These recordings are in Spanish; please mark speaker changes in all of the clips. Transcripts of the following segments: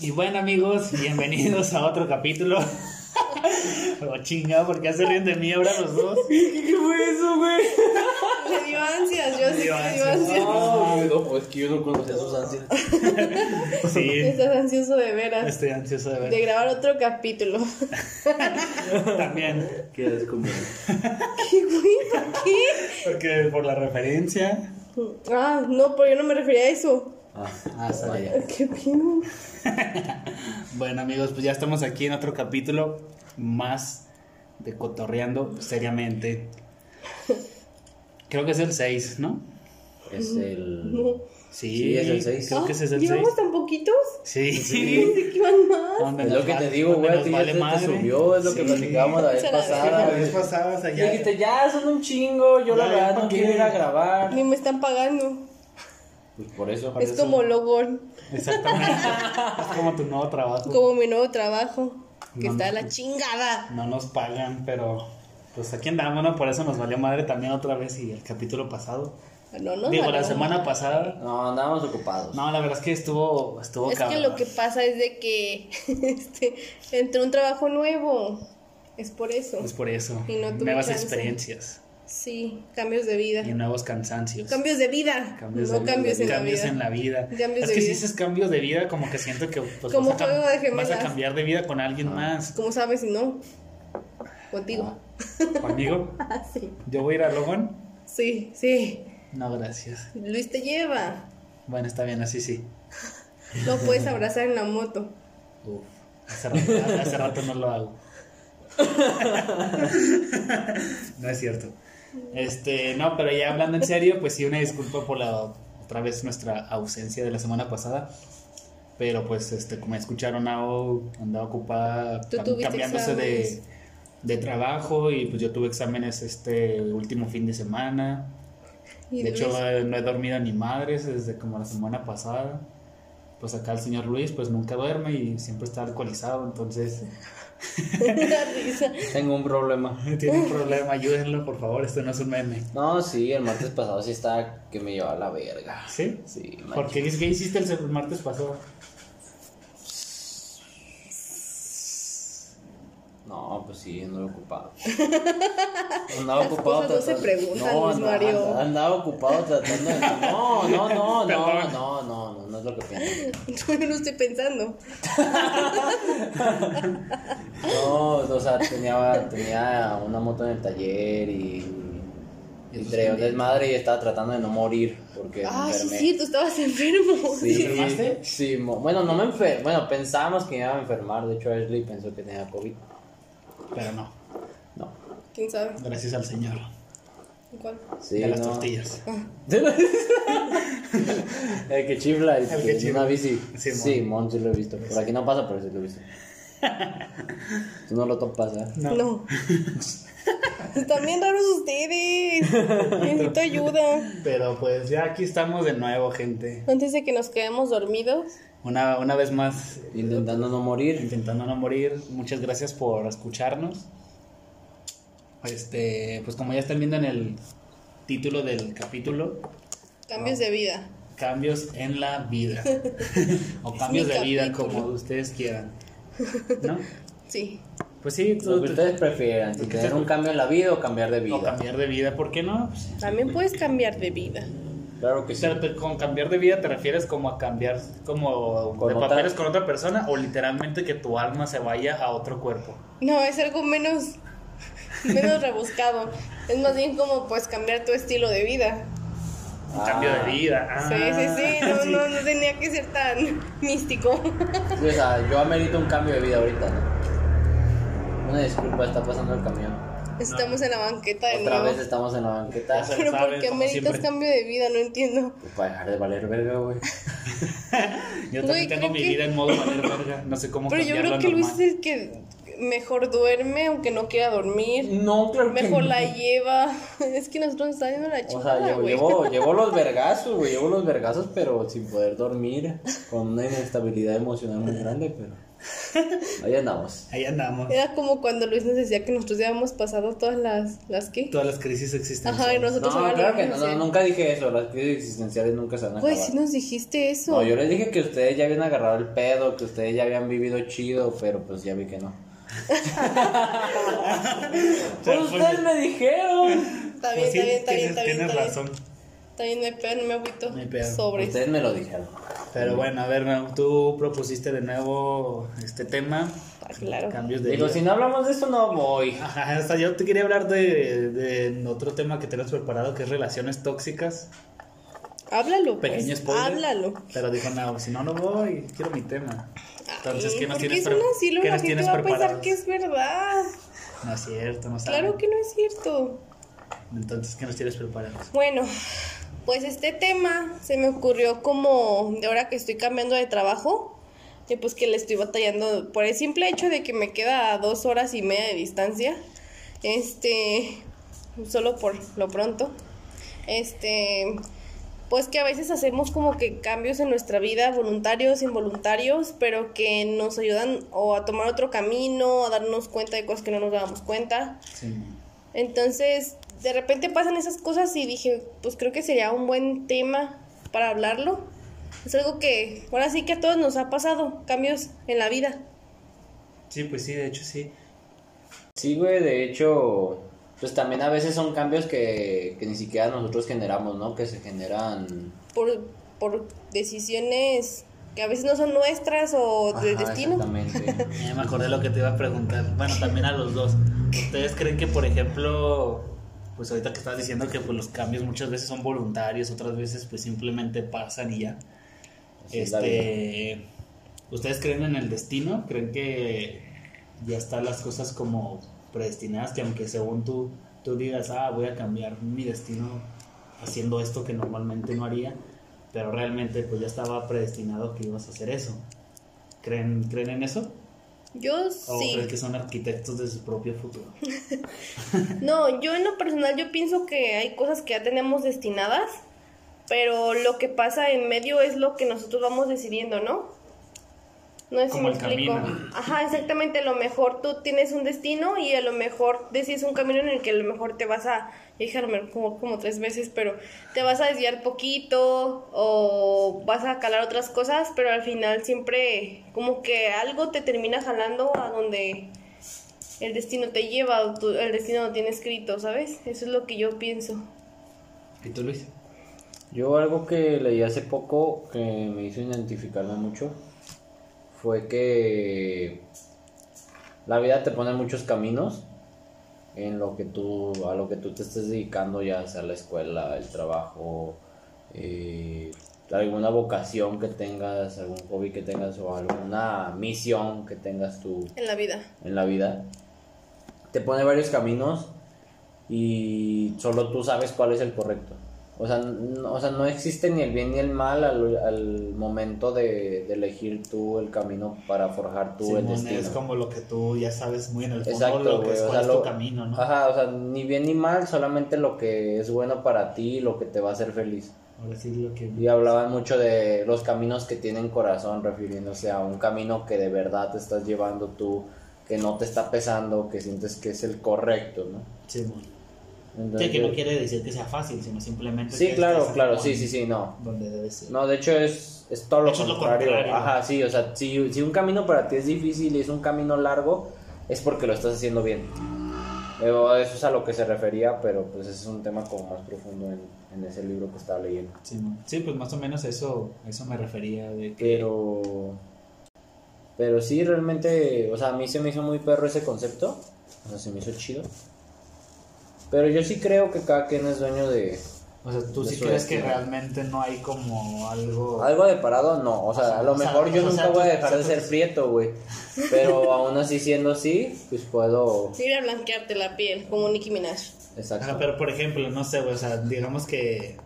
Speaker 1: Y bueno amigos, bienvenidos a otro capítulo. Pero chingado, ¿por qué se ríen de mí ahora los dos?
Speaker 2: ¿Qué fue eso, güey?
Speaker 3: Le dio ansias, yo sí
Speaker 1: dio
Speaker 3: que le dio
Speaker 1: ansias.
Speaker 3: ansias.
Speaker 2: No, güey, no, pues que yo no conocía sus ansias.
Speaker 1: Sí,
Speaker 3: Estás ansioso de veras.
Speaker 1: estoy ansioso de
Speaker 3: De
Speaker 1: ver.
Speaker 3: grabar otro capítulo.
Speaker 1: También,
Speaker 2: Qué asco, güey.
Speaker 3: ¿Qué, güey? ¿Por qué?
Speaker 1: porque por la referencia.
Speaker 3: Ah, no, pero yo no me refería a eso.
Speaker 2: Ah,
Speaker 1: Ah, sabía.
Speaker 3: ¿Qué pino?
Speaker 1: Bueno amigos, pues ya estamos aquí en otro capítulo más de cotorreando seriamente. Creo que es el 6, ¿no?
Speaker 2: es el.
Speaker 3: No.
Speaker 1: Sí,
Speaker 2: Sí, es el seis.
Speaker 1: Creo que ese es el 6.
Speaker 3: Ah, ¿Llevamos tan poquitos?
Speaker 1: Sí.
Speaker 3: Pensé que iban más.
Speaker 1: Donde
Speaker 2: Es
Speaker 1: nos
Speaker 2: lo que
Speaker 1: va-
Speaker 2: te digo,
Speaker 1: donde
Speaker 2: güey, a
Speaker 1: nos
Speaker 2: ti ya
Speaker 1: vale
Speaker 2: se te
Speaker 1: madre.
Speaker 2: subió, es lo que
Speaker 1: Sí.
Speaker 2: platicábamos la vez
Speaker 3: Se la
Speaker 2: pasada.
Speaker 1: La vez
Speaker 2: güey.
Speaker 1: pasada, o sea,
Speaker 2: Y
Speaker 1: ya-
Speaker 2: dijiste, ya son un chingo, yo la
Speaker 1: Ya,
Speaker 2: verdad
Speaker 1: ¿pa'
Speaker 2: no
Speaker 1: qué?
Speaker 2: quiero ir a grabar.
Speaker 3: Ni me están pagando.
Speaker 2: Pues por eso.
Speaker 3: es como Logorn,
Speaker 1: Exactamente. es como tu nuevo trabajo.
Speaker 3: como mi nuevo trabajo, que
Speaker 1: No,
Speaker 3: está a
Speaker 1: no.
Speaker 3: la chingada.
Speaker 1: No nos pagan, pero pues aquí andamos, ¿no? Por eso nos valió madre también otra vez y el capítulo pasado.
Speaker 3: No, no,
Speaker 1: Digo,
Speaker 3: no,
Speaker 1: la
Speaker 3: no.
Speaker 1: semana pasada.
Speaker 2: No, andábamos ocupados.
Speaker 1: No, la verdad es que estuvo, estuvo
Speaker 3: Es que
Speaker 1: cabrón.
Speaker 3: lo que pasa es de que este, entró un trabajo nuevo. Es por eso.
Speaker 1: Pues por eso.
Speaker 3: Y no tuve
Speaker 1: nuevas
Speaker 3: chance.
Speaker 1: experiencias
Speaker 3: Sí, cambios de vida.
Speaker 1: y nuevos cansancios.
Speaker 3: Cambios de vida. no
Speaker 1: de-
Speaker 3: cambios en
Speaker 1: cambios
Speaker 3: la vida.
Speaker 1: en la vida.
Speaker 3: Cambios
Speaker 1: es
Speaker 3: de
Speaker 1: que si
Speaker 3: vida.
Speaker 1: dices cambios de vida, como que siento que pues,
Speaker 3: Como
Speaker 1: vas, a cam-
Speaker 3: juego de gemelas. Ah.
Speaker 1: vas a cambiar de vida con alguien más.
Speaker 3: ¿Cómo sabes si no? Contigo.
Speaker 1: Conmigo,
Speaker 3: Ah, sí.
Speaker 1: yo voy a ir a Logan.
Speaker 3: Sí, sí.
Speaker 1: No, gracias.
Speaker 3: Luis te lleva.
Speaker 1: Bueno, está bien, así sí.
Speaker 3: No puedes abrazar en la moto.
Speaker 1: Uf, hace rato, hace rato no lo hago. no es cierto. Este, no, pero ya hablando en serio, pues sí, una disculpa por la otra vez nuestra ausencia de la semana pasada. Pero pues, este, como escucharon, Ao andaba ocupada
Speaker 3: Tú
Speaker 1: cam-
Speaker 3: tuviste
Speaker 1: cambiándose de,
Speaker 3: exámenes.
Speaker 1: de trabajo y pues yo tuve exámenes este último fin de semana.
Speaker 3: Y
Speaker 1: De hecho,
Speaker 3: Luis,
Speaker 1: eh, no he dormido ni madres desde como la semana pasada. Pues acá el señor Luis, pues nunca duerme y siempre está alcoholizado, entonces
Speaker 3: la risa.
Speaker 2: Tengo un problema.
Speaker 1: tiene un problema, ayúdenlo, por favor, esto no es un meme.
Speaker 2: No, sí, el martes pasado sí estaba que me llevaba la verga.
Speaker 1: ¿Sí?
Speaker 2: Sí, macho.
Speaker 1: Porque ¿qué hiciste el se- martes pasado?
Speaker 2: No, pues sí, andaba ocupado. Andaba
Speaker 3: Las cosas no se
Speaker 2: tratando-
Speaker 3: preguntan, Luis
Speaker 2: andaba-
Speaker 3: Mario.
Speaker 2: Andaba ocupado tratando de. No, no, no, no,
Speaker 1: Perdón.
Speaker 2: no, no, no, no es lo que pienso.
Speaker 3: Yo no estoy pensando.
Speaker 2: No, o sea, tenía, tenía una moto en el taller y. Y traía un desmadre y estaba tratando de no morir porque. me
Speaker 3: Ah, sí,
Speaker 2: enfermé.
Speaker 3: sí, tú estabas enfermo.
Speaker 1: ¿Te enfermaste?
Speaker 2: sí, mo- bueno, no me enfer Bueno, pensábamos que me iba a enfermar. De hecho, Ashley pensó que tenía COVID.
Speaker 1: Pero no,
Speaker 2: No.
Speaker 3: ¿Quién sabe?
Speaker 1: gracias al señor
Speaker 3: ¿Cuál?
Speaker 2: Sí,
Speaker 1: de las
Speaker 2: no.
Speaker 1: tortillas.
Speaker 2: El que chifla, el,
Speaker 1: El que
Speaker 2: que
Speaker 1: chifla.
Speaker 2: una bici.
Speaker 1: Sí,
Speaker 2: Sí,
Speaker 1: mon.
Speaker 2: mon, sí lo he visto. Por aquí no pasa, pero sí lo he visto. Tú no lo topas, ¿eh?
Speaker 1: No.
Speaker 3: No. Están bien raros ustedes. Necesito ayuda.
Speaker 1: Pero pues ya aquí estamos de nuevo, gente.
Speaker 3: Antes de que nos quedemos dormidos.
Speaker 1: Una, una vez más,
Speaker 2: Intentando no morir.
Speaker 1: intentando no morir. Muchas gracias por escucharnos. Este, pues como ya están viendo en el título del capítulo,
Speaker 3: Cambios de vida.
Speaker 1: cambios en la vida. o
Speaker 3: Es
Speaker 1: cambios
Speaker 3: mi
Speaker 1: de vida,
Speaker 3: capítulo.
Speaker 1: como ustedes quieran. ¿No?
Speaker 3: Sí.
Speaker 1: Pues sí, tú-
Speaker 2: Lo que
Speaker 1: tú-
Speaker 2: ustedes prefieran, si tener un cambio en la vida o cambiar de
Speaker 1: o
Speaker 2: vida.
Speaker 1: cambiar de vida, ¿por qué no? Pues,
Speaker 3: También puedes cambiar de vida.
Speaker 2: Claro que sí.
Speaker 1: pero te- con cambiar de vida te refieres como a cambiar como
Speaker 2: Con
Speaker 1: de
Speaker 2: otra-
Speaker 1: papeles con otra persona o literalmente que tu alma se vaya a otro cuerpo.
Speaker 3: No, es algo menos, menos rebuscado. Es más bien como pues cambiar tu estilo de vida.
Speaker 1: Un cambio de vida. Ah,
Speaker 3: sí, sí, sí. No,
Speaker 1: sí.
Speaker 3: no, no tenía que ser tan místico.
Speaker 2: Sí, o sea, yo amerito un cambio de vida ahorita, ¿no? Una disculpa, está pasando el camión.
Speaker 3: Estamos en la banqueta de
Speaker 2: Otra
Speaker 3: nuevo.
Speaker 2: vez estamos en la banqueta.
Speaker 1: Ya sé.
Speaker 3: Pero
Speaker 1: Saben,
Speaker 3: ¿por qué
Speaker 1: como
Speaker 3: meritas
Speaker 1: siempre.
Speaker 3: cambio de vida? No entiendo.
Speaker 2: Pues para dejar de valer verga, güey.
Speaker 1: Yo también
Speaker 3: Güey,
Speaker 1: tengo
Speaker 3: creo
Speaker 1: mi
Speaker 3: que-
Speaker 1: vida en modo valer verga. No sé cómo
Speaker 3: Pero yo
Speaker 1: cambiarlo
Speaker 3: creo
Speaker 1: a
Speaker 3: que Luis es
Speaker 1: normal.
Speaker 3: el que mejor duerme, aunque no quiera dormir.
Speaker 2: No, claro que
Speaker 3: Mejor
Speaker 2: no.
Speaker 3: la lleva. Es que nosotros nos está yendo la
Speaker 2: O sea,
Speaker 3: chingada,
Speaker 2: llevo,
Speaker 3: güey.
Speaker 2: llevo, llevo los vergazos, güey. Llevo los vergazos, pero sin poder dormir. Con una inestabilidad emocional muy grande, pero. Ahí andamos.
Speaker 1: Ahí andamos.
Speaker 3: Era como cuando Luis nos decía que nosotros ya habíamos pasado todas las, las que.
Speaker 1: Todas las crisis existentes.
Speaker 3: Ajá, y
Speaker 2: No,
Speaker 3: nosotros ¿eh? ahora lo
Speaker 2: claro que no,
Speaker 3: vamos a
Speaker 2: no,
Speaker 3: hacer.
Speaker 2: nunca dije eso. Las crisis existenciales nunca se van a
Speaker 3: Güey,
Speaker 2: acabar.
Speaker 3: si nos dijiste eso.
Speaker 2: No, yo les dije que ustedes ya habían agarrado el pedo, que ustedes ya habían vivido chido, pero pues ya vi que no.
Speaker 1: sea,
Speaker 2: Pues
Speaker 1: fue-
Speaker 2: ustedes me dijeron.
Speaker 3: Está bien,
Speaker 1: Pues sí,
Speaker 3: está bien, está
Speaker 1: tienes-
Speaker 3: bien, está bien.
Speaker 1: Tienes
Speaker 3: está bien.
Speaker 1: razón.
Speaker 3: Está bien, no hay pedo, no me agüito.
Speaker 1: No hay pedo.
Speaker 3: Sobres.
Speaker 2: Ustedes me lo dijeron.
Speaker 1: Pero bueno, a ver, Raúl, tú propusiste de nuevo este tema.
Speaker 3: Ah, claro.
Speaker 1: Cambios de.
Speaker 2: Digo, si no hablamos de eso, no voy.
Speaker 1: Ajá, hasta yo te quería hablar de, de otro tema que tenemos preparado, que es relaciones tóxicas.
Speaker 3: Háblalo, pues.
Speaker 1: Pequeño spoiler.
Speaker 3: Háblalo.
Speaker 1: Pero dijo, no, si no, no voy, quiero mi tema. Entonces,
Speaker 3: Ay,
Speaker 1: ¿qué nos
Speaker 3: ¿por
Speaker 1: tienes,
Speaker 3: son
Speaker 1: pre-
Speaker 3: así? Luego
Speaker 1: qué
Speaker 3: la
Speaker 1: nos
Speaker 3: gente
Speaker 1: tienes
Speaker 3: va a pensar
Speaker 1: preparados?
Speaker 3: que es verdad.
Speaker 1: No es cierto, no saben.
Speaker 3: Claro que no es cierto.
Speaker 1: Entonces, ¿qué nos tienes preparados?
Speaker 3: Bueno, pues este tema se me ocurrió como de ahora que estoy cambiando de trabajo, que pues que le estoy batallando por el simple hecho de que me queda a dos horas y media de distancia. Este, solo por lo pronto. Este, pues que a veces hacemos como que cambios en nuestra vida, voluntarios, involuntarios, pero que nos ayudan o a tomar otro camino, a darnos cuenta de cosas que no nos dábamos cuenta.
Speaker 1: Sí.
Speaker 3: Entonces, de repente pasan esas cosas y dije, pues creo que sería un buen tema para hablarlo. Es algo que ahora sí que a todos nos ha pasado, cambios en la vida.
Speaker 1: Sí, pues sí, de hecho sí.
Speaker 2: Sí, güey, de hecho, pues también a veces son cambios que, que ni siquiera nosotros generamos, ¿no? Que se generan.
Speaker 3: Por, por decisiones que a veces no son nuestras o del
Speaker 2: Ajá,
Speaker 3: destino.
Speaker 2: Exactamente.
Speaker 1: Ya me acordé lo que te iba a preguntar. Bueno, también a los dos. ¿Ustedes creen que, por ejemplo, pues ahorita que estás diciendo que pues, los cambios muchas veces son voluntarios, otras veces pues simplemente pasan y ya?
Speaker 2: Así es la vida.
Speaker 1: Este, ¿Ustedes creen en el destino? ¿Creen que ya están las cosas como predestinadas? Que aunque según tú, tú digas, ah, voy a cambiar mi destino haciendo esto que normalmente no haría, pero realmente pues ya estaba predestinado que ibas a hacer eso. ¿Creen, ¿creen en eso?
Speaker 3: Yo
Speaker 1: ¿O
Speaker 3: sí.
Speaker 1: creen que son arquitectos de su propio futuro?
Speaker 3: No, yo en lo personal yo pienso que hay cosas que ya tenemos destinadas, pero lo que pasa en medio es lo que nosotros vamos decidiendo, ¿no? No sé si
Speaker 1: Como
Speaker 3: me
Speaker 1: el
Speaker 3: explico.
Speaker 1: camino.
Speaker 3: Ajá, exactamente, a lo mejor tú tienes un destino y a lo mejor decides un camino en el que a lo mejor te vas a, ya dije a lo mejor como, como tres veces, pero te vas a desviar poquito o vas a calar otras cosas, pero al final siempre como que algo te termina jalando a donde el destino te lleva o tú- el destino lo tiene escrito, ¿sabes? Eso es lo que yo pienso.
Speaker 1: ¿Y tú, Luis?
Speaker 2: Yo algo que leí hace poco que me hizo identificarme mucho fue que la vida te pone muchos caminos en lo que tú a lo que tú te estés dedicando ya sea la escuela, el trabajo, eh, alguna vocación que tengas, algún hobby que tengas o alguna misión que tengas tú
Speaker 3: En la vida.
Speaker 2: en la vida. Te pone varios caminos y solo tú sabes cuál es el correcto. O sea, n- o sea no existe ni el bien ni el mal al, al momento de, de elegir tú el camino para forjar tú el
Speaker 1: Simón,
Speaker 2: destino.
Speaker 1: es como lo que tú ya sabes muy en el fondo,
Speaker 2: Exacto,
Speaker 1: lo que
Speaker 2: güey,
Speaker 1: es,
Speaker 2: o
Speaker 1: cuál
Speaker 2: sea,
Speaker 1: es
Speaker 2: lo-
Speaker 1: tu camino, ¿no?
Speaker 2: Ajá, o sea, ni bien ni mal, solamente lo que es bueno para ti y lo que te va a hacer feliz.
Speaker 1: Ahora sí lo que...
Speaker 2: Y hablaban mucho de los caminos que tienen corazón, refiriéndose a un camino que de verdad te estás llevando tú, que no te está pesando, que sientes que es el correcto, ¿no?
Speaker 1: Simón.
Speaker 2: Entonces-
Speaker 1: Sí, que no quiere decir que sea fácil, sino simplemente.
Speaker 2: Sí,
Speaker 1: que
Speaker 2: claro,
Speaker 1: estés
Speaker 2: claro,
Speaker 1: con-
Speaker 2: sí, sí, sí, no.
Speaker 1: Donde debe ser.
Speaker 2: No, de hecho es, es todo lo
Speaker 1: Eso es lo
Speaker 2: contrario.
Speaker 1: contrario.
Speaker 2: Ajá, sí, o sea, si, si un camino para ti es difícil y es un camino largo, es porque lo estás haciendo bien. Pero Eso es a lo que se refería, pero pues ese es un tema como más profundo en, en ese libro que estaba leyendo.
Speaker 1: Sí, mo- sí, pues más o menos eso, eso me refería. De que,
Speaker 2: Pero. Pero sí, realmente. O sea, a mí se me hizo muy perro ese concepto. O sea, se me hizo chido. Pero yo sí creo que cada quien es dueño de.
Speaker 1: o sea, tú sí
Speaker 2: Eso
Speaker 1: crees
Speaker 2: es,
Speaker 1: que
Speaker 2: sí. Ah,
Speaker 1: realmente no hay como algo.
Speaker 2: Algo de parado, no. O sea, a lo
Speaker 1: O sea,
Speaker 2: mejor yo
Speaker 1: o sea,
Speaker 2: nunca
Speaker 1: tú-
Speaker 2: voy a
Speaker 1: o
Speaker 2: dejar
Speaker 1: sea,
Speaker 2: de
Speaker 1: tú-
Speaker 2: ser prieto, güey. Pero aún así, siendo así, pues puedo.
Speaker 3: Ir a blanquearte la piel, como Nicki Minaj.
Speaker 1: Ajá,
Speaker 2: Exacto.
Speaker 1: pero por ejemplo, no sé, güey, o sea, digamos que.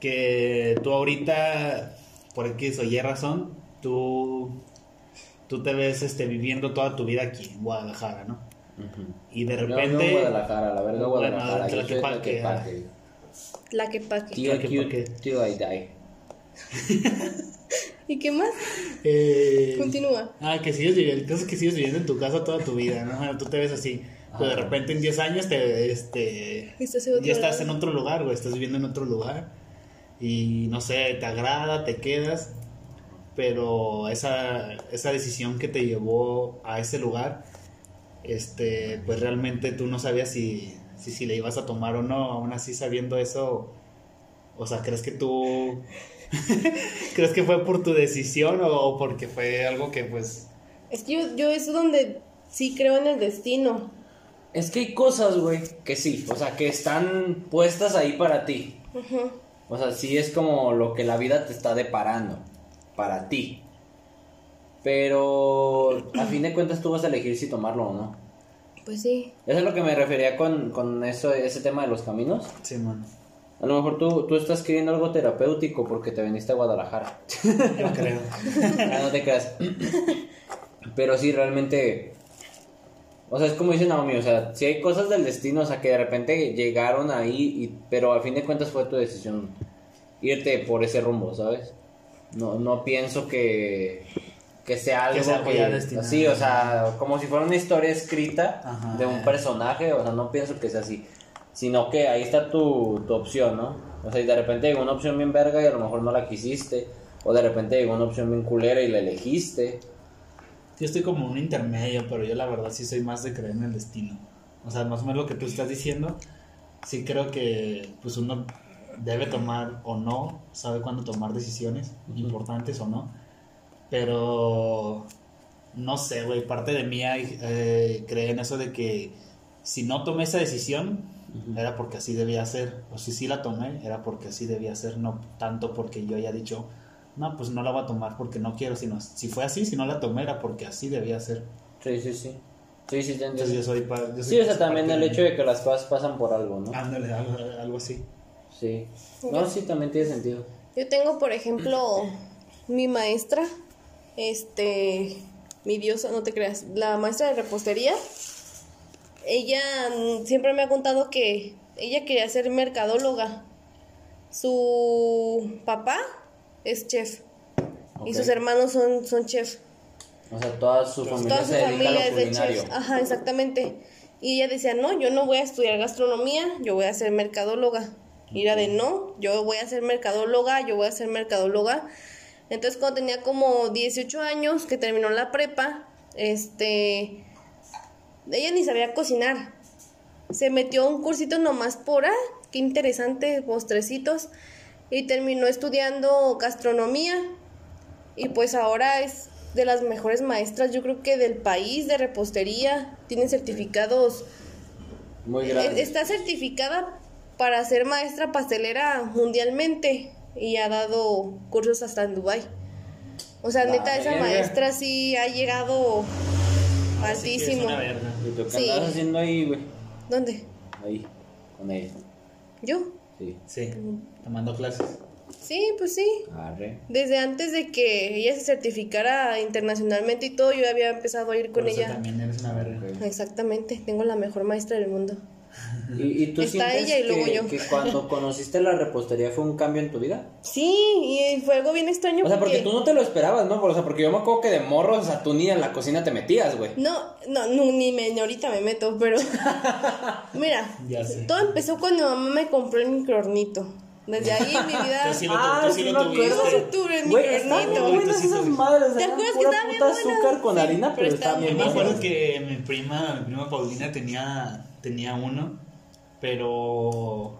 Speaker 1: Que tú ahorita, por X o Y razón, tú. Tú te ves este, viviendo toda tu vida aquí, en Guadalajara, ¿no?
Speaker 2: Ujú.
Speaker 1: Y de
Speaker 2: Yo vivo
Speaker 1: repente.
Speaker 2: en Guadalajara, la verga,
Speaker 1: Bueno,
Speaker 2: Guadalajara.
Speaker 1: de
Speaker 2: Yo soy de
Speaker 1: Tlaquepaque,
Speaker 2: Tlaquepaque.
Speaker 3: La que pa' que.
Speaker 2: Tío,
Speaker 1: Tlaquepaque.
Speaker 2: cute, tío, I die.
Speaker 3: ¿Y qué más?
Speaker 1: Eh,
Speaker 3: Continúa.
Speaker 1: Ah, que sigues viviendo, el caso es que sigues viviendo en tu casa toda tu vida, ¿no? Bueno, tú te ves así, pero de repente en 10 años te, este,
Speaker 3: Estás en otro
Speaker 1: ya estás
Speaker 3: lado.
Speaker 1: en otro lugar, güey, estás viviendo en otro lugar y no sé, te agrada, te quedas, pero esa, esa decisión que te llevó a ese lugar, este, pues realmente tú no sabías si, si, si le ibas a tomar o no, aún así sabiendo eso, o sea, ¿crees que tú ¿Crees que fue por tu decisión o, o porque fue algo que pues...
Speaker 3: Es que yo, yo es donde sí creo en el destino.
Speaker 2: Es que hay cosas, güey, que sí, o sea, que están puestas ahí para ti. O sea, sí es como lo que la vida te está deparando para ti. Pero a fin de cuentas tú vas a elegir si tomarlo o no.
Speaker 3: Pues sí.
Speaker 2: Eso es lo que me refería con, con eso, ese tema de los caminos.
Speaker 1: Sí, mano.
Speaker 2: A lo mejor tú, tú estás queriendo algo terapéutico porque te viniste a Guadalajara.
Speaker 1: No creo.
Speaker 2: Ah, no te creas. Pero sí, realmente. O sea, es como dice Naomi, o sea, si hay cosas del destino, o sea, que de repente llegaron ahí, y, pero a fin de cuentas fue tu decisión irte por ese rumbo, ¿sabes? No, no pienso que, que sea algo
Speaker 1: Que sea algo ya destinado.
Speaker 2: Sí, o sea, como si fuera una historia escrita
Speaker 1: Ajá.
Speaker 2: de un personaje, o sea, no pienso que sea así, sino que ahí está tu, tu opción, ¿no? O sea, y de repente llegó una opción bien verga y a lo mejor no la quisiste, o de repente llegó una opción bien culera y la elegiste.
Speaker 1: Yo estoy como un intermedio, pero yo la verdad sí soy más de creer en el destino. O sea, más o menos lo que tú estás diciendo, sí creo que pues uno debe tomar o no, sabe cuándo tomar decisiones importantes o no. Pero no sé, güey, parte de mí hay, eh, cree en eso de que si no tomé esa decisión, era porque así debía ser. O si sí la tomé, era porque así debía ser, no tanto porque yo haya dicho, no, pues no la voy a tomar porque no quiero, sino si fue así, si no la tomé, era porque así debía ser.
Speaker 2: Sí, sí, sí. Sí, sí, te
Speaker 1: Entonces yo
Speaker 2: entiendo.
Speaker 1: soy pa- yo soy
Speaker 2: Sí, o sea,
Speaker 1: parte
Speaker 2: también
Speaker 1: de- Ah.
Speaker 2: el hecho de que las cosas pasan por algo, ¿no?
Speaker 1: Ándale, algo, algo así.
Speaker 2: Sí. No, sí, también tiene sentido.
Speaker 3: Yo tengo, por ejemplo, mi maestra, este, mi diosa, no te creas, la maestra de repostería. Ella mm, siempre me ha contado que ella quería ser mercadóloga. Su papá es chef y
Speaker 2: Ok.
Speaker 3: sus hermanos son, son chef.
Speaker 2: O sea, toda su familia
Speaker 3: Toda su
Speaker 2: se dedica
Speaker 3: familia
Speaker 2: a lo
Speaker 3: es ah, de
Speaker 2: culinario.
Speaker 3: chef. Ajá, exactamente. Y ella decía, no, yo no voy a estudiar gastronomía, yo voy a ser mercadóloga. Y era de, no, yo voy a ser mercadóloga, yo voy a ser mercadóloga. Entonces cuando tenía como 18 años, que terminó la prepa, este, ella ni sabía cocinar. Se metió a un cursito nomás por, ah, qué interesante, postrecitos. Y terminó estudiando gastronomía. Y pues ahora es de las mejores maestras, yo creo que del país, de repostería. Tiene certificados.
Speaker 2: Muy
Speaker 3: E-
Speaker 2: grande.
Speaker 3: Está certificada para ser maestra pastelera mundialmente y ha dado cursos hasta en Dubai. O sea,
Speaker 2: La
Speaker 3: neta, esa
Speaker 2: verga.
Speaker 3: maestra sí ha llegado
Speaker 1: Es
Speaker 3: altísimo.
Speaker 1: una verga.
Speaker 2: ¿Y tú qué
Speaker 3: Sí.
Speaker 2: andabas haciendo ahí, güey?
Speaker 3: ¿Dónde?
Speaker 2: Ahí, con ella.
Speaker 3: ¿Yo?
Speaker 2: Sí.
Speaker 1: Sí, tomando clases.
Speaker 3: Sí, pues sí.
Speaker 2: Arre.
Speaker 3: Desde antes de que ella se certificara internacionalmente y todo, yo había empezado a ir con
Speaker 1: Por eso
Speaker 3: ella.
Speaker 1: también eres una verga.
Speaker 2: Ok.
Speaker 3: Exactamente, tengo la mejor maestra del mundo.
Speaker 2: ¿Y, y tú
Speaker 3: Está
Speaker 2: sientes
Speaker 3: ella y luego
Speaker 2: que,
Speaker 3: yo.
Speaker 2: que cuando conociste la repostería fue un cambio en tu vida?
Speaker 3: Sí, y fue algo bien extraño.
Speaker 2: O sea, porque tú no te lo esperabas, ¿no? O sea, porque yo me acuerdo que de morro, o sea, tú ni en la cocina te metías, güey.
Speaker 3: No, no, no, ni, me, ni ahorita me meto, pero... Mira,
Speaker 1: Ya sé.
Speaker 3: todo empezó cuando mi mamá me compró el microornito. Desde ahí mi vida...
Speaker 1: Tú sí lo tu-
Speaker 2: Ah,
Speaker 1: tú sí lo tuviste.
Speaker 3: acuerdo. Yo sí tuve el
Speaker 2: Güey,
Speaker 3: microornito.
Speaker 2: estaban muy buenas
Speaker 1: Sí, sí,
Speaker 2: esas
Speaker 1: sí.
Speaker 2: madres.
Speaker 3: ¿Te
Speaker 2: eran
Speaker 3: acuerdas que
Speaker 2: pura
Speaker 3: estaban bien
Speaker 2: puta
Speaker 3: buenas?
Speaker 2: azúcar con
Speaker 3: Sí,
Speaker 2: harina,
Speaker 3: pero
Speaker 2: pero estaban
Speaker 3: estaban
Speaker 1: Yo
Speaker 2: bien
Speaker 1: me acuerdo
Speaker 2: buenas.
Speaker 1: que mi prima, mi prima Paulina tenía, tenía uno, pero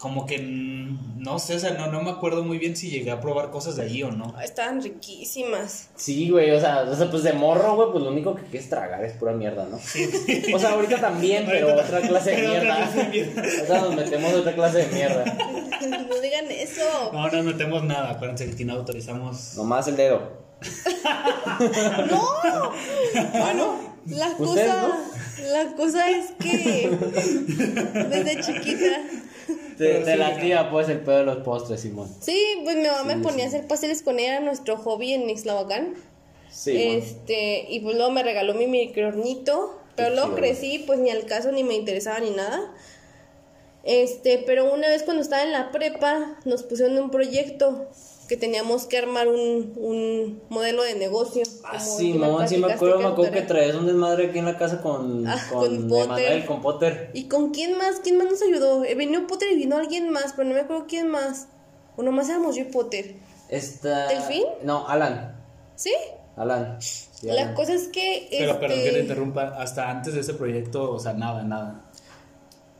Speaker 1: como que mm, no sé, o sea, no, no me acuerdo muy bien si llegué a probar cosas de ahí o no.
Speaker 3: Estaban riquísimas.
Speaker 2: Sí, güey, o sea, o sea, pues de morro, güey, pues lo único que quieres tragar es pura mierda, ¿no? O sea, ahorita también, pero
Speaker 1: Ahorita
Speaker 2: otra clase de
Speaker 1: pero otra
Speaker 2: mierda.
Speaker 1: clase de mierda.
Speaker 2: O sea, nos metemos en otra clase de mierda.
Speaker 3: no digan eso.
Speaker 1: No, no metemos nada, acuérdense que aquí no autorizamos.
Speaker 2: Nomás el dedo.
Speaker 3: No. Bueno, la
Speaker 2: Ustedes,
Speaker 3: cosa... La cosa es que... Desde chiquita...
Speaker 2: Te,
Speaker 1: Pero
Speaker 2: te
Speaker 1: sí,
Speaker 2: la tía, pues, el pedo de los postres, Simón.
Speaker 3: Sí, pues mi mamá me ponía a hacer pasteles con ella, era nuestro hobby en Ixlavacán.
Speaker 2: Sí,
Speaker 3: este, y pues luego me regaló mi microornito, pero
Speaker 2: Qué
Speaker 3: luego
Speaker 2: chido.
Speaker 3: crecí, pues ni al caso ni me interesaba ni nada. Este, pero una vez cuando estaba en la prepa, nos pusieron un proyecto que teníamos que armar un, un modelo de negocio.
Speaker 2: Ah,
Speaker 3: como el
Speaker 2: sí,
Speaker 3: que me
Speaker 2: mamá, sí me
Speaker 3: platicaste
Speaker 2: acuerdo,
Speaker 3: que
Speaker 2: me acuerdo que
Speaker 3: era.
Speaker 2: traías un desmadre aquí en la casa con,
Speaker 3: Ah,
Speaker 2: con,
Speaker 3: con Potter.
Speaker 2: Emanuel, con Potter.
Speaker 3: ¿Y con quién más? ¿Quién más nos ayudó? Eh, vino Potter y vino alguien más, pero no me acuerdo quién más. O nomás éramos yo y Potter.
Speaker 2: Esta...
Speaker 3: ¿Delfín?
Speaker 2: No, Alan.
Speaker 3: ¿Sí?
Speaker 2: Alan. Sí,
Speaker 3: la
Speaker 2: Alan.
Speaker 3: cosa es que.
Speaker 1: Pero perdón que
Speaker 3: este,
Speaker 1: le interrumpa, hasta antes de ese proyecto, o sea, nada, nada.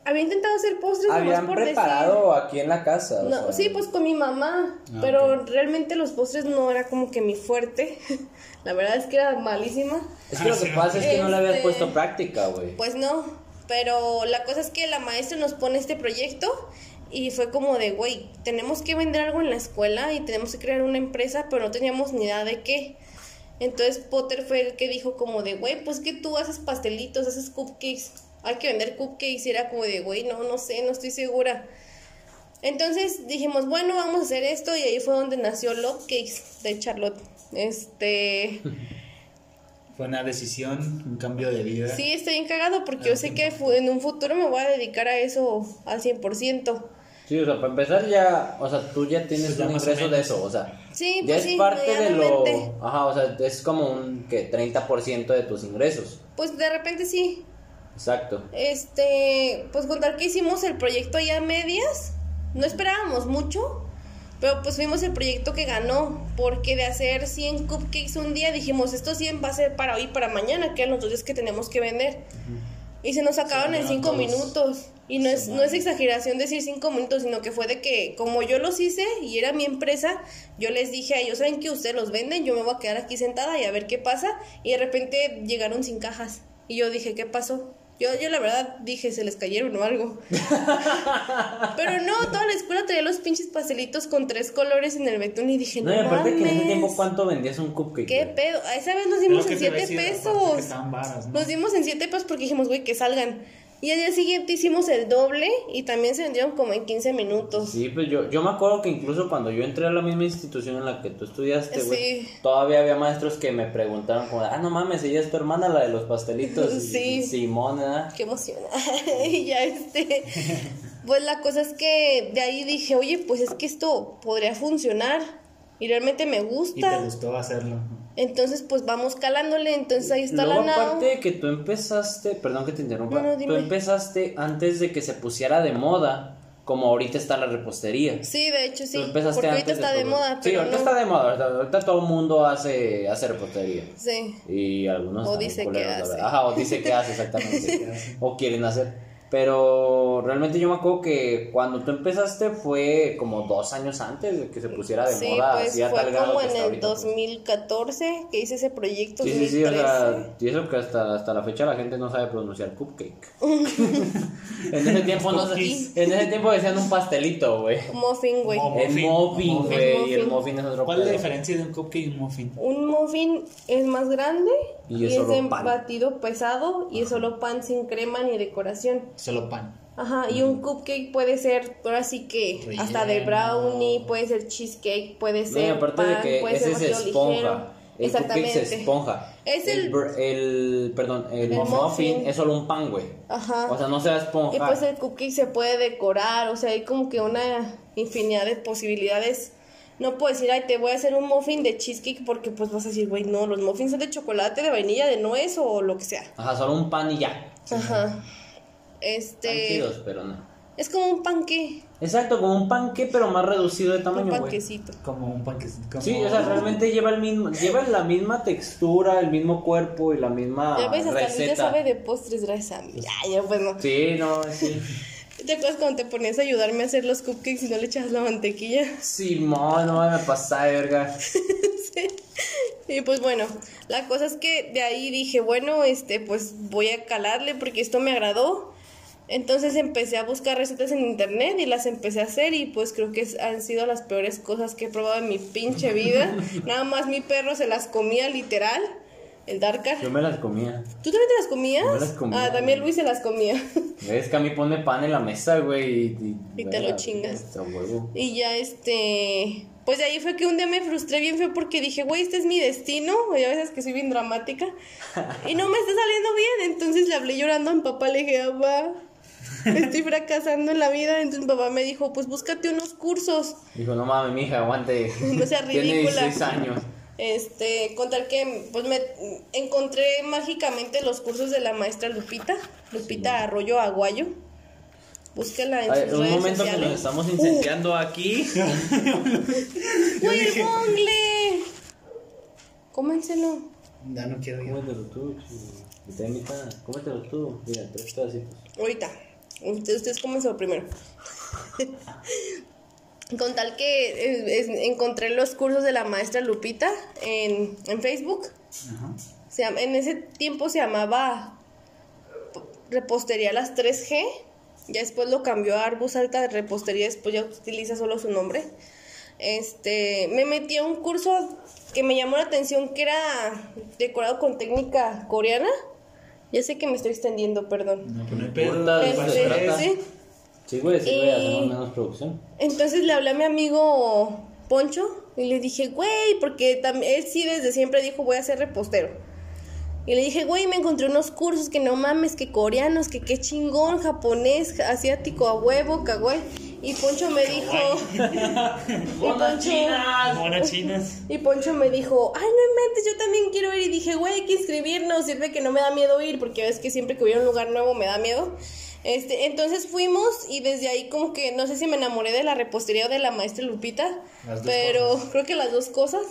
Speaker 3: Había intentado hacer postres nomás
Speaker 2: Habían
Speaker 3: por decir.
Speaker 2: preparado aquí en la casa. o
Speaker 3: No,
Speaker 2: sea,
Speaker 3: sí, pues con mi mamá,
Speaker 1: Ah,
Speaker 3: pero realmente los postres no era como que mi fuerte. La verdad es que era malísima.
Speaker 2: Es que lo
Speaker 1: Ah,
Speaker 2: que pasa es que no le habías
Speaker 3: Este-
Speaker 2: puesto práctica, güey.
Speaker 3: Pues no, pero la cosa es que la maestra nos pone este proyecto y fue como de, güey, tenemos que vender algo en la escuela y tenemos que crear una empresa, pero no teníamos ni idea de qué. Entonces Potter fue el que dijo como de, güey, pues que tú haces pastelitos, haces cupcakes, hay que vender cupcakes. Y era como de, güey, no, no sé, no estoy segura. Entonces dijimos, bueno, vamos a hacer esto y ahí fue donde nació Love Cakes de Charlotte. Este...
Speaker 1: Fue una decisión, un cambio de vida.
Speaker 3: Sí, estoy bien cagado
Speaker 2: Ah,
Speaker 3: porque yo sé que fu- en un futuro me voy a dedicar a eso al 100%.
Speaker 2: Sí, o sea, para empezar ya, o sea, tú ya tienes
Speaker 1: Pues ya
Speaker 2: un
Speaker 1: más o
Speaker 2: ingreso de
Speaker 1: menos.
Speaker 2: eso, o sea,
Speaker 3: Sí,
Speaker 2: ya
Speaker 3: pues
Speaker 2: es
Speaker 3: sí,
Speaker 2: parte de lo,
Speaker 3: medianamente.
Speaker 2: ajá, o sea, es como un que 30% de tus ingresos.
Speaker 3: Pues de repente sí.
Speaker 2: Exacto.
Speaker 3: Este, pues contar que hicimos el proyecto ya a medias. No esperábamos mucho, pero pues fuimos el proyecto que ganó. Porque de hacer 100 cupcakes un día dijimos, esto 100 va a ser para hoy, para mañana, que eran los dos días que tenemos que vender. Y se nos acabaron en
Speaker 1: acabaron
Speaker 3: 5
Speaker 1: todos.
Speaker 3: minutos. Y no es, no es exageración decir 5 minutos, sino que fue de que como yo los hice y era mi empresa, yo les dije a ellos, ¿saben que ustedes los venden? Yo me voy a quedar aquí sentada y a ver qué pasa. Y de repente llegaron sin cajas. Y yo dije, ¿qué pasó? Yo, yo la verdad dije, se les cayeron o algo. Pero no, toda la escuela traía los pinches pastelitos con tres colores en el betún y dije,
Speaker 2: No,
Speaker 3: no,
Speaker 2: y aparte que en ese tiempo
Speaker 3: mames,
Speaker 2: cuánto vendías un cupcake.
Speaker 3: ¿Qué
Speaker 2: güey?
Speaker 3: pedo? A Esa vez nos
Speaker 1: Es lo
Speaker 3: dimos
Speaker 1: que
Speaker 3: en
Speaker 1: te iba a
Speaker 3: 7
Speaker 1: decir, aparte que
Speaker 3: pesos.
Speaker 1: estaban varas, ¿no?
Speaker 3: Nos dimos en 7 pesos porque dijimos, güey, que salgan. Y al día siguiente hicimos el doble y también se vendieron como en 15 minutos.
Speaker 2: Sí, pues yo, yo me acuerdo que incluso cuando yo entré a la misma institución en la que tú estudiaste, güey,
Speaker 3: Sí.
Speaker 2: todavía había maestros que me preguntaron como, ah, no mames, ella es tu hermana, la de los pastelitos. Y-
Speaker 3: Sí.
Speaker 2: y Simón, ¿verdad?
Speaker 3: Qué emoción. y ya este. Pues la cosa es que de ahí dije, oye, pues es que esto podría funcionar y realmente me
Speaker 1: Y te
Speaker 3: gusta.
Speaker 1: gustó hacerlo.
Speaker 3: Entonces, pues vamos calándole. Entonces ahí está
Speaker 2: Luego,
Speaker 3: la nao.
Speaker 2: aparte de que tú empezaste, perdón que te interrumpa,
Speaker 3: No, no,
Speaker 2: tú
Speaker 3: dime.
Speaker 2: empezaste antes de que se pusiera de moda, como ahorita está la repostería.
Speaker 3: Sí, de hecho sí.
Speaker 2: Tú
Speaker 3: Porque
Speaker 2: empezaste
Speaker 3: ahorita
Speaker 2: antes
Speaker 3: está de
Speaker 2: todo.
Speaker 3: moda.
Speaker 2: Sí,
Speaker 3: pero
Speaker 2: ahorita
Speaker 3: no.
Speaker 2: está de moda, ahorita, ahorita todo el mundo hace, hace repostería.
Speaker 3: Sí.
Speaker 2: Y algunos...
Speaker 3: O
Speaker 2: están
Speaker 3: dice que
Speaker 2: culeros, la
Speaker 3: hace.
Speaker 2: verdad. Ajá, o dice que hace exactamente. o quieren hacer. Pero realmente yo me acuerdo que cuando tú empezaste fue como dos años antes de que se pusiera de
Speaker 3: Sí,
Speaker 2: moda.
Speaker 3: pues
Speaker 2: así a tal
Speaker 3: fue
Speaker 2: grado
Speaker 3: como
Speaker 2: que
Speaker 3: en
Speaker 2: está
Speaker 3: el
Speaker 2: ahorita, pues.
Speaker 3: 2014 que hice ese proyecto.
Speaker 2: Sí, sí, sí, o sea,
Speaker 3: 2013.
Speaker 2: y eso que hasta, hasta la fecha la gente no sabe pronunciar cupcake. en ese tiempo no se-
Speaker 1: Cookies.
Speaker 2: en ese tiempo decían un pastelito, güey.
Speaker 3: Muffin, güey.
Speaker 1: Mo-
Speaker 2: El
Speaker 1: Muffin.
Speaker 2: muffin,
Speaker 1: Muffin.
Speaker 2: güey, y el
Speaker 3: Muffin.
Speaker 2: muffin es otro
Speaker 1: ¿Cuál es la
Speaker 2: pedo.
Speaker 1: diferencia de un cupcake y un muffin?
Speaker 3: Un muffin es más grande
Speaker 2: Y
Speaker 3: y
Speaker 2: es
Speaker 3: es,
Speaker 2: solo
Speaker 3: en
Speaker 2: pan.
Speaker 3: batido pesado y es solo pan sin crema ni decoración.
Speaker 1: Solo pan.
Speaker 3: Ajá, y
Speaker 2: Mm.
Speaker 3: un cupcake puede ser, ahora sí que
Speaker 1: Relleno.
Speaker 3: hasta de brownie, puede ser cheesecake, puede
Speaker 2: No, y
Speaker 3: ser
Speaker 2: aparte
Speaker 3: pan,
Speaker 2: de que
Speaker 3: puede ser
Speaker 2: ese es
Speaker 3: vacío ligero.
Speaker 2: esponja. El cupcake
Speaker 3: Exactamente.
Speaker 2: es esponja.
Speaker 3: Es el-
Speaker 2: br- el- perdón, el,
Speaker 3: El
Speaker 2: muffin,
Speaker 3: muffin.
Speaker 2: es solo un pan, güey.
Speaker 3: Ajá.
Speaker 2: O sea, no sea esponja.
Speaker 3: y pues el cupcake se puede decorar, o sea, hay como que una infinidad de posibilidades. No puedo decir, ay, te voy a hacer un muffin de cheesecake porque pues vas a decir, güey, no, los muffins son de chocolate, de vainilla, de nuez o lo que sea.
Speaker 2: Ajá, solo un pan y ya.
Speaker 3: Ajá.
Speaker 2: Están
Speaker 3: Este.
Speaker 2: chidos, pero no.
Speaker 3: Es como un panque.
Speaker 2: Exacto, como un panque, pero más reducido de
Speaker 3: Un
Speaker 2: tamaño, güey.
Speaker 3: panquecito.
Speaker 1: Como un panquecito. como-
Speaker 2: Sí, o sea, realmente lleva el mismo, lleva la misma textura, el mismo cuerpo y la misma
Speaker 3: ya ves, hasta a mí ya
Speaker 2: Ah, receta.
Speaker 3: sabe de postres gracias a mí. Ya, ya, pues no.
Speaker 2: Sí, no, sí.
Speaker 3: ¿Te acuerdas cuando te ponías a ayudarme a hacer los cupcakes y no le echabas la mantequilla?
Speaker 2: Simón, no me pasaba de verga.
Speaker 3: Y pues bueno, la cosa es que de ahí dije, bueno, este, pues voy a calarle porque esto me agradó. Entonces empecé a buscar recetas en internet y las empecé a hacer y pues creo que es- han sido las peores cosas que he probado en mi pinche vida. Nada más mi perro se las comía literal, el Darkar.
Speaker 2: Yo me las comía.
Speaker 3: ¿Tú también te las comías?
Speaker 2: Yo me las comía,
Speaker 3: ah, también Luis se las comía.
Speaker 2: Es que a mí pone pan en la mesa, güey. Y,
Speaker 3: Y te lo
Speaker 2: verga,
Speaker 3: chingas.
Speaker 2: hasta huevo.
Speaker 3: y ya este... Pues de ahí fue que un día me frustré bien feo porque dije, güey, este es mi destino. Y a veces que soy bien dramática. Y no me está saliendo bien. Entonces le hablé llorando a mi papá, le dije, papá, Estoy fracasando en la vida. Entonces papá me dijo, pues búscate unos cursos.
Speaker 2: Dijo, no mames, mija, aguante.
Speaker 3: No sea
Speaker 2: Tiene
Speaker 3: ridícula.
Speaker 2: 16 años.
Speaker 3: Este, con tal que pues me encontré mágicamente los cursos de la maestra Lupita, Lupita Arroyo Aguayo. Búsquela en
Speaker 2: Ay,
Speaker 3: sus
Speaker 2: un
Speaker 3: redes
Speaker 2: momento que
Speaker 3: sociales. Uh.
Speaker 2: nos estamos incendiando aquí.
Speaker 1: Yo
Speaker 3: ¡Güey, el
Speaker 1: dije,
Speaker 3: bongle! Cómenselo.
Speaker 1: ya no quiero yo.
Speaker 2: Cómetelo tú, chido. Y te invita, cómetelo tú. Mira, tres pedacitos.
Speaker 3: Ahorita. Ustedes, ustedes comenzó primero. Con tal que eh, es- encontré los cursos de la maestra Lupita en, en Facebook.
Speaker 1: Ajá.
Speaker 3: Se llama- en ese tiempo se llamaba p- Repostería Las 3G. Ya después lo cambió a Arbus Alta de Repostería, después ya utiliza solo su nombre. Este, me metí a un curso que me llamó la atención, que era decorado con técnica coreana. Ya sé que me estoy extendiendo, perdón.
Speaker 1: No, pero no hay pedo.
Speaker 2: Puta, ¿de
Speaker 3: Este,
Speaker 1: pues,
Speaker 2: qué se
Speaker 1: es-
Speaker 2: trata?
Speaker 3: sí.
Speaker 2: Sí, güey, sí, güey,
Speaker 3: Y-
Speaker 2: hacemos menos producción.
Speaker 3: Entonces le hablé a mi amigo Poncho y le dije, güey, porque tam- él sí desde siempre dijo, voy a ser repostero. Y le dije, güey, me encontré unos cursos que no mames, que coreanos, que qué chingón, japonés, asiático a huevo, kawaii. Y Poncho me dijo... Y Poncho-
Speaker 1: Buenas chinas.
Speaker 3: y Poncho me dijo, ay, no inventes, yo también quiero ir. Y dije, güey, hay que inscribirnos, sirve que no me da miedo ir, porque ves que siempre que voy a un lugar nuevo me da miedo. Este, entonces fuimos y desde ahí como que no sé si me enamoré de la repostería o de la maestra Lupita,
Speaker 1: Las dos
Speaker 3: pero creo que las dos cosas.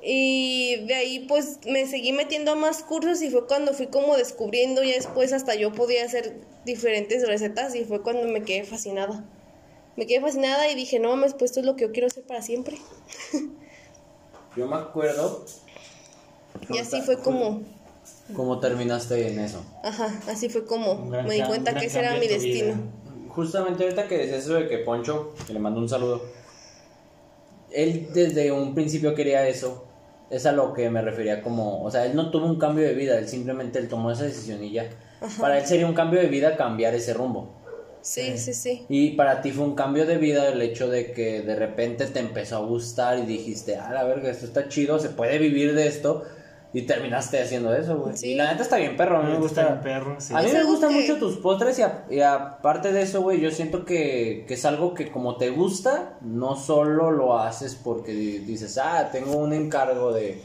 Speaker 3: Y de ahí pues me seguí metiendo a más cursos y fue cuando fui como descubriendo ya después hasta yo podía hacer diferentes recetas y fue cuando me quedé fascinada. Me quedé fascinada y dije, no mames, pues esto es lo que yo quiero hacer para siempre.
Speaker 2: Yo me acuerdo
Speaker 3: Y así fue como,
Speaker 2: cómo terminaste en eso.
Speaker 3: ajá, así fue como
Speaker 1: Un gran
Speaker 3: me di
Speaker 1: cam-
Speaker 3: cuenta
Speaker 1: un gran
Speaker 3: que ese era mi
Speaker 1: cambio en tu
Speaker 3: destino.
Speaker 2: Justamente ahorita que decías eso de que Poncho, que le mandó un saludo, él desde un principio quería eso. Es a lo que me refería como, o sea, él no tuvo un cambio de vida, él simplemente él tomó esa decisión y ya. Para él sería un cambio de vida cambiar ese rumbo.
Speaker 3: Sí, sí, sí.
Speaker 2: Y para ti fue un cambio de vida el hecho de que de repente te empezó a gustar y dijiste, ah, la verga, esto está chido, se puede vivir de esto. Y terminaste haciendo eso, güey.
Speaker 3: Sí.
Speaker 2: Y la neta está bien, perro, a mí me gusta.
Speaker 1: Está bien perro, sí.
Speaker 2: A mí
Speaker 3: Es
Speaker 2: me
Speaker 3: algo
Speaker 2: gustan
Speaker 3: que-
Speaker 2: mucho tus postres y, a- y aparte de eso, güey, yo siento que, que es algo que como te gusta, no solo lo haces porque di- dices, ah, tengo un encargo de,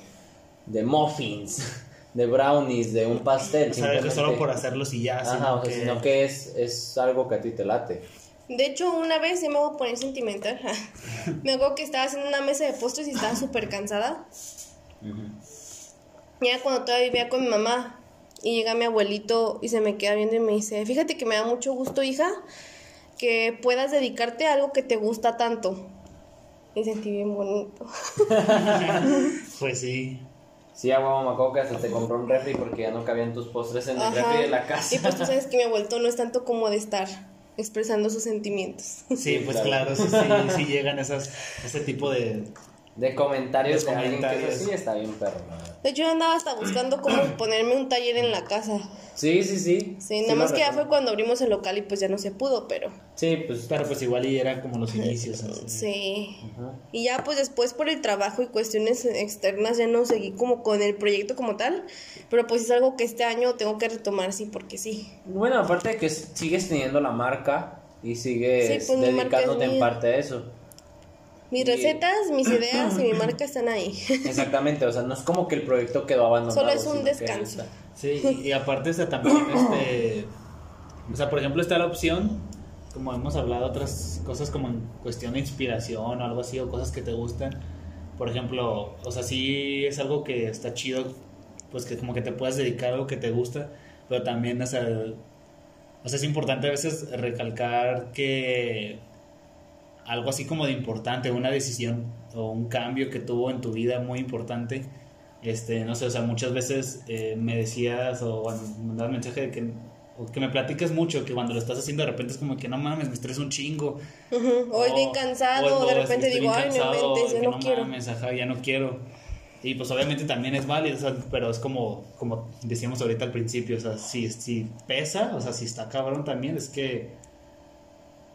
Speaker 2: de muffins, de brownies, de un pastel.
Speaker 1: O sea, que solo
Speaker 2: simplemente.
Speaker 1: por hacerlos y ya.
Speaker 2: Ajá, o sea, sino que es, es algo que a ti te late.
Speaker 3: De hecho, una vez, ya me voy a poner sentimental, me acuerdo que estaba haciendo una mesa de postres y estaba súper cansada. Ya cuando todavía vivía con mi mamá y llega mi abuelito y se me queda viendo y me dice, fíjate que me da mucho gusto, hija, que puedas dedicarte a algo que te gusta tanto. Y sentí bien bonito.
Speaker 1: Pues sí.
Speaker 2: Sí, a huevo, me acuerdo que hasta te compró un refri porque ya no cabían tus postres en el refri de la casa.
Speaker 3: Y pues tú sabes que mi abuelito no es tanto como de estar expresando sus sentimientos.
Speaker 1: Sí,
Speaker 2: Sí,
Speaker 1: pues
Speaker 2: claro.
Speaker 1: claro, sí, sí, sí llegan esas, ese tipo de...
Speaker 2: De
Speaker 1: De
Speaker 2: comentarios de, alguien que
Speaker 1: comentarios.
Speaker 2: eso sí está bien, perro. la verdad.
Speaker 3: De hecho, yo andaba hasta buscando cómo ponerme un taller en la casa.
Speaker 2: Sí, sí, sí.
Speaker 3: Sí,
Speaker 2: lo
Speaker 3: nada más que ya
Speaker 2: recuerdo.
Speaker 3: fue cuando abrimos el local y pues ya no se pudo, pero
Speaker 2: Sí, pues
Speaker 1: Pero pues igual y eran como los inicios. así.
Speaker 3: sí. Y ya pues después por el trabajo y cuestiones externas ya no seguí como con el proyecto como tal, pero pues es algo que este año tengo que retomar, sí, porque sí.
Speaker 2: Bueno, aparte de que s- sigues teniendo la marca y sigues
Speaker 3: Sí, pues, mi marca es
Speaker 2: dedicándote en
Speaker 3: mía.
Speaker 2: parte a eso.
Speaker 3: Mis
Speaker 2: Y-
Speaker 3: recetas, mis ideas y mi marca están ahí.
Speaker 2: Exactamente, o sea, no es como que el proyecto quedó abandonado.
Speaker 3: Solo es un
Speaker 2: sino que
Speaker 3: descanso.
Speaker 2: está-
Speaker 1: Sí, y- y aparte está también este... O sea, por ejemplo, está la opción, como hemos hablado, otras cosas como en cuestión de inspiración o algo así, o cosas que te gustan. Por ejemplo, o sea, sí es algo que está chido, pues que como que te puedas dedicar a algo que te gusta, pero también, o sea, o sea, es importante a veces recalcar que algo así como de importante, una decisión o un cambio que tuvo en tu vida muy importante, este, no sé, o sea, muchas veces eh, me decías o bueno, me mandabas mensaje de que, o que me platicas mucho, que cuando lo estás haciendo de repente es como que no mames, me estresa un chingo.
Speaker 3: Ujú, Hoy bien
Speaker 1: o-
Speaker 3: cansado,
Speaker 1: o
Speaker 3: de
Speaker 1: es-
Speaker 3: repente
Speaker 1: Oh, estoy
Speaker 3: digo,
Speaker 1: bien
Speaker 3: ay, no
Speaker 1: cansado,
Speaker 3: inventes,
Speaker 1: de
Speaker 3: yo
Speaker 1: que
Speaker 3: no quiero.
Speaker 1: mames, ajá, ya no quiero. Y pues obviamente también es válido, o sea, pero es como, como decíamos ahorita al principio, o sea, si, si pesa, o sea, si está cabrón también, es que,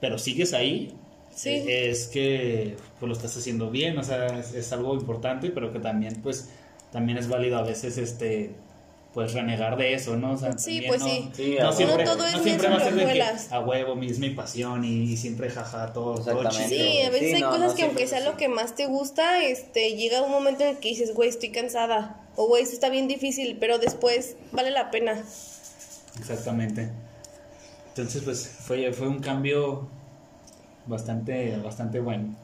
Speaker 1: pero sigues ahí,
Speaker 3: Sí.
Speaker 1: eh, es que pues, lo estás haciendo bien, o sea, es, es algo importante, pero que también, pues, también es válido a veces, este, pues renegar de eso, ¿no? O sea,
Speaker 3: Sí,
Speaker 1: también
Speaker 3: pues
Speaker 1: no,
Speaker 3: sí.
Speaker 2: Sí,
Speaker 1: no
Speaker 2: a
Speaker 1: siempre,
Speaker 2: huevo.
Speaker 3: todo es
Speaker 1: no siempre
Speaker 3: mis
Speaker 1: va a ser de que
Speaker 3: rompemuelas.
Speaker 1: a huevo, mi- es mi pasión y, siempre jaja, todo, todo
Speaker 2: Exactamente.
Speaker 1: chiste.
Speaker 3: Sí,
Speaker 2: güey.
Speaker 3: a veces
Speaker 2: Sí,
Speaker 3: hay
Speaker 2: no,
Speaker 3: cosas
Speaker 2: no
Speaker 3: que aunque
Speaker 2: siempre
Speaker 3: sea
Speaker 2: es
Speaker 3: lo
Speaker 2: así.
Speaker 3: que más te gusta, este, llega un momento en el que dices, güey, estoy cansada. O güey, esto está bien difícil, pero después vale la pena.
Speaker 1: Exactamente. Entonces, pues fue, fue un cambio bastante, bastante bueno.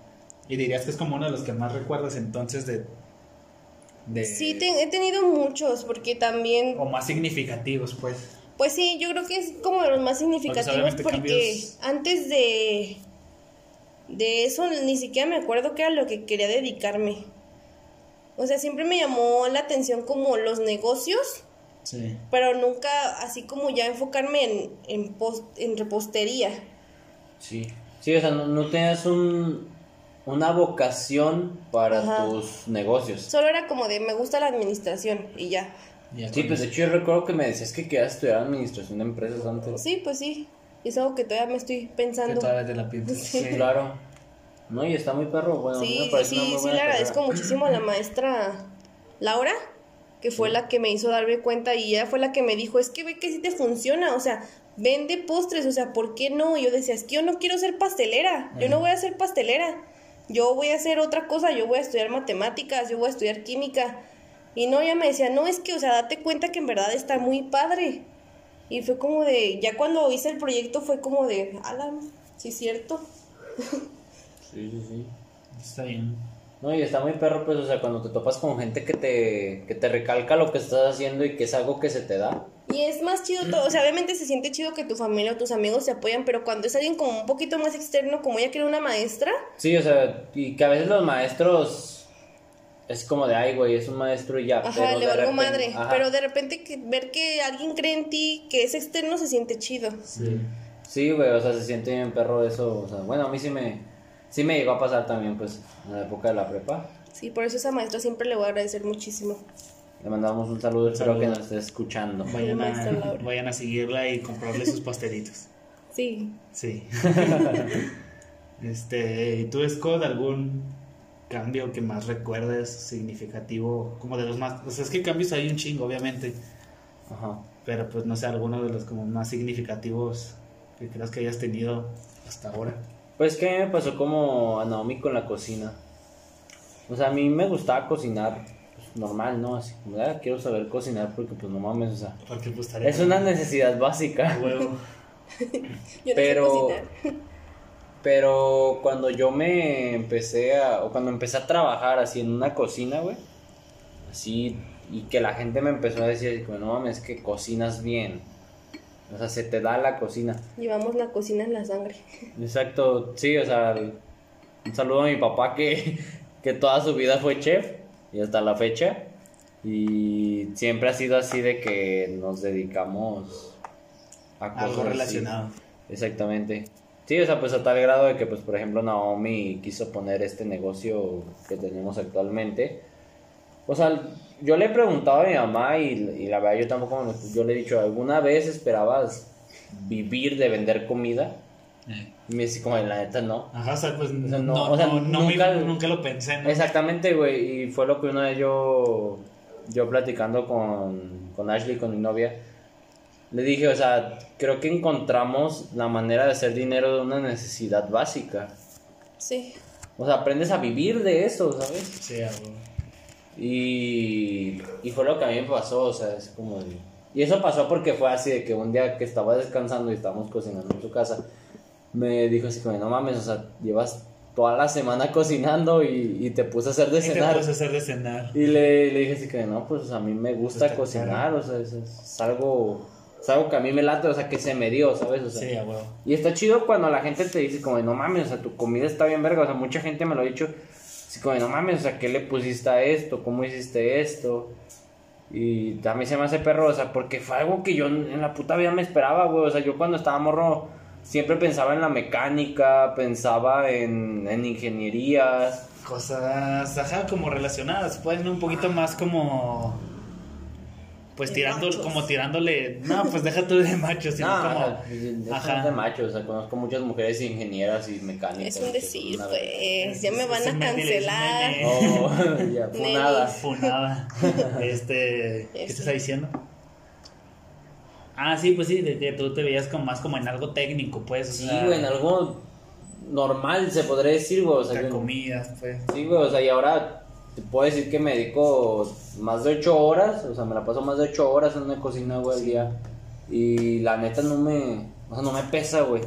Speaker 1: Y dirías que es como uno de los que más recuerdas entonces de... de
Speaker 3: Sí, te- he tenido muchos, porque también,
Speaker 1: O más significativos, pues.
Speaker 3: pues sí, yo creo que es como de los más significativos,
Speaker 1: obviamente
Speaker 3: porque
Speaker 1: cambios-
Speaker 3: antes de, de eso ni siquiera me acuerdo qué era lo que quería dedicarme. O sea, siempre me llamó la atención como los negocios,
Speaker 1: Sí.
Speaker 3: pero nunca así como ya enfocarme en, en, pos- en repostería.
Speaker 2: Sí. Sí, o sea, no, no tenías un, una vocación para
Speaker 3: Ajá.
Speaker 2: tus negocios.
Speaker 3: Solo era como de me gusta la administración y ya.
Speaker 1: Ya
Speaker 2: Sí,
Speaker 1: con-
Speaker 2: pues de hecho yo recuerdo que me decías que querías estudiar administración de empresas antes.
Speaker 3: Sí, pues sí. Y es algo que todavía me estoy
Speaker 1: que
Speaker 3: pensando.
Speaker 1: todavía te la piensas. Sí.
Speaker 2: Claro. No, y está muy perro. Bueno, a mí me
Speaker 3: Sí,
Speaker 2: parece una muy
Speaker 3: sí, sí,
Speaker 2: buena
Speaker 3: le
Speaker 2: carrera.
Speaker 3: agradezco muchísimo a la maestra Laura, que fue la que me hizo darme cuenta y ella fue la que me dijo, es que ve que sí te funciona, o sea, vende postres, o sea, ¿por qué no? Y yo decía, es que yo no quiero ser pastelera, yo no voy a ser pastelera, yo voy a hacer otra cosa, yo voy a estudiar matemáticas, yo voy a estudiar química. Y no, ella me decía, no, es que, o sea, date cuenta que en verdad está muy padre. Y fue como de, ya cuando hice el proyecto fue como de, ala, sí es cierto.
Speaker 2: Sí, sí, sí.
Speaker 1: Está bien.
Speaker 2: No, y está muy perro, pues, o sea, cuando te topas con gente que te, que te recalca lo que estás haciendo y que es algo que se te da.
Speaker 3: Y es más chido todo, o sea, obviamente se siente chido que tu familia o tus amigos te apoyan, pero cuando es alguien como un poquito más externo, como ella que era una maestra,
Speaker 2: Sí, o sea, y que a veces los maestros es como de, ay, güey, es un maestro y ya.
Speaker 3: ajá,
Speaker 2: pero
Speaker 3: le
Speaker 2: de
Speaker 3: valgo
Speaker 2: repente-
Speaker 3: madre,
Speaker 2: ajá.
Speaker 3: pero de repente que- ver que alguien cree en ti, que es externo, se siente chido.
Speaker 1: Sí.
Speaker 2: Sí, güey, o sea, se siente bien perro eso, o sea, bueno, a mí sí me, sí me llegó a pasar también, pues, en la época de la prepa.
Speaker 3: Sí, por eso a esa maestra siempre le voy a agradecer muchísimo.
Speaker 2: Le mandamos un saludo, espero
Speaker 1: saludo.
Speaker 2: que nos esté escuchando.
Speaker 1: Vayan
Speaker 3: Maestra
Speaker 1: a,
Speaker 3: Laura.
Speaker 1: vayan a seguirla y comprarle sus pastelitos.
Speaker 3: Sí.
Speaker 1: Sí. este, ¿y tú, Scott, algún cambio que más recuerdes significativo? Como de los más. O sea, es que cambios hay un chingo, obviamente.
Speaker 2: Ajá.
Speaker 1: Pero pues no sé, alguno de los como más significativos que creas que hayas tenido hasta ahora.
Speaker 2: Pues que me pasó como a Naomi con la cocina. O sea, a mí me gustaba cocinar, pues, normal, ¿no? Así como, ah, quiero saber cocinar porque, pues, no mames, o sea,
Speaker 1: Porque pues estaría.
Speaker 2: es una necesidad
Speaker 1: a
Speaker 2: básica.
Speaker 1: huevo.
Speaker 3: Yo no sé
Speaker 2: Pero,
Speaker 3: cocinar.
Speaker 2: pero cuando yo me empecé a, o cuando empecé a trabajar así en una cocina, güey, así, y que la gente me empezó a decir, así como, no mames, que cocinas bien, o sea, se te da la cocina.
Speaker 3: Llevamos la cocina en la sangre.
Speaker 2: Exacto, sí, o sea, el- un saludo a mi papá que, que toda su vida fue chef y hasta la fecha. Y siempre ha sido así de que nos dedicamos a cosas
Speaker 1: Algo
Speaker 2: así.
Speaker 1: relacionado.
Speaker 2: Exactamente. Sí, o sea, pues a tal grado de que, pues, por ejemplo, Naomi quiso poner este negocio que tenemos actualmente. O sea, yo le he preguntado a mi mamá y, y la verdad yo tampoco, me- yo le he dicho, ¿alguna vez esperabas vivir de vender comida?
Speaker 1: Eh.
Speaker 2: Y me dice como, la neta, no.
Speaker 1: Ajá, o sea, pues
Speaker 2: sea,
Speaker 1: no,
Speaker 2: no, o sea,
Speaker 1: no- no me-
Speaker 2: nunca-
Speaker 1: nunca, lo pensé, ¿no?
Speaker 2: Exactamente, güey. Y fue lo que una vez yo, yo platicando con, con Ashley, con mi novia, le dije, o sea, creo que encontramos la manera de hacer dinero de una necesidad básica.
Speaker 3: Sí.
Speaker 2: O sea, aprendes a vivir de eso, ¿sabes?
Speaker 1: Sí, a huevo.
Speaker 2: Y, y fue lo que a mí me pasó, o sea, es como... de- Y eso pasó porque fue así, de que un día que estaba descansando y estábamos cocinando en su casa, me dijo así como, no mames, o sea, llevas toda la semana cocinando y, y te puse a hacer de
Speaker 1: ¿Qué te
Speaker 2: cenar.
Speaker 1: puedes hacer Este de cenar?
Speaker 2: Y le, le dije así que no, pues o sea, a mí me gusta
Speaker 1: Está
Speaker 2: cocinar,
Speaker 1: claro.
Speaker 2: o sea, es, es algo, es algo que a mí me late, o sea, que se me dio, ¿sabes? O sea,
Speaker 1: Sí, a huevo.
Speaker 2: y está chido cuando la gente te dice como, de, no mames, o sea, tu comida está bien verga, o sea, mucha gente me lo ha dicho, así como, de, no mames, o sea, ¿qué le pusiste a esto? ¿Cómo hiciste esto? Y también se me hace perro, o sea, porque fue algo que yo en la puta vida me esperaba, güey, o sea, yo cuando estaba morro siempre pensaba en la mecánica, pensaba en, en ingenierías,
Speaker 1: cosas, ajá, como relacionadas, pueden un poquito más como pues
Speaker 3: De
Speaker 1: tirando
Speaker 3: machos.
Speaker 1: como tirándole, no, pues deja tú de machos, sino
Speaker 2: No,
Speaker 1: como
Speaker 2: ajá, es- es-
Speaker 1: ajá.
Speaker 2: es de macho, o sea, conozco muchas mujeres ingenieras y mecánicas.
Speaker 3: Es un
Speaker 2: que
Speaker 3: decir,
Speaker 2: son una
Speaker 3: pues.
Speaker 1: Es-
Speaker 3: Ya me
Speaker 1: es
Speaker 3: van
Speaker 1: un
Speaker 3: a
Speaker 1: meme, es un
Speaker 3: cancelar.
Speaker 1: meme.
Speaker 2: verga. Oh, ya,
Speaker 3: Nenis.
Speaker 1: funada.
Speaker 2: funada.
Speaker 1: Este, ¿qué
Speaker 3: Eso.
Speaker 1: estás diciendo? Ah, sí, pues sí, de que tú te veías como más como en algo técnico, pues. o
Speaker 2: Sí,
Speaker 1: sea,
Speaker 2: güey, en algo normal se podría decir, güey. O sea,
Speaker 1: entre
Speaker 2: yo-
Speaker 1: comidas, pues.
Speaker 2: Sí, güey, o sea, y ahora te puedo decir que me dedico más de ocho horas, o sea, me la paso más de ocho horas en una cocina, güey, al día. Y la neta no me, o sea, no me pesa, güey.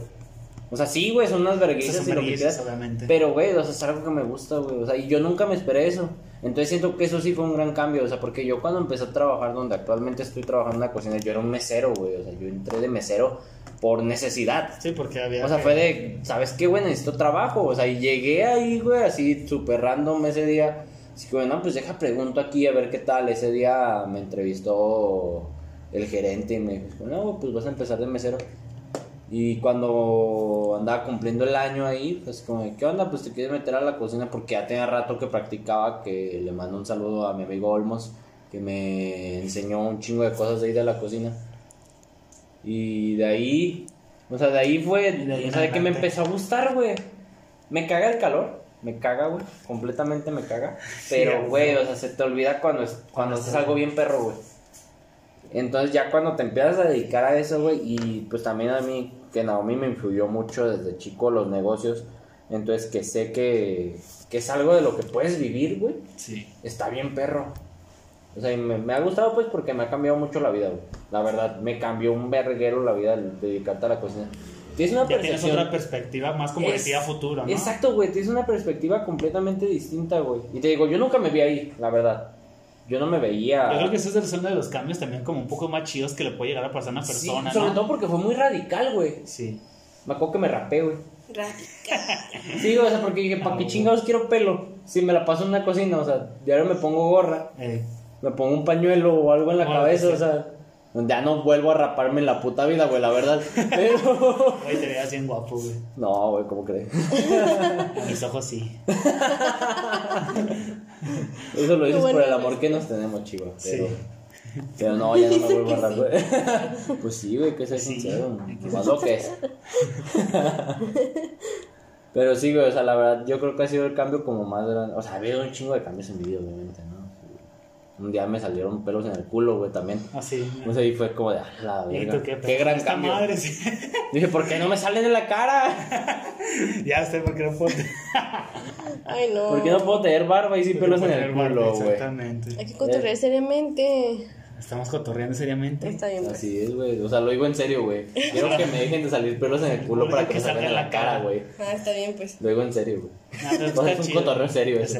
Speaker 2: O sea, sí, güey, son unas
Speaker 1: Esas
Speaker 2: vergüenzas
Speaker 1: son
Speaker 2: y lo que
Speaker 1: vergüenzas,
Speaker 2: quieras,
Speaker 1: obviamente.
Speaker 2: Pero, güey, o sea, es algo que me gusta, güey. O sea, y yo nunca me esperé eso. Entonces siento que eso sí fue un gran cambio, o sea, porque yo cuando empecé a trabajar donde actualmente estoy trabajando en la cocina, yo era un mesero, güey. O sea, yo entré de mesero por necesidad.
Speaker 1: Sí, porque había.
Speaker 2: O sea,
Speaker 1: que-
Speaker 2: fue de, ¿sabes qué, güey? Necesito trabajo. O sea, y llegué ahí, güey, así súper random ese día. Así que, bueno, pues deja pregunto aquí a ver qué tal. Ese día me entrevistó el gerente y me dijo, no, pues vas a empezar de mesero. Y cuando andaba cumpliendo el año ahí, pues como, ¿qué onda? Pues te quieres meter a la cocina porque ya tenía rato que practicaba, que le mando un saludo a mi amigo Olmos, que me enseñó un chingo de cosas ahí de la cocina. Y de ahí, o sea, de ahí fue,
Speaker 1: Y de ahí
Speaker 2: o sea, de que
Speaker 1: en
Speaker 2: me
Speaker 1: adelante.
Speaker 2: empezó a gustar, güey. Me caga el calor, me caga, güey, completamente me caga.
Speaker 1: a
Speaker 2: Pero,
Speaker 1: huevo.
Speaker 2: güey, o sea, se te olvida cuando, es- cuando estás algo bien perro, güey. Entonces ya cuando te empiezas a dedicar a eso, güey, y pues también a mí, que Naomi me influyó mucho desde chico los negocios, entonces que sé que, que es algo de lo que puedes vivir, güey,
Speaker 1: Sí.
Speaker 2: está bien perro. O sea, y me, me ha gustado pues porque me ha cambiado mucho la vida, güey. La verdad, me cambió un verguero la vida el dedicarte a la cocina. Tienes una
Speaker 1: Ya tienes
Speaker 2: percepción...
Speaker 1: otra perspectiva más como
Speaker 2: Es-
Speaker 1: decía futuro, ¿no?
Speaker 2: Exacto, güey, tienes una perspectiva completamente distinta, güey. Y te digo, yo nunca me vi ahí, la verdad. Yo no me veía...
Speaker 1: Yo creo que eso es el uno de los cambios también como un poco más chidos que le puede llegar a pasar a una
Speaker 2: Sí,
Speaker 1: persona,
Speaker 2: sobre
Speaker 1: ¿no?
Speaker 2: todo porque fue muy radical, güey.
Speaker 1: Sí.
Speaker 2: Me acuerdo que me rapé, güey.
Speaker 3: Radical.
Speaker 2: Sí, o sea, porque dije, ¿para
Speaker 1: Ah,
Speaker 2: qué chingados quiero pelo? Si me la paso en una cocina, o sea, diario me pongo gorra,
Speaker 1: Eh,
Speaker 2: me pongo un pañuelo o algo en la
Speaker 1: O algo
Speaker 2: cabeza,
Speaker 1: así.
Speaker 2: o sea, ya no vuelvo a raparme en la puta vida, güey, la verdad. Pero.
Speaker 1: güey, te veías bien guapo, güey.
Speaker 2: No, güey, ¿cómo crees?
Speaker 1: A mis ojos sí.
Speaker 2: Eso lo dices
Speaker 3: bueno
Speaker 2: por el
Speaker 3: que
Speaker 2: amor
Speaker 3: es.
Speaker 2: que nos tenemos, chicos. Pero,
Speaker 1: Sí.
Speaker 2: pero no, ya no me
Speaker 3: Dice
Speaker 2: vuelvo a
Speaker 3: que
Speaker 2: rapar, güey. Pues sí, güey, que ser
Speaker 1: Sí,
Speaker 2: sincero,
Speaker 1: hay que
Speaker 2: más lo que es. Pero sí, güey, o sea, la verdad, yo creo que ha sido el cambio como más grande. O sea, ha habido un chingo de cambios en mi vida, obviamente, ¿no? Un día me salieron pelos en el culo, güey, también.
Speaker 1: Así.
Speaker 2: O sea, y fue como de, "Ah, la
Speaker 1: ¿Y
Speaker 2: verga,
Speaker 1: tú qué
Speaker 2: qué,
Speaker 1: pedo?
Speaker 2: gran
Speaker 1: Esta
Speaker 2: cambio.
Speaker 1: madre, sí.
Speaker 2: Dije, ¿por qué no me salen en la cara?
Speaker 1: ya sé por qué no puedo tener
Speaker 3: Ay, no.
Speaker 2: ¿Por qué no puedo tener barba y sí pelos en el
Speaker 1: barba,
Speaker 2: culo, güey?
Speaker 1: Exactamente.
Speaker 3: Hay que cotorrear seriamente.
Speaker 1: Estamos cotorreando seriamente.
Speaker 3: Está bien. pues.
Speaker 2: Así es, güey. O sea, lo digo en serio, güey. Quiero que me dejen de salir pelos en el culo
Speaker 1: No
Speaker 2: para
Speaker 1: digo
Speaker 2: que me
Speaker 1: que salga
Speaker 2: salgan en la cara, güey.
Speaker 3: pues. Ah, está bien, pues.
Speaker 2: Lo digo en serio, güey.
Speaker 1: No, pero
Speaker 2: O sea, Pues, es
Speaker 1: está
Speaker 2: un
Speaker 1: chido.
Speaker 2: cotorreo serio
Speaker 3: Está
Speaker 2: eso.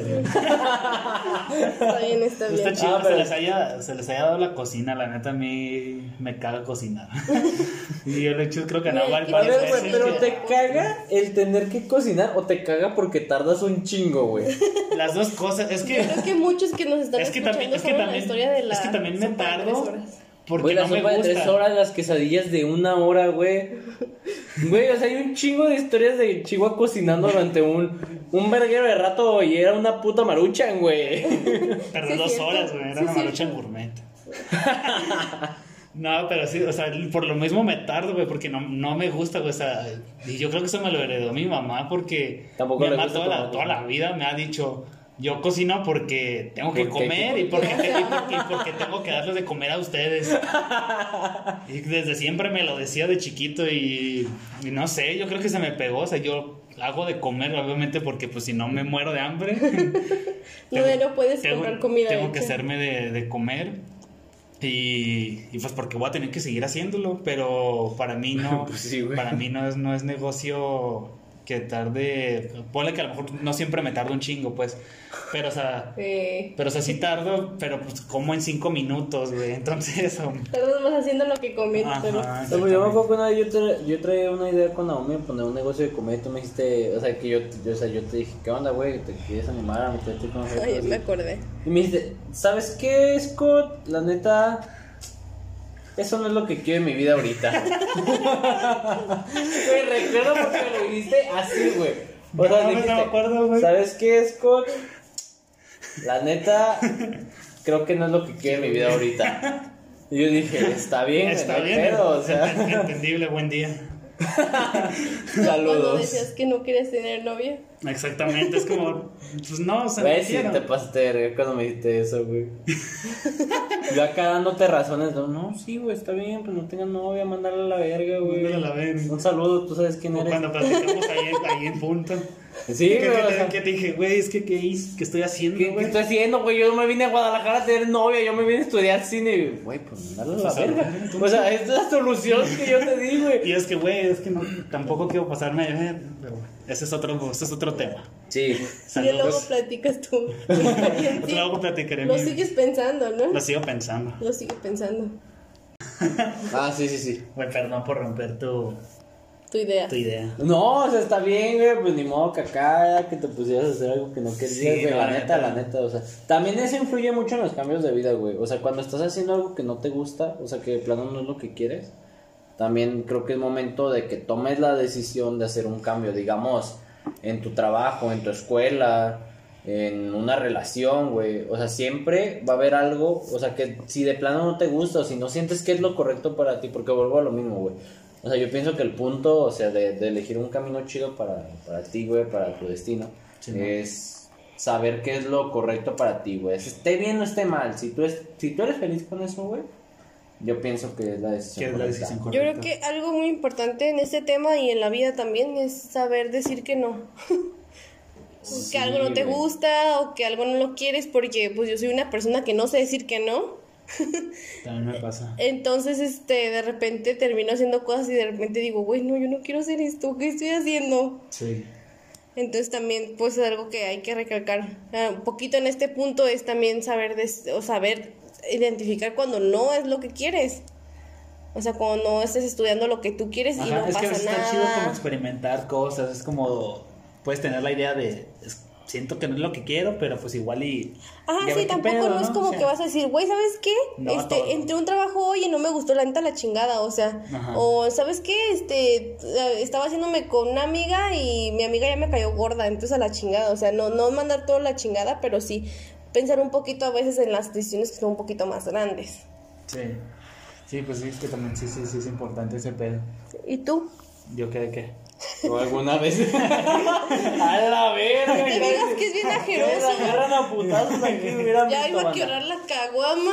Speaker 3: bien, está
Speaker 1: Está
Speaker 3: bien.
Speaker 1: chido
Speaker 2: Ah,
Speaker 1: que se,
Speaker 2: pero-
Speaker 1: les haya, se les haya dado la cocina, la neta a mí me caga cocinar. y yo lo he hecho creo que no
Speaker 3: Güey,
Speaker 1: vale
Speaker 3: ¿qué
Speaker 2: A
Speaker 1: para
Speaker 2: ver,
Speaker 3: veces
Speaker 2: güey, pero
Speaker 3: que-
Speaker 2: ¿te caga el tener que cocinar o te caga porque tardas un chingo, güey?
Speaker 1: Las dos cosas, es que...
Speaker 3: Creo que muchos que nos están
Speaker 1: Es que también-
Speaker 3: escuchando
Speaker 1: es que
Speaker 3: saben la
Speaker 1: también-
Speaker 3: historia de la
Speaker 1: es que también me
Speaker 3: sopa de
Speaker 1: tardo.
Speaker 3: tres horas.
Speaker 1: Porque
Speaker 2: Güey, la
Speaker 1: no me
Speaker 2: sopa de
Speaker 1: gusta.
Speaker 2: tres horas, las quesadillas de una hora, güey. Güey, o sea, hay un chingo de historias de Chihuahua cocinando durante un, un verguero de rato y era una puta maruchan, güey.
Speaker 1: Pero
Speaker 3: Sí, es
Speaker 1: dos
Speaker 3: cierto.
Speaker 1: horas, güey. Era
Speaker 3: Sí,
Speaker 1: una
Speaker 3: es
Speaker 1: marucha en
Speaker 3: cierto.
Speaker 1: gourmet. no, pero sí, o sea, por lo mismo me tardo, güey, porque no, no me gusta, güey. O sea, y yo creo que eso me lo heredó mi mamá, porque
Speaker 2: Tampoco
Speaker 1: mi
Speaker 2: le
Speaker 1: mamá
Speaker 2: gusta
Speaker 1: toda la,
Speaker 2: tomar,
Speaker 1: toda la vida me ha dicho. Yo cocino porque tengo que
Speaker 2: Porque-
Speaker 1: comer y porque, te- y porque- y porque tengo que darles de comer a ustedes. Y desde siempre me lo decía de chiquito y, y no sé, yo creo que se me pegó. O sea, yo hago de comer, obviamente, porque pues si no me muero de hambre.
Speaker 3: No, no puedes comprar comida
Speaker 1: Tengo
Speaker 3: hecha.
Speaker 1: que hacerme de, de comer. Y, y pues porque voy a tener que seguir haciéndolo, pero para mí no,
Speaker 2: Pues sí, güey.
Speaker 1: para mí no es, no es negocio que tarde, ponle que a lo mejor no siempre me tardo un chingo, pues, pero o sea,
Speaker 3: Eh,
Speaker 1: pero o sea, sí tardo, pero pues como en cinco minutos, güey, entonces, o-
Speaker 3: tardas más haciendo lo que comiendo.
Speaker 1: Ajá,
Speaker 3: pero-
Speaker 2: No, pero yo me acuerdo que una vez yo, tra- yo traía una idea con Naomi de poner un negocio de comedia y tú me dijiste, o sea, que yo, yo- o sea, yo te dije, ¿qué onda, güey? ¿Te quieres animar a meterte con
Speaker 3: Ay, me acordé.
Speaker 2: Y me dijiste, ¿sabes qué, Scott? La neta, eso no es lo que quiero en mi vida ahorita. Güey, recuerdo porque me lo dijiste así, güey. O sea,
Speaker 1: No,
Speaker 2: dijiste,
Speaker 1: no me acuerdo, güey.
Speaker 2: ¿Sabes qué, Scott? La neta, creo que no es lo que quiero en mi vida ahorita. Y yo dije, está bien, güey,
Speaker 1: está
Speaker 2: no hay
Speaker 1: bien,
Speaker 2: pedo, o sea.
Speaker 1: ent- entendible, buen día.
Speaker 3: Cuando
Speaker 2: Saludos.
Speaker 3: decías que no querías tener novia.
Speaker 1: Exactamente, es como, pues no, se
Speaker 2: Güey, si
Speaker 1: metieron.
Speaker 2: te pasaste de verga cuando me dijiste eso, güey. Yo acá dándote razones, no, no, sí, güey, está bien, pues no tengas novia, mándale a la verga, güey.
Speaker 1: Mándale a la verga.
Speaker 2: Un saludo, tú sabes quién
Speaker 1: Como
Speaker 2: eres.
Speaker 1: cuando platicamos ahí, en- ahí en punto.
Speaker 2: Sí,
Speaker 1: ¿Qué,
Speaker 2: güey, o sea,
Speaker 1: te dije, güey? Es que, ¿qué, hice? ¿Qué estoy haciendo,
Speaker 2: ¿qué, qué
Speaker 1: güey?
Speaker 2: estoy haciendo, güey? Yo no me vine a Guadalajara a tener novia, yo me vine a estudiar cine. Güey, pues mándale a la
Speaker 1: O sea,
Speaker 2: verga. O sea, esta es la solución que yo te di, güey.
Speaker 1: Y es que, güey, es que no, tampoco quiero pasarme de ver. Pero bueno, ese es otro, ese es otro tema.
Speaker 2: Sí.
Speaker 3: Y luego
Speaker 1: Saludos.
Speaker 3: platicas tú.
Speaker 1: Otro Luego platicaré.
Speaker 3: Lo
Speaker 1: mi-
Speaker 3: sigues pensando,
Speaker 1: Lo
Speaker 3: ¿no?
Speaker 1: sigo pensando.
Speaker 3: Lo sigues pensando.
Speaker 2: Ah, sí, sí, sí.
Speaker 1: Güey, perdón por romper tu,
Speaker 3: Tu idea.
Speaker 1: tu idea.
Speaker 2: No, o sea, está bien, güey, pues ni modo que acá que te pusieras a hacer algo que no querías,
Speaker 1: Sí,
Speaker 2: güey,
Speaker 1: no,
Speaker 2: la
Speaker 1: la
Speaker 2: neta,
Speaker 1: neta.
Speaker 2: la neta, o sea, también eso influye mucho en los cambios de vida, güey, o sea, cuando estás haciendo algo que no te gusta, o sea, que de plano no es lo que quieres, también creo que es momento de que tomes la decisión de hacer un cambio, digamos, en tu trabajo, en tu escuela, en una relación, güey, o sea, siempre va a haber algo, o sea, que si de plano no te gusta o si no sientes que es lo correcto para ti, porque vuelvo a lo mismo, güey. O sea, yo pienso que el punto, o sea, de, de elegir un camino chido para, para ti, güey, para tu destino,
Speaker 1: Sí, ¿no?
Speaker 2: es saber qué es lo correcto para ti, güey. Si esté bien o esté mal, si tú, es, si tú eres feliz con eso, güey, yo pienso que es la decisión
Speaker 1: ¿Qué es la
Speaker 2: correcta.
Speaker 1: decisión
Speaker 3: Yo
Speaker 1: correcta?
Speaker 3: creo que algo muy importante en este tema y en la vida también es saber decir que no.
Speaker 2: Sí,
Speaker 3: que algo no te
Speaker 2: güey.
Speaker 3: gusta o que algo no lo quieres porque pues yo soy una persona que no sé decir que no.
Speaker 1: También me pasa.
Speaker 3: Entonces, este, de repente termino haciendo cosas y de repente digo, güey, no, yo no quiero hacer esto, ¿qué estoy haciendo?
Speaker 1: Sí.
Speaker 3: Entonces también, pues algo que hay que recalcar ah, un poquito en este punto es también saber, des- o saber identificar cuando no es lo que quieres. O sea, cuando no estés estudiando lo que tú quieres y
Speaker 1: Ajá,
Speaker 3: no
Speaker 1: es que a
Speaker 3: pasa
Speaker 1: veces
Speaker 3: nada.
Speaker 1: está chido como experimentar cosas. Es como, puedes tener la idea de, es- siento que no es lo que quiero, pero pues igual y...
Speaker 3: Ajá,
Speaker 1: ya
Speaker 3: sí,
Speaker 1: ver qué
Speaker 3: tampoco
Speaker 1: pedo,
Speaker 3: no es como
Speaker 1: O sea,
Speaker 3: que vas a decir, güey, ¿sabes qué?
Speaker 1: No, a todo.
Speaker 3: este, entré a un trabajo hoy y no me gustó la neta la chingada, o sea,
Speaker 1: Ajá.
Speaker 3: o ¿sabes qué? Este, eh, estaba haciéndome con una amiga y mi amiga ya me cayó gorda, entonces a la chingada, o sea, no, no mandar todo a la chingada, pero sí pensar un poquito a veces en las decisiones que son un poquito más grandes.
Speaker 1: Sí. Sí, pues sí, es que también sí, sí, sí es importante ese pedo.
Speaker 3: ¿Y tú?
Speaker 1: ¿Yo qué de qué?
Speaker 2: ¿O alguna vez? a la verga.
Speaker 3: Te fijas que es bien
Speaker 2: ajeroso.
Speaker 3: ajeroso.
Speaker 2: agarran a putazos aquí hubieran
Speaker 3: Ya
Speaker 2: visto,
Speaker 3: iba a
Speaker 2: banda.
Speaker 3: quebrar la caguama.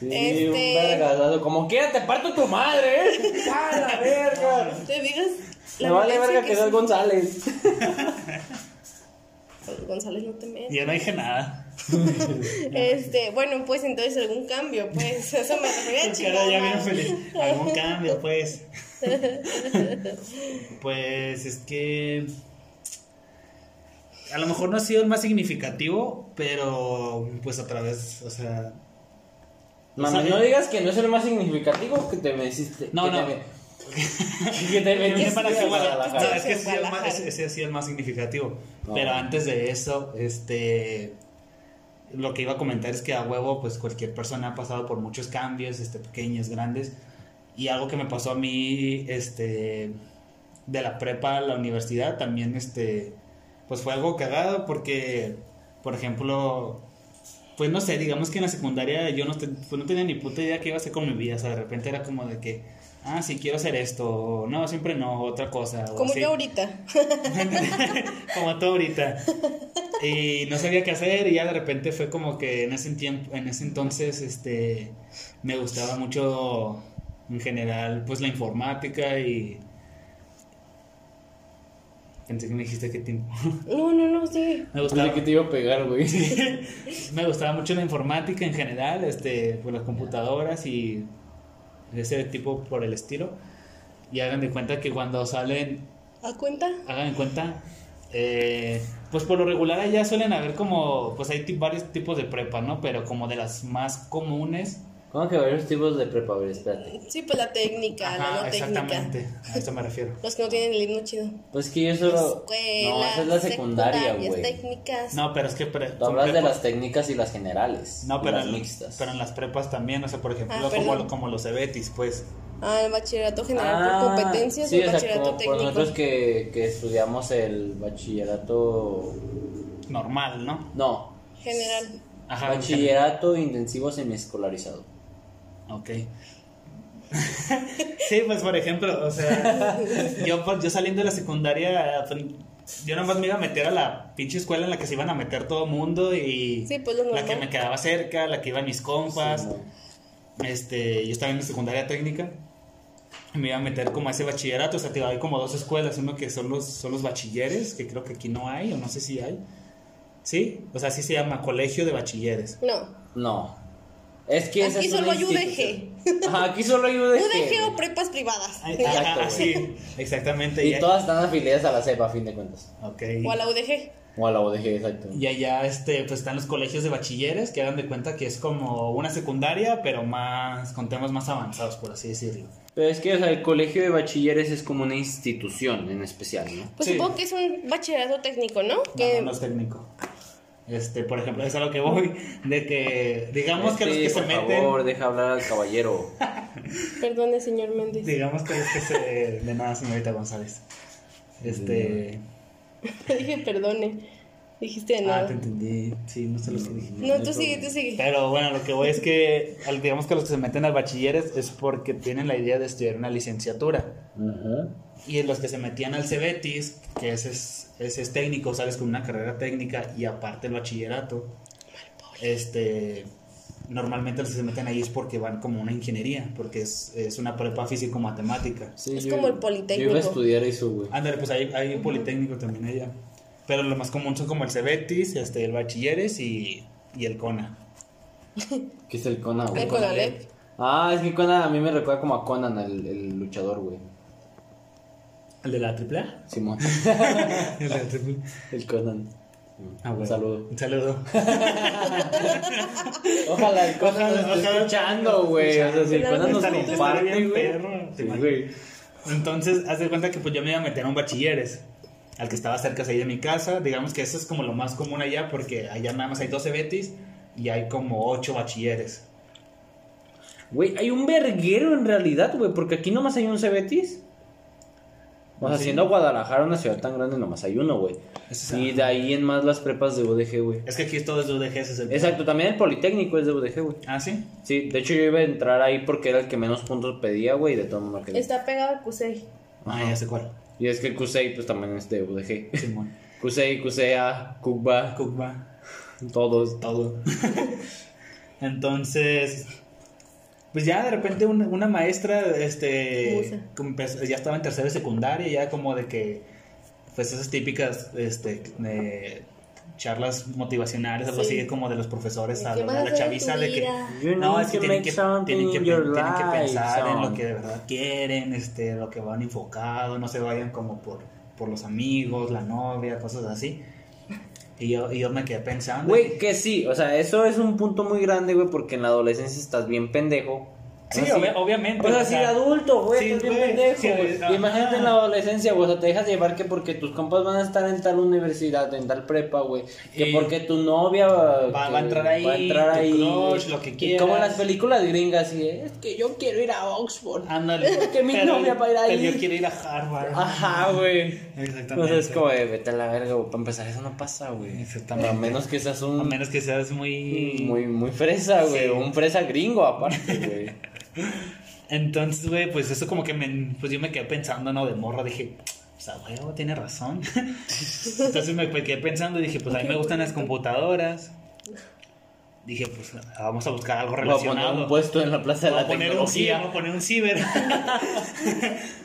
Speaker 2: Sí,
Speaker 3: Este-
Speaker 2: un vergasazo. Como quiera te parto tu madre, ¿eh? A la verga.
Speaker 3: Te digas
Speaker 2: Me vale
Speaker 3: violencia
Speaker 2: verga que seas González.
Speaker 3: es- González no te metas.
Speaker 1: Yo no dije nada.
Speaker 3: Este, bueno, pues entonces algún cambio, pues eso me refería
Speaker 1: Tu cara ya bien
Speaker 3: chingada.
Speaker 1: feliz. Algún cambio, pues. pues es que. A lo mejor no ha sido el más significativo, pero pues otra vez, o sea.
Speaker 2: Mami,
Speaker 1: ¿Sabe?
Speaker 2: no digas que no es el más significativo que te metiste.
Speaker 1: No,
Speaker 2: que
Speaker 1: no.
Speaker 2: Te, me- que te metiste.
Speaker 1: para
Speaker 2: a
Speaker 1: que Guadalajara.
Speaker 2: Guadalajara.
Speaker 1: No, es que ese ha sido el más-
Speaker 3: Guadalajara.
Speaker 1: ese- ese ha sido el más significativo.
Speaker 2: No.
Speaker 1: Pero antes de eso, este. Lo que iba a comentar es que a huevo, pues cualquier persona ha pasado por muchos cambios, este, pequeños, grandes. Y algo que me pasó a mí, este. De la prepa a la universidad, también, este. Pues fue algo cagado porque, por ejemplo. Pues no sé, digamos que en la secundaria yo no, te- pues, no tenía ni puta idea qué iba a hacer con mi vida. O sea, de repente era como de que, ah, sí quiero hacer esto, o no, siempre no, otra cosa. o
Speaker 3: Como
Speaker 1: así.
Speaker 3: yo ahorita.
Speaker 1: Como tú ahorita. Y no sabía qué hacer y ya de repente fue como que en ese tiempo, en ese entonces, este, me gustaba mucho en general, pues la informática y pensé que me dijiste que te-
Speaker 3: No, no, no, sí.
Speaker 1: me
Speaker 2: Pensé
Speaker 1: gustaba,
Speaker 2: que te iba a pegar, güey.
Speaker 1: me gustaba mucho la informática en general, este, por las computadoras y ese tipo por el estilo. Y hagan de cuenta que cuando salen
Speaker 3: ¿A cuenta?
Speaker 1: hagan en cuenta, eh, pues por lo regular allá suelen haber como, pues hay ti- varios tipos de prepa, ¿no? Pero como de las más comunes.
Speaker 2: ¿Cómo que varios tipos de prepa? A ver, espérate.
Speaker 3: Sí, pues la técnica, la no técnica.
Speaker 1: exactamente, a eso me refiero.
Speaker 3: Los que no tienen el himno chido.
Speaker 2: Pues que yo solo. no,
Speaker 3: Escuela,
Speaker 2: esa es la secundaria,
Speaker 3: secundarias,
Speaker 2: güey.
Speaker 3: técnicas.
Speaker 1: No, pero es que... pre-
Speaker 2: Tú
Speaker 1: son
Speaker 2: hablas de
Speaker 1: prepas-
Speaker 2: las técnicas y las generales.
Speaker 1: No,
Speaker 2: y
Speaker 1: pero,
Speaker 2: las
Speaker 1: en-
Speaker 2: mixtas.
Speaker 1: pero en las prepas también, o sea, por ejemplo,
Speaker 3: Ah,
Speaker 1: como,
Speaker 3: perdón.
Speaker 1: como los EBETIS, pues.
Speaker 3: Ah, el bachillerato general por competencias
Speaker 2: Ah, sí,
Speaker 3: o el
Speaker 2: o sea,
Speaker 3: bachillerato
Speaker 2: como por
Speaker 3: técnico.
Speaker 2: nosotros que, que estudiamos el bachillerato.
Speaker 1: Normal, ¿no?
Speaker 2: No,
Speaker 3: General.
Speaker 1: Ajá.
Speaker 2: bachillerato intensivo semiescolarizado.
Speaker 1: Ok. pues, sí, pues por ejemplo, o sea, yo, por- yo saliendo de la secundaria, yo nomás me iba a meter a la pinche escuela en la que se iban a meter todo mundo y
Speaker 3: Sí, pues lo
Speaker 1: la
Speaker 3: normal.
Speaker 1: que me quedaba cerca, la que iban mis compas. este, yo estaba en secundaria técnica. y Me iba a meter como a ese bachillerato, o sea, te iba a haber como dos escuelas, uno que son los, son los bachilleres, que creo que aquí no hay, o no sé si hay. ¿Sí? O sea, así se llama Colegio de Bachilleres.
Speaker 3: No.
Speaker 2: No. Es que esa
Speaker 3: Aquí
Speaker 2: es una
Speaker 3: solo hay
Speaker 2: institución.
Speaker 3: UDG.
Speaker 2: Ajá, aquí solo hay UDG.
Speaker 3: UDG
Speaker 2: güey.
Speaker 3: o prepas privadas.
Speaker 1: Ah,
Speaker 2: Exacto,
Speaker 1: ah, ah,
Speaker 2: güey.
Speaker 1: sí, exactamente.
Speaker 2: Y todas están afiliadas a la CEPA, a fin de cuentas.
Speaker 1: Ok.
Speaker 3: O a la UDG.
Speaker 2: O a la UDG, exacto.
Speaker 1: Y allá este, pues están los colegios de bachilleres que hagan de cuenta que es como una secundaria, pero más con temas más avanzados, por así decirlo.
Speaker 2: Pero es que, o sea, el colegio de bachilleres es como una institución en especial, ¿no?
Speaker 3: Pues
Speaker 1: Sí.
Speaker 3: supongo que es un bachillerato técnico, ¿no? Que-
Speaker 1: No, no es técnico. Este, por ejemplo, es a lo que voy, de que digamos que los
Speaker 2: Sí,
Speaker 1: que se
Speaker 2: Este, por
Speaker 1: meten,
Speaker 2: favor, deja hablar al caballero.
Speaker 3: Perdone, señor Méndez.
Speaker 1: digamos que los que se, de nada, señorita González. Este,
Speaker 3: Dije perdone. Dijiste de
Speaker 1: ah,
Speaker 3: nada.
Speaker 1: te entendí, sí, no sé lo que dije.
Speaker 3: No, tú sigue, tú sigue.
Speaker 1: Pero bueno, lo que voy es que, al- digamos que los que se meten al bachilleres es porque tienen la idea de estudiar una licenciatura.
Speaker 2: Ujú.
Speaker 1: Y los que se metían al Cebetis, que ese es, ese es técnico, sabes, con una carrera técnica y aparte el bachillerato, este, normalmente los que se meten ahí es porque van como una ingeniería, porque es, es una prepa físico-matemática.
Speaker 2: Sí,
Speaker 3: Es como el
Speaker 2: Yo iba
Speaker 3: Politécnico.
Speaker 2: a estudiar eso, güey.
Speaker 1: Ándale, pues hay, hay un politécnico también allá. Pero lo más común son como el Cebetis, este, el bachilleres y, y el CONA.
Speaker 2: ¿Qué es el Conan, güey?
Speaker 3: El Conalep.
Speaker 2: Ah, es que Conan a mí me recuerda como a Conan, el, el luchador, güey.
Speaker 1: ¿El de la AAA?
Speaker 2: Simón.
Speaker 1: El de la AAA.
Speaker 2: El Conan.
Speaker 1: Ah, bueno.
Speaker 2: Un saludo.
Speaker 1: Un saludo.
Speaker 2: Ojalá el Conan
Speaker 1: Ojalá,
Speaker 2: nos esté
Speaker 1: ojalá.
Speaker 2: escuchando, güey. O sea, si el
Speaker 3: Ojalá.
Speaker 2: Conan nos
Speaker 1: Estaría- estaría
Speaker 2: comparte,
Speaker 1: bien
Speaker 2: güey.
Speaker 1: perro, te
Speaker 2: Sí,
Speaker 1: imaginas.
Speaker 2: güey.
Speaker 1: Entonces, haz de cuenta que pues yo me iba a meter a un bachilleres, al que estaba cerca ahí de mi casa. Digamos que eso es como lo más común allá, porque allá nada más hay 12 betis y hay como 8 bachilleres.
Speaker 2: Güey, hay un verguero en realidad, güey, porque aquí nomás hay un Cebetis. O sea,
Speaker 1: Sí.
Speaker 2: siendo Guadalajara una ciudad tan grande, nomás hay uno, güey.
Speaker 1: Eso es-
Speaker 2: Y de ahí en más las prepas de UDG, güey.
Speaker 1: Es que aquí todo es de UDG, ese es el...
Speaker 2: Exacto, también el Politécnico es de UDG, güey.
Speaker 1: Ah, sí.
Speaker 2: Sí, de hecho yo iba a entrar ahí porque era el que menos puntos pedía, güey, y de todo mundo me quedé.
Speaker 3: Está pegado al CUSEI.
Speaker 1: Ah, ya sé cuál.
Speaker 2: Y es que el Kusei, pues también es de UDG.
Speaker 1: Simón.
Speaker 2: Kusei, Kusea, Kukba,
Speaker 1: Cuba,
Speaker 2: todos.
Speaker 1: todo. Entonces, pues ya de repente una, una maestra, este,
Speaker 3: Musa.
Speaker 1: como empezó- ya estaba en tercera de secundaria, ya como de que, pues esas típicas, este, de charlas motivacionales, algo
Speaker 3: Sí.
Speaker 1: así como de los profesores Pues a
Speaker 3: ¿Qué
Speaker 1: la,
Speaker 3: vas
Speaker 1: a
Speaker 3: a
Speaker 1: la
Speaker 3: hacer de tu
Speaker 1: chaviza de que,
Speaker 3: vida?
Speaker 2: You
Speaker 1: no,
Speaker 2: need
Speaker 1: es que
Speaker 2: to
Speaker 1: tienen
Speaker 2: make
Speaker 1: que,
Speaker 2: something
Speaker 1: tienen que,
Speaker 2: in your
Speaker 1: tienen que
Speaker 2: life,
Speaker 1: pensar en lo
Speaker 2: son.
Speaker 1: que de verdad quieren, este, lo que van enfocado, no se vayan como por, por los amigos, la novia, cosas así. Y yo, y yo me quedé pensando.
Speaker 2: Güey, que sí, o sea, eso es un punto muy grande, güey, porque en la adolescencia estás bien pendejo.
Speaker 1: Sí,
Speaker 2: O sea,
Speaker 1: obvia- obviamente.
Speaker 2: O sea,
Speaker 1: o
Speaker 2: si
Speaker 1: sea,
Speaker 2: adulto, güey,
Speaker 1: sí,
Speaker 2: estás bien
Speaker 1: güey,
Speaker 2: pendejo.
Speaker 1: sí,
Speaker 2: güey.
Speaker 1: ajá.
Speaker 2: Imagínate en la adolescencia, güey, o sea, te dejas llevar que porque tus compas van a estar en tal universidad, en tal prepa, güey, que
Speaker 1: Y
Speaker 2: porque tu novia va,
Speaker 1: va a
Speaker 2: que
Speaker 1: entrar ahí, tu crush, lo que
Speaker 2: Y como en
Speaker 1: quieras.
Speaker 2: las películas gringas, y es que yo quiero ir a Oxford.
Speaker 1: Ándale.
Speaker 2: Que mi
Speaker 1: pero-
Speaker 2: novia va a ir
Speaker 1: pero
Speaker 2: ahí.
Speaker 1: Yo quiero ir a Harvard.
Speaker 2: Ajá, güey.
Speaker 1: Exactamente.
Speaker 2: Entonces es como, de, vete a la verga, güey, para empezar, eso no pasa, güey.
Speaker 1: Exactamente.
Speaker 2: A menos que seas
Speaker 1: A
Speaker 2: un
Speaker 1: menos que seas muy.
Speaker 2: muy, muy fresa, güey.
Speaker 1: Sí.
Speaker 2: Un fresa gringo, aparte, güey.
Speaker 1: Entonces, güey, pues eso como que me. Pues yo me quedé pensando, ¿no? De morra. Dije, o sea, huevo, tiene razón. Entonces me quedé pensando y dije, pues a mí me gustan las computadoras. Dije, pues vamos a buscar algo
Speaker 2: Voy a poner
Speaker 1: relacionado.
Speaker 2: un puesto en la plaza de
Speaker 1: Voy
Speaker 2: la
Speaker 1: a poner un ciber,
Speaker 2: tecnología.
Speaker 1: voy a poner un ciber.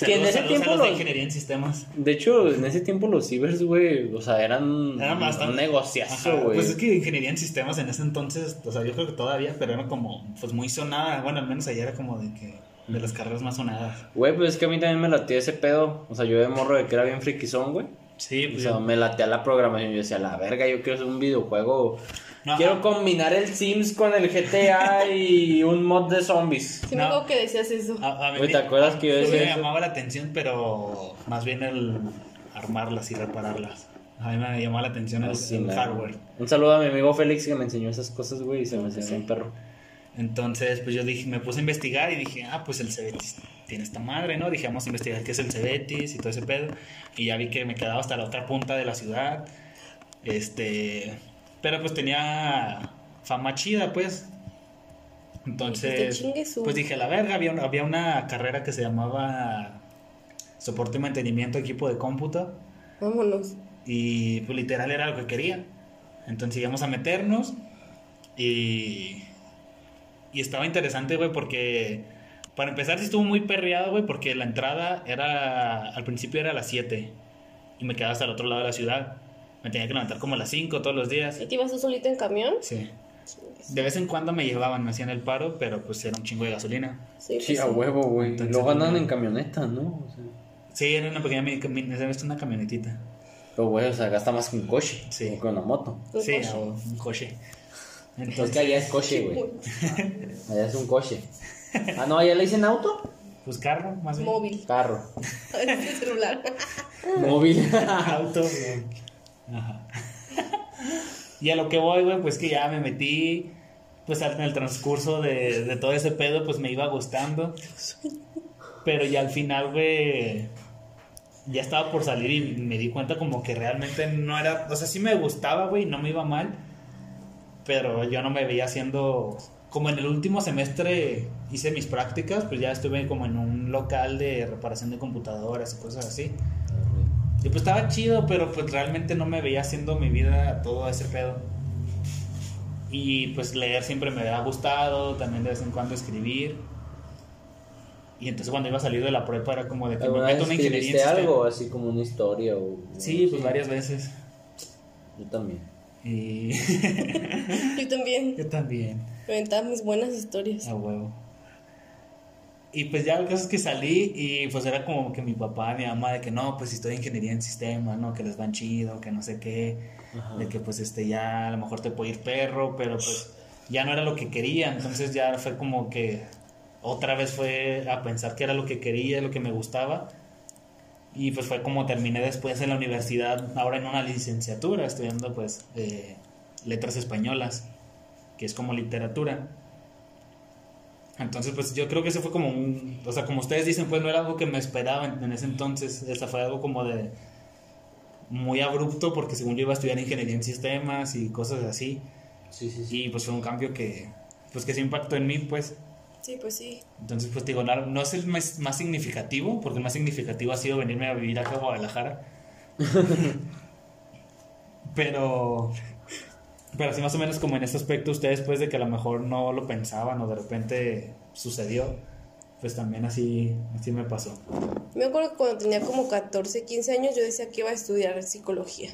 Speaker 2: Que en
Speaker 1: Saludos-
Speaker 2: ese
Speaker 1: saludos
Speaker 2: tiempo
Speaker 1: a los de
Speaker 2: los-
Speaker 1: ingeniería en sistemas.
Speaker 2: De hecho, en ese tiempo los cibers, güey, o sea, eran,
Speaker 1: Era bastante-
Speaker 2: un
Speaker 1: Ajá,
Speaker 2: negociazo, güey.
Speaker 1: Pues es que ingeniería en sistemas en ese entonces, o sea, yo creo que todavía, pero era como, pues muy sonada. Bueno, al menos allá era como de que, de las carreras más sonadas.
Speaker 2: Güey, pues es que a mí también me latía ese pedo. O sea, yo de morro de que era bien friquizón, güey.
Speaker 1: Sí,
Speaker 2: O
Speaker 1: pues.
Speaker 2: sea, me latea la programación. Yo decía, la verga, yo quiero hacer un videojuego.
Speaker 1: No,
Speaker 2: quiero
Speaker 1: ah.
Speaker 2: combinar el Sims con el GTA y un mod de zombies.
Speaker 3: Sí
Speaker 1: No.
Speaker 3: me
Speaker 1: Ah.
Speaker 3: acuerdo que decías eso.
Speaker 1: a- a mí
Speaker 2: Güey, ¿te
Speaker 1: me-
Speaker 2: acuerdas que yo
Speaker 1: sí
Speaker 2: decía
Speaker 1: me
Speaker 2: eso?
Speaker 1: llamaba la atención, pero más bien el armarlas y repararlas. A mí me llamaba la atención el,
Speaker 2: Así,
Speaker 1: el
Speaker 2: la-
Speaker 1: hardware.
Speaker 2: Ah, Un saludo a mi amigo Félix que me enseñó esas cosas, güey, y se me enseñó un perro.
Speaker 1: Entonces, pues yo dije, me puse a investigar y dije, ah, pues el Cebetis tiene esta madre, ¿no? Dije, vamos a investigar qué es el Cebetis y todo ese pedo. Y ya vi que me quedaba hasta la otra punta de la ciudad. Este. Pero pues tenía fama chida, pues. Entonces.
Speaker 3: Dijiste, "Chingue su-".
Speaker 1: Pues dije, la verga, había, una- había una carrera que se llamaba Soporte y Mantenimiento de Equipo de Cómputo.
Speaker 3: Vámonos.
Speaker 1: Y pues literal era lo que quería. Entonces íbamos a meternos y... Y estaba interesante, güey, porque... Para empezar sí estuvo muy perreado, güey, porque la entrada era... Al principio era a las 7 y me quedaba hasta el otro lado de la ciudad. Me tenía que levantar como a las 5 todos los días.
Speaker 3: ¿Y te ibas tú solita en camión? pues
Speaker 1: Sí. De vez en cuando me llevaban, me hacían el paro, pero pues era un chingo de gasolina.
Speaker 3: Sí,
Speaker 2: Sí,
Speaker 3: pues
Speaker 2: a
Speaker 3: sí.
Speaker 2: huevo, güey.
Speaker 1: Entonces,
Speaker 2: Lo ganan
Speaker 1: no.
Speaker 2: en camioneta, ¿no? O sea,
Speaker 1: Sí, era una pequeña, mini cami- era una camionetita.
Speaker 2: pero, güey, o sea, gasta más que un coche.
Speaker 1: Sí.
Speaker 2: Sí. Que una moto.
Speaker 3: Un
Speaker 1: Sí,
Speaker 3: coche.
Speaker 1: o un coche.
Speaker 2: Entonces,
Speaker 1: Entonces,
Speaker 2: que allá es coche, güey. Allá es un coche. Ah, no, allá le dicen auto.
Speaker 1: pues carro, más bien.
Speaker 3: Móvil.
Speaker 2: Carro.
Speaker 3: Ese celular.
Speaker 2: Ah. Móvil.
Speaker 1: Auto, güey. Ajá. Y a lo que voy, güey, pues que ya me metí. Pues en el transcurso de, de todo ese pedo, pues me iba gustando. Pero ya al final, güey. Ya estaba por salir y me di cuenta como que realmente no era. O sea, sí me gustaba, güey, no me iba mal. Pero yo no me veía haciendo. Como en el último semestre hice mis prácticas, pues ya estuve como en un local de reparación de computadoras y cosas así. Y pues estaba chido, pero pues realmente no me veía haciendo mi vida todo ese pedo. Y pues leer siempre me había gustado, también de vez en cuando escribir. Y entonces cuando iba a salir de la prepa era como de que me
Speaker 2: ¿Alguna vez
Speaker 1: meto una ingeniería. en
Speaker 2: escribiste
Speaker 1: sistema.
Speaker 2: algo? Así como una historia o...
Speaker 1: Sí, pues varias veces.
Speaker 2: Yo también.
Speaker 1: Y
Speaker 3: Yo también.
Speaker 1: yo también,
Speaker 3: Me aventaba mis buenas historias.
Speaker 1: a huevo. Y pues ya el caso es que salí y pues era como que mi papá, mi mamá, de que no, pues si estoy ingeniería en sistema, ¿no? Que les van chido, que no sé qué.
Speaker 2: Ajá.
Speaker 1: de que pues este ya a lo mejor te puede ir perro, pero pues ya no era lo que quería, entonces ya fue como que otra vez fue a pensar que era lo que quería, lo que me gustaba, y pues fue como terminé después en la universidad, ahora en una licenciatura, estudiando pues eh, letras españolas, que es como literatura. Entonces, pues yo creo que ese fue como un, o sea, como ustedes dicen, pues no era algo que me esperaba en, en ese entonces, o sea, fue algo como de, muy abrupto porque según yo iba a estudiar ingeniería en sistemas y cosas así
Speaker 2: Sí, sí, sí.
Speaker 1: y pues fue un cambio que pues que sí impactó en mí pues
Speaker 3: Sí, pues sí.
Speaker 1: entonces pues te digo no, no es el más, más significativo porque el más significativo ha sido venirme a vivir acá a Guadalajara pero pero sí más o menos como en ese aspecto ustedes pues de que a lo mejor no lo pensaban o de repente sucedió pues también así así me pasó
Speaker 3: Me acuerdo que cuando tenía como 14, 15 años, yo decía que iba a estudiar psicología.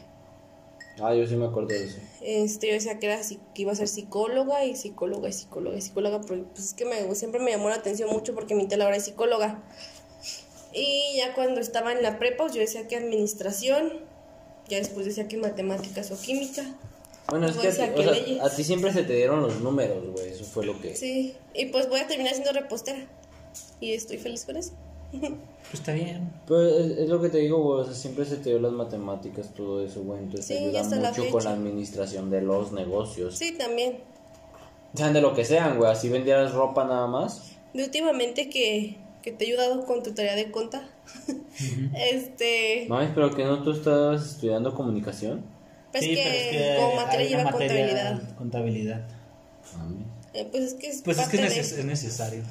Speaker 2: Ah, yo sí me acuerdo de eso.
Speaker 3: Este, yo decía que, era, psi- que iba a ser psicóloga y psicóloga y psicóloga y psicóloga, pero pues es que me, siempre me llamó la atención mucho porque mi tía Laura es psicóloga. Y ya cuando estaba en la prepa, pues, yo decía que administración, ya después decía que matemáticas o química.
Speaker 2: Bueno, es
Speaker 3: O
Speaker 2: que, a ti-
Speaker 3: sea,
Speaker 2: o
Speaker 3: que
Speaker 2: sea,
Speaker 3: leyes.
Speaker 2: a ti siempre se te dieron los números, güey. Eso fue lo que...
Speaker 3: Sí, y pues voy a terminar siendo repostera. Y estoy feliz con eso.
Speaker 1: pues está bien
Speaker 2: Pero es, es lo que te digo, güey, o sea, siempre se te dio las matemáticas, todo eso, güey, entonces
Speaker 3: Sí,
Speaker 2: te
Speaker 3: y
Speaker 2: ayuda
Speaker 3: hasta la
Speaker 2: mucho con
Speaker 3: fecha.
Speaker 2: la administración de los negocios.
Speaker 3: Sí, también.
Speaker 2: Sean de lo que sean, güey, así vendieras ropa nada más.
Speaker 3: De últimamente que, que te he ayudado con tu tarea de conta. este.
Speaker 2: Mames, pero que no tú estabas estudiando comunicación.
Speaker 3: Pues
Speaker 1: Sí,
Speaker 3: que,
Speaker 1: pero es que
Speaker 3: como
Speaker 1: hay
Speaker 3: materia
Speaker 1: una
Speaker 3: lleva contabilidad.
Speaker 1: contabilidad
Speaker 2: Mames.
Speaker 3: Eh, pues es que es
Speaker 1: Pues es que
Speaker 3: parte
Speaker 1: es,
Speaker 3: de-
Speaker 1: neces- es necesario.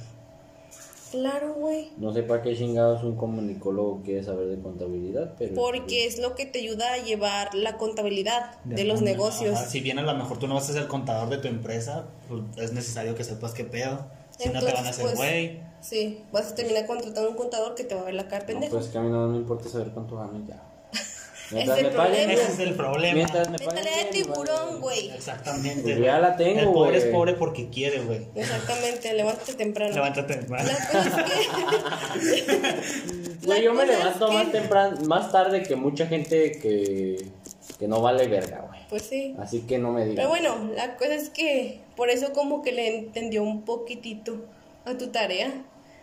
Speaker 3: Claro, güey.
Speaker 2: No sé para qué chingados un comunicólogo quiere saber de contabilidad, pero... pues,
Speaker 3: Porque es lo que te ayuda a llevar la contabilidad de, los
Speaker 1: Ajá,
Speaker 3: negocios.
Speaker 1: si bien a lo mejor tú no vas a ser contador de tu empresa, pues es necesario que sepas qué pedo. Si no te van a
Speaker 3: Entonces,
Speaker 1: hacer
Speaker 3: pues,
Speaker 1: güey.
Speaker 3: Sí, vas a terminar contratando un contador que te va a ver la cara de
Speaker 2: No,
Speaker 3: pendejo.
Speaker 2: pues es que a mí no me importa saber cuánto gano ya.
Speaker 3: Es
Speaker 2: Mientras
Speaker 3: el
Speaker 2: me paguen,
Speaker 3: problema.
Speaker 1: Ese es el problema.
Speaker 2: mientras me
Speaker 3: Hay tarea de
Speaker 2: paguen... bien,
Speaker 3: tiburón,
Speaker 2: vale.
Speaker 3: güey.
Speaker 1: Exactamente.
Speaker 2: Pues
Speaker 1: güey.
Speaker 2: ya la tengo,
Speaker 1: El pobre
Speaker 2: güey.
Speaker 1: es pobre porque quiere, güey.
Speaker 3: Exactamente, levántate temprano.
Speaker 1: Levántate.
Speaker 3: La
Speaker 1: ¿verdad?
Speaker 3: cosa es que...
Speaker 2: Güey, yo me
Speaker 3: La cosa
Speaker 2: levanto
Speaker 3: es que-
Speaker 2: más temprano, más tarde que mucha gente que, que no vale verga, güey.
Speaker 3: Pues sí.
Speaker 2: Así que no me digas.
Speaker 3: Pero bueno, la cosa es que por eso como que le entendió un poquitito a tu tarea.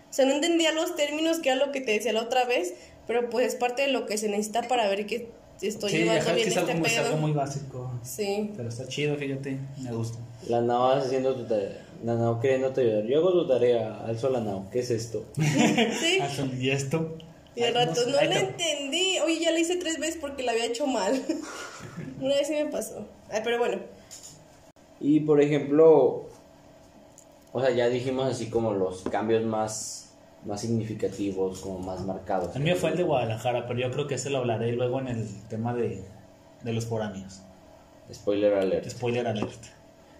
Speaker 3: O sea, no entendía los términos que era lo que te decía la otra vez, pero pues es parte de lo que se necesita para ver que estoy
Speaker 1: Sí,
Speaker 3: llevando
Speaker 1: ajá, es
Speaker 3: bien
Speaker 1: que es
Speaker 3: este
Speaker 1: algo, muy- es
Speaker 3: pedo.
Speaker 1: algo muy básico.
Speaker 3: Sí.
Speaker 1: Pero está chido, fíjate. Me gusta.
Speaker 2: La Nao haciendo tu tarea. La Nao queriéndote ayudar. Yo hago tu tarea, alzo la Nao. ¿Qué es esto?
Speaker 3: Sí.
Speaker 1: Ah, son- Y esto.
Speaker 3: Y al
Speaker 1: Ay,
Speaker 3: rato no
Speaker 1: ahí
Speaker 3: la
Speaker 1: te-
Speaker 3: entendí. Oye, ya la hice tres veces porque la había hecho mal. Una vez sí me pasó. Ay, pero bueno,
Speaker 2: Y por ejemplo, o sea, ya dijimos así como los cambios más más significativos, como más marcados.
Speaker 1: El mío fue el de Guadalajara, pero yo creo que ese lo hablaré luego en el tema de, de los foráneos.
Speaker 2: Spoiler alert.
Speaker 1: Spoiler alert.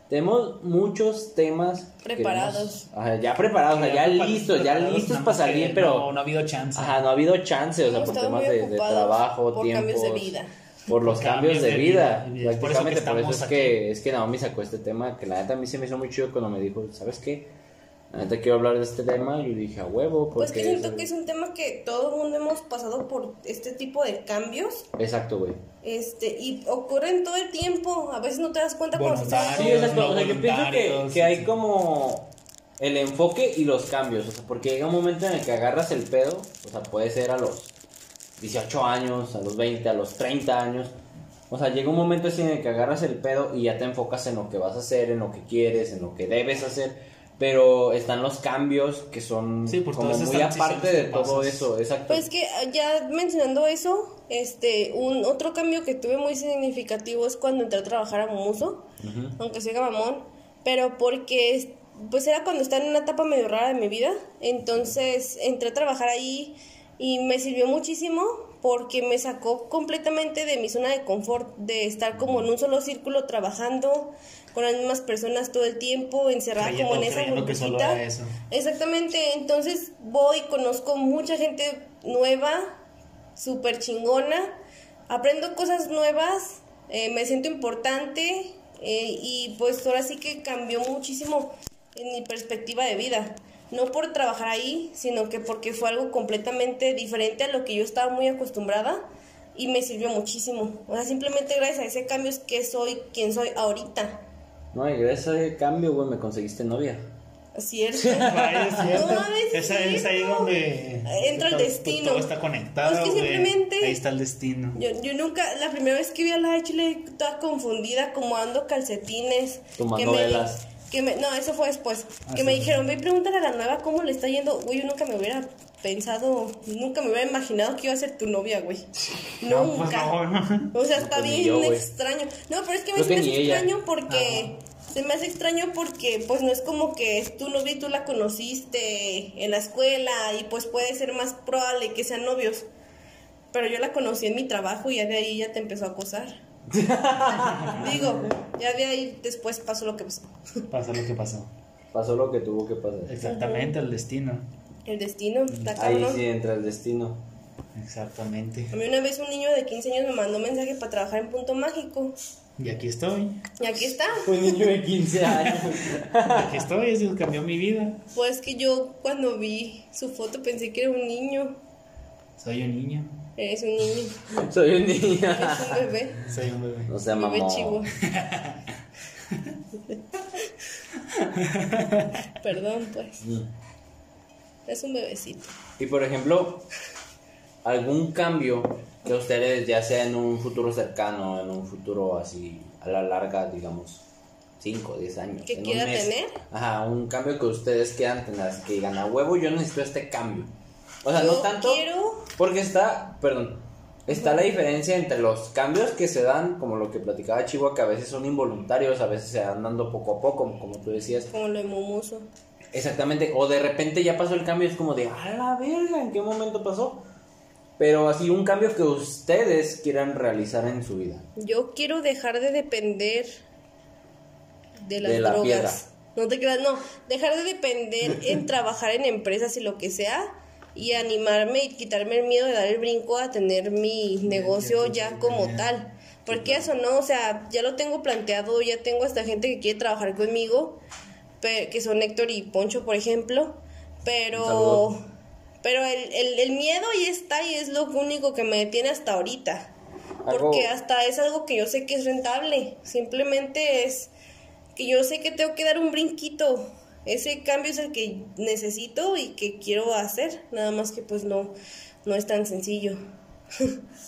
Speaker 2: Tenemos muchos temas que
Speaker 4: Preparados.
Speaker 2: hemos- ajá, ya preparados, Ah, o sea, ya,
Speaker 1: prepa-
Speaker 2: listos, ya
Speaker 1: preparados,
Speaker 2: listos
Speaker 1: nada
Speaker 2: para
Speaker 1: más que
Speaker 2: salir, pero
Speaker 1: No, no ha habido chance.
Speaker 2: Ajá, no ha habido chance, o sea,
Speaker 4: Hemos
Speaker 2: por
Speaker 4: estado
Speaker 2: temas
Speaker 4: muy
Speaker 2: de, de
Speaker 4: ocupados
Speaker 2: trabajo,
Speaker 4: por
Speaker 2: tiempos,
Speaker 4: cambios de vida.
Speaker 2: por los
Speaker 1: Por
Speaker 2: cambios de vida.
Speaker 1: vida. Es por eso que
Speaker 2: Prácticamente por eso
Speaker 1: estamos
Speaker 2: es que, es que Naomi sacó este tema, que la neta a mí se me hizo muy chido cuando me dijo, ¿sabes qué? La neta quiero hablar de este tema, yo dije, a huevo, porque...
Speaker 3: Pues que siento que
Speaker 2: es-
Speaker 3: es un tema que todo el mundo hemos pasado por este tipo de cambios.
Speaker 2: Exacto, güey.
Speaker 3: Este, y ocurren todo el tiempo. A veces no te das cuenta cuando estás.
Speaker 1: Voluntarios,
Speaker 2: Sí, exacto, o sea,
Speaker 1: no
Speaker 2: yo pienso que,
Speaker 1: voluntarios,
Speaker 2: que hay
Speaker 1: sí.
Speaker 2: como el enfoque y los cambios, o sea, porque llega un momento en el que agarras el pedo, o sea, puede ser a los 18 años, a los 20, a los 30 años. O sea, llega un momento así en el que agarras el pedo y ya te enfocas en lo que vas a hacer, en lo que quieres, en lo que debes hacer. Pero están los cambios que son
Speaker 1: Sí, por
Speaker 2: como
Speaker 1: todas esas
Speaker 2: muy aparte
Speaker 1: transiciones
Speaker 2: de
Speaker 1: que
Speaker 2: todo
Speaker 1: pasas.
Speaker 2: eso, exacto.
Speaker 3: Pues que ah, ya mencionando eso, este, un otro cambio que tuve muy significativo es cuando entré a trabajar a Mumuso, aunque soy mamón, pero porque es- pues era cuando estaba en una etapa medio rara de mi vida, entonces entré a trabajar ahí y me sirvió muchísimo porque me sacó completamente de mi zona de confort, de estar como en un solo círculo trabajando con las mismas personas todo el tiempo, encerrada
Speaker 1: Creyendo-
Speaker 3: como en esa
Speaker 1: creyendo que solo
Speaker 3: burbujita.
Speaker 1: era eso.
Speaker 3: Exactamente, entonces voy, conozco mucha gente nueva, súper chingona, aprendo cosas nuevas, eh, me siento importante eh, y pues ahora sí que cambió muchísimo en mi perspectiva de vida. No por trabajar ahí, sino que porque fue algo completamente diferente a lo que yo estaba muy acostumbrada y me sirvió muchísimo. O sea, simplemente gracias a ese cambio es que soy quien soy ahorita.
Speaker 2: No, y gracias a ese cambio, güey, me conseguiste novia.
Speaker 3: ¿Cierto?
Speaker 1: Ay, es cierto.
Speaker 3: No mames,
Speaker 1: Esa-
Speaker 3: es
Speaker 1: es ahí
Speaker 3: cierto.
Speaker 1: donde
Speaker 3: Entra el
Speaker 1: todo-
Speaker 3: destino.
Speaker 1: Todo está conectado.
Speaker 3: Es que
Speaker 1: güey.
Speaker 3: simplemente-
Speaker 1: Ahí está el destino.
Speaker 3: Yo, yo nunca, la primera vez que vi a la H, le toda confundida, como ando calcetines.
Speaker 2: Tomando
Speaker 3: que me-
Speaker 2: velas.
Speaker 3: que me- no, eso fue después.
Speaker 1: Ah,
Speaker 3: que
Speaker 1: sí.
Speaker 3: me dijeron, ve y pregúntale a la nueva cómo le está yendo. Güey, yo nunca me hubiera pensado, nunca me hubiera imaginado que iba a ser tu novia, güey.
Speaker 1: No, pues,
Speaker 3: Nunca.
Speaker 1: no, no.
Speaker 3: O sea, está
Speaker 2: pues, ni
Speaker 3: bien
Speaker 2: yo, güey.
Speaker 3: extraño. No, pero es que a mí
Speaker 2: Creo
Speaker 3: se
Speaker 2: que
Speaker 3: me hace
Speaker 2: ni ella.
Speaker 3: extraño porque. Se me hace extraño porque, pues, no es como que es tu novia y tú la conociste en la escuela y, pues, puede ser más probable que sean novios. Pero yo la conocí en mi trabajo y ya de ahí ya te empezó a acosar. Digo, ya de ahí después pasó lo que pasó.
Speaker 1: Pasó lo que pasó.
Speaker 2: Pasó lo que tuvo que pasar.
Speaker 1: Exactamente, el destino.
Speaker 3: El destino, está
Speaker 2: Ahí
Speaker 3: cabrón.
Speaker 2: sí entra el destino.
Speaker 1: Exactamente.
Speaker 3: A mí una vez un niño de 15 años me mandó un mensaje para trabajar en Punto Mágico.
Speaker 1: Y aquí estoy.
Speaker 3: Y aquí está.
Speaker 2: Un niño de 15 años.
Speaker 1: Aquí estoy. Eso cambió mi vida.
Speaker 3: Pues que yo cuando vi su foto pensé que era un niño.
Speaker 1: Soy un niño.
Speaker 3: Eres un niño.
Speaker 2: Soy un niño.
Speaker 3: Eres un bebé.
Speaker 1: Soy un bebé.
Speaker 2: No sea
Speaker 3: bebé chivo.
Speaker 2: mamón.
Speaker 3: Perdón, pues.
Speaker 2: Mm.
Speaker 3: Es un bebecito.
Speaker 2: Y por ejemplo, algún cambio que ustedes, ya sea en un futuro cercano, en un futuro así a la larga, digamos, 5, 10 años.
Speaker 3: ¿Que
Speaker 2: en un
Speaker 3: quiera
Speaker 2: mes.
Speaker 3: tener?
Speaker 2: Ajá, un cambio que ustedes quieran tener, así que digan, a huevo, yo necesito este cambio. O sea, no
Speaker 3: Yo
Speaker 2: tanto.
Speaker 3: quiero-
Speaker 2: Porque está, perdón, está la diferencia entre los cambios que se dan, como lo que platicaba Chihuahua, que a veces son involuntarios, a veces se van dando poco a poco, como tú decías.
Speaker 3: Como lo de Momuso.
Speaker 2: Exactamente, o de repente ya pasó el cambio, es como de, a la verga, ¿en qué momento pasó? Pero así un cambio que ustedes quieran realizar en su vida.
Speaker 3: Yo quiero dejar de depender de las
Speaker 2: De la
Speaker 3: drogas.
Speaker 2: piedra.
Speaker 3: No te creas, no. Dejar de depender en trabajar en empresas y lo que sea. Y animarme y quitarme el miedo de dar el brinco a tener mi negocio ya como tal. Porque eso no, o sea, ya lo tengo planteado, ya tengo hasta gente que quiere trabajar conmigo, pe- que son Héctor y Poncho, por ejemplo. Pero...
Speaker 2: Un saludo.
Speaker 3: Pero el, el, el miedo ahí está y es lo único que me detiene hasta ahorita. Porque
Speaker 2: Algo-
Speaker 3: hasta es algo que yo sé que es rentable. Simplemente es que yo sé que tengo que dar un brinquito. Ese cambio es el que necesito y que quiero hacer. Nada más que pues no, no es tan sencillo.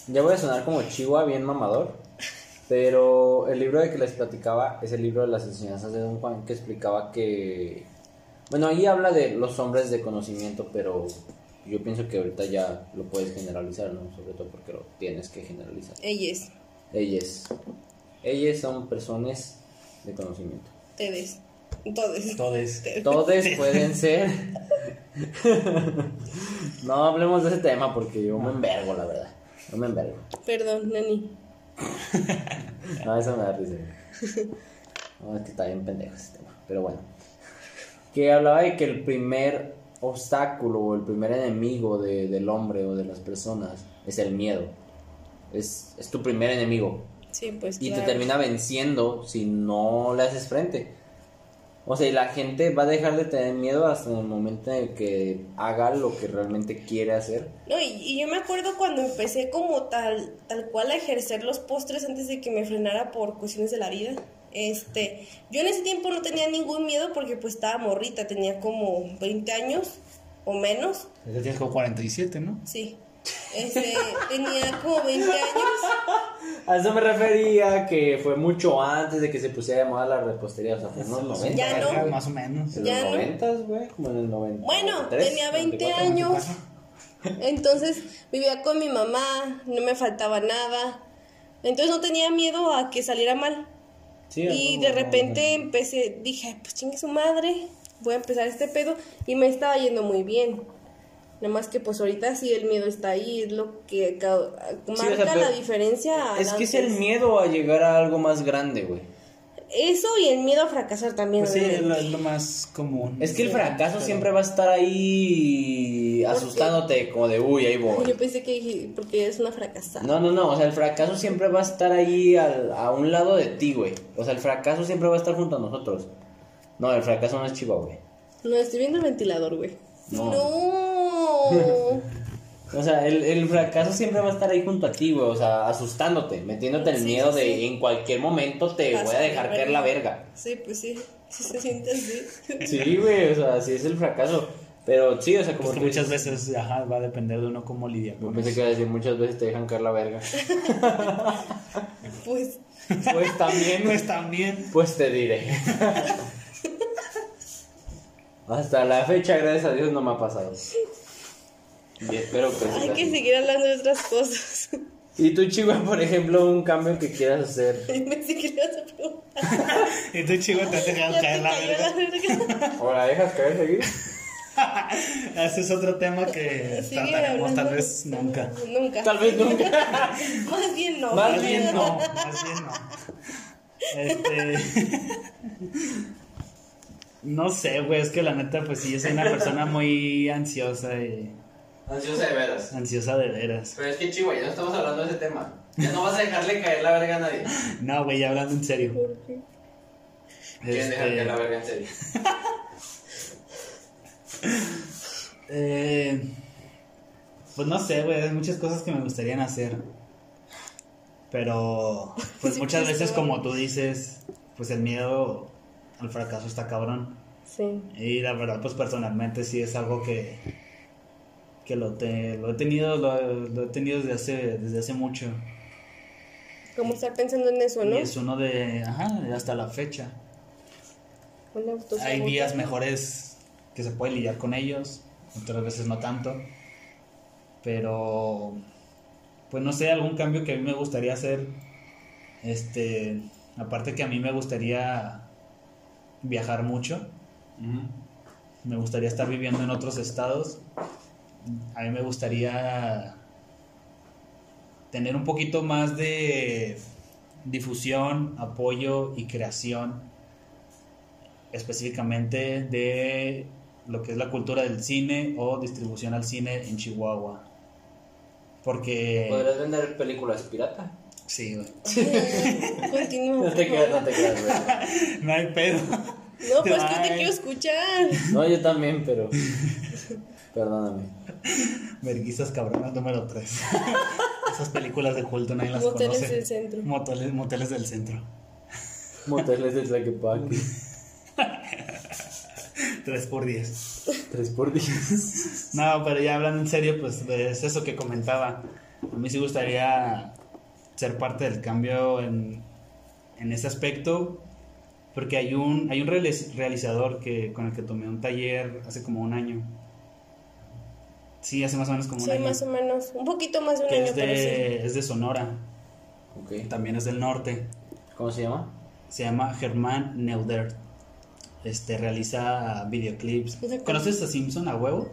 Speaker 2: Ya voy a sonar como Chihuahua, bien mamador. Pero el libro de que les platicaba es el libro de las enseñanzas de Don Juan, que explicaba que. Bueno, ahí habla de los hombres de conocimiento, pero yo pienso que ahorita ya lo puedes generalizar, ¿no? Sobre todo porque lo tienes que generalizar.
Speaker 3: Ellas,
Speaker 2: Ellas. Ellas son personas de conocimiento.
Speaker 3: ustedes, todos.
Speaker 1: Todes.
Speaker 2: Todos pueden ser No hablemos de ese tema porque yo me envergo, la verdad. Yo me envergo.
Speaker 3: Perdón, Nani.
Speaker 2: No, eso me da risa. güey. No, es que está bien pendejo ese tema. Pero bueno. Que hablaba de que el primer obstáculo o el primer enemigo de- del hombre o de las personas es el miedo. Es, es tu primer enemigo.
Speaker 3: Sí, pues
Speaker 2: Y
Speaker 3: claro.
Speaker 2: te termina venciendo si no le haces frente. O sea, y la gente va a dejar de tener miedo hasta el momento en el que haga lo que realmente quiere hacer.
Speaker 3: No, y, y yo me acuerdo cuando empecé como tal, tal cual a ejercer los postres antes de que me frenara por cuestiones de la vida. Este, yo en ese tiempo no tenía ningún miedo porque pues estaba morrita, tenía como 20 años o menos.
Speaker 1: Ya tienes como 47, ¿no?
Speaker 3: Sí. Este, tenía como 20 años.
Speaker 2: A eso me refería que fue mucho antes de que se pusiera de moda la repostería. O sea, fue en los 90.
Speaker 3: Ya no.
Speaker 1: Ajá, Más o menos.
Speaker 2: En
Speaker 3: Ya
Speaker 2: los
Speaker 3: no.
Speaker 2: 90, güey, como en el 90.
Speaker 3: Bueno, tenía 20 años. Entonces vivía con mi mamá, no me faltaba nada. Entonces no tenía miedo a que saliera mal. Y de repente empecé, dije, pues chingue su madre, voy a empezar este pedo. Y me estaba yendo muy bien. Nada más que pues ahorita sí el miedo está ahí, es lo que ca-
Speaker 2: o
Speaker 3: marca
Speaker 2: sea, pero-
Speaker 3: la diferencia. a
Speaker 2: Es que es el
Speaker 3: antes.
Speaker 2: miedo a llegar a algo más grande, güey.
Speaker 3: Eso y el miedo a fracasar también.
Speaker 1: Pues sí, es
Speaker 3: obviamente.
Speaker 1: lo, es lo más común.
Speaker 2: Es que el fracaso siempre va a estar ahí asustándote, como de, uy, ahí voy.
Speaker 3: Yo pensé que dije, porque es una fracasada.
Speaker 2: No, no, no, o sea, el fracaso siempre va a estar ahí al- a un lado de ti, güey. O sea, el fracaso siempre va a estar junto a nosotros. No, el fracaso no es chiva, güey.
Speaker 3: No, estoy viendo el ventilador, güey.
Speaker 2: No.
Speaker 3: No.
Speaker 2: O sea, el, el fracaso siempre va a estar ahí junto a ti, güey. O sea, asustándote, metiéndote el
Speaker 3: Sí,
Speaker 2: miedo
Speaker 3: sí,
Speaker 2: de
Speaker 3: sí.
Speaker 2: en cualquier momento te
Speaker 3: Pasa
Speaker 2: voy a
Speaker 3: de
Speaker 2: dejar
Speaker 3: verga.
Speaker 2: caer la verga.
Speaker 3: Sí, pues sí. Sí se siente así.
Speaker 2: Sí, güey, o sea, así es el fracaso. Pero sí, o sea, como
Speaker 1: Porque
Speaker 2: tú
Speaker 1: Pues muchas
Speaker 2: dices-
Speaker 1: veces, ajá, va a depender de uno cómo lidiar
Speaker 2: Yo
Speaker 1: con
Speaker 2: pensé que iba a decir muchas veces te dejan caer la verga.
Speaker 3: Pues
Speaker 2: Pues también, güey.
Speaker 1: Pues también.
Speaker 2: Pues te diré. Hasta la fecha, gracias a Dios, no me ha pasado. Y espero que
Speaker 3: hay
Speaker 2: siga
Speaker 3: que
Speaker 2: así.
Speaker 3: seguir hablando de otras cosas.
Speaker 2: Y tú, Chiva, por ejemplo, un cambio que quieras hacer.
Speaker 3: Pensé que le ibas a preguntar.
Speaker 1: Este chico te has dejado
Speaker 3: Ya
Speaker 1: caer
Speaker 3: te
Speaker 1: la
Speaker 3: cayó
Speaker 1: verga.
Speaker 3: la verga.
Speaker 2: ¿O la dejas caer seguir?
Speaker 1: Ese es otro tema que
Speaker 3: Sigue
Speaker 1: trataremos tal
Speaker 3: hablando.
Speaker 1: vez nunca.
Speaker 3: Nunca.
Speaker 2: Tal vez nunca.
Speaker 3: Más bien no.
Speaker 2: Más
Speaker 1: Más bien no, más bien no. Este. No sé, güey, es que la neta, pues sí, yo soy una persona muy ansiosa y
Speaker 2: Ansiosa de veras.
Speaker 1: ansiosa de veras.
Speaker 2: Pero es que, Chiva, ya no estamos hablando de ese tema. Ya no vas a dejarle caer la verga a nadie.
Speaker 1: No, güey, ya hablando en serio.
Speaker 2: Quieren dejar
Speaker 1: Este,
Speaker 2: caer la verga en serio.
Speaker 1: eh, pues no sé, güey, hay muchas cosas que me gustarían hacer. Pero, pues
Speaker 3: Sí,
Speaker 1: muchas
Speaker 3: pues,
Speaker 1: veces,
Speaker 3: no.
Speaker 1: como tú dices, pues el miedo al fracaso está cabrón.
Speaker 3: Sí.
Speaker 1: Y la verdad, pues personalmente sí es algo que, que lo, te- lo he tenido, lo, lo he tenido desde hace, desde hace mucho.
Speaker 3: Como estar pensando en eso, ¿no?
Speaker 1: Y es uno de, ajá, de hasta la fecha.
Speaker 3: Un autosabotaje.
Speaker 1: Hay días mejores que se puede lidiar con ellos, otras veces no tanto. Pero, pues no sé, algún cambio que a mí me gustaría hacer. Este, aparte que a mí me gustaría viajar mucho. Me gustaría estar viviendo en otros estados. A mí me gustaría tener un poquito más de difusión, apoyo y creación específicamente de lo que es la cultura del cine o distribución al cine en Chihuahua. Porque...
Speaker 2: ¿Podrías vender películas pirata?
Speaker 1: Sí, güey.
Speaker 3: Ay, Continúa.
Speaker 2: No te creas, no te creas, güey.
Speaker 1: No hay pedo.
Speaker 3: No, pues que
Speaker 1: Ay.
Speaker 3: te quiero escuchar.
Speaker 2: No, yo también, pero. Perdóname.
Speaker 1: Verguizas cabronas número 3. Esas películas de culto nadie las
Speaker 3: Moteles
Speaker 1: conoce.
Speaker 3: del centro.
Speaker 1: Moteles, moteles del centro.
Speaker 2: Moteles de Tlaquepaque.
Speaker 1: 3 por 10.
Speaker 2: 3 por 10
Speaker 1: No, pero ya hablando en serio, pues de- es eso que comentaba. A mí sí gustaría ser parte del cambio en, en ese aspecto, porque hay un, hay un reali- realizador que, con el que tomé un taller hace como un año. Sí, hace más o menos como un
Speaker 3: Soy
Speaker 1: año.
Speaker 3: más o menos. Un poquito más de un
Speaker 1: que
Speaker 3: año,
Speaker 1: es
Speaker 3: pero sí.
Speaker 1: de, es de Sonora,
Speaker 2: Ok.
Speaker 1: también es del norte.
Speaker 2: ¿Cómo se llama?
Speaker 1: Se llama Germán Neudert. este, realiza videoclips. ¿Conoces a Simpson a huevo?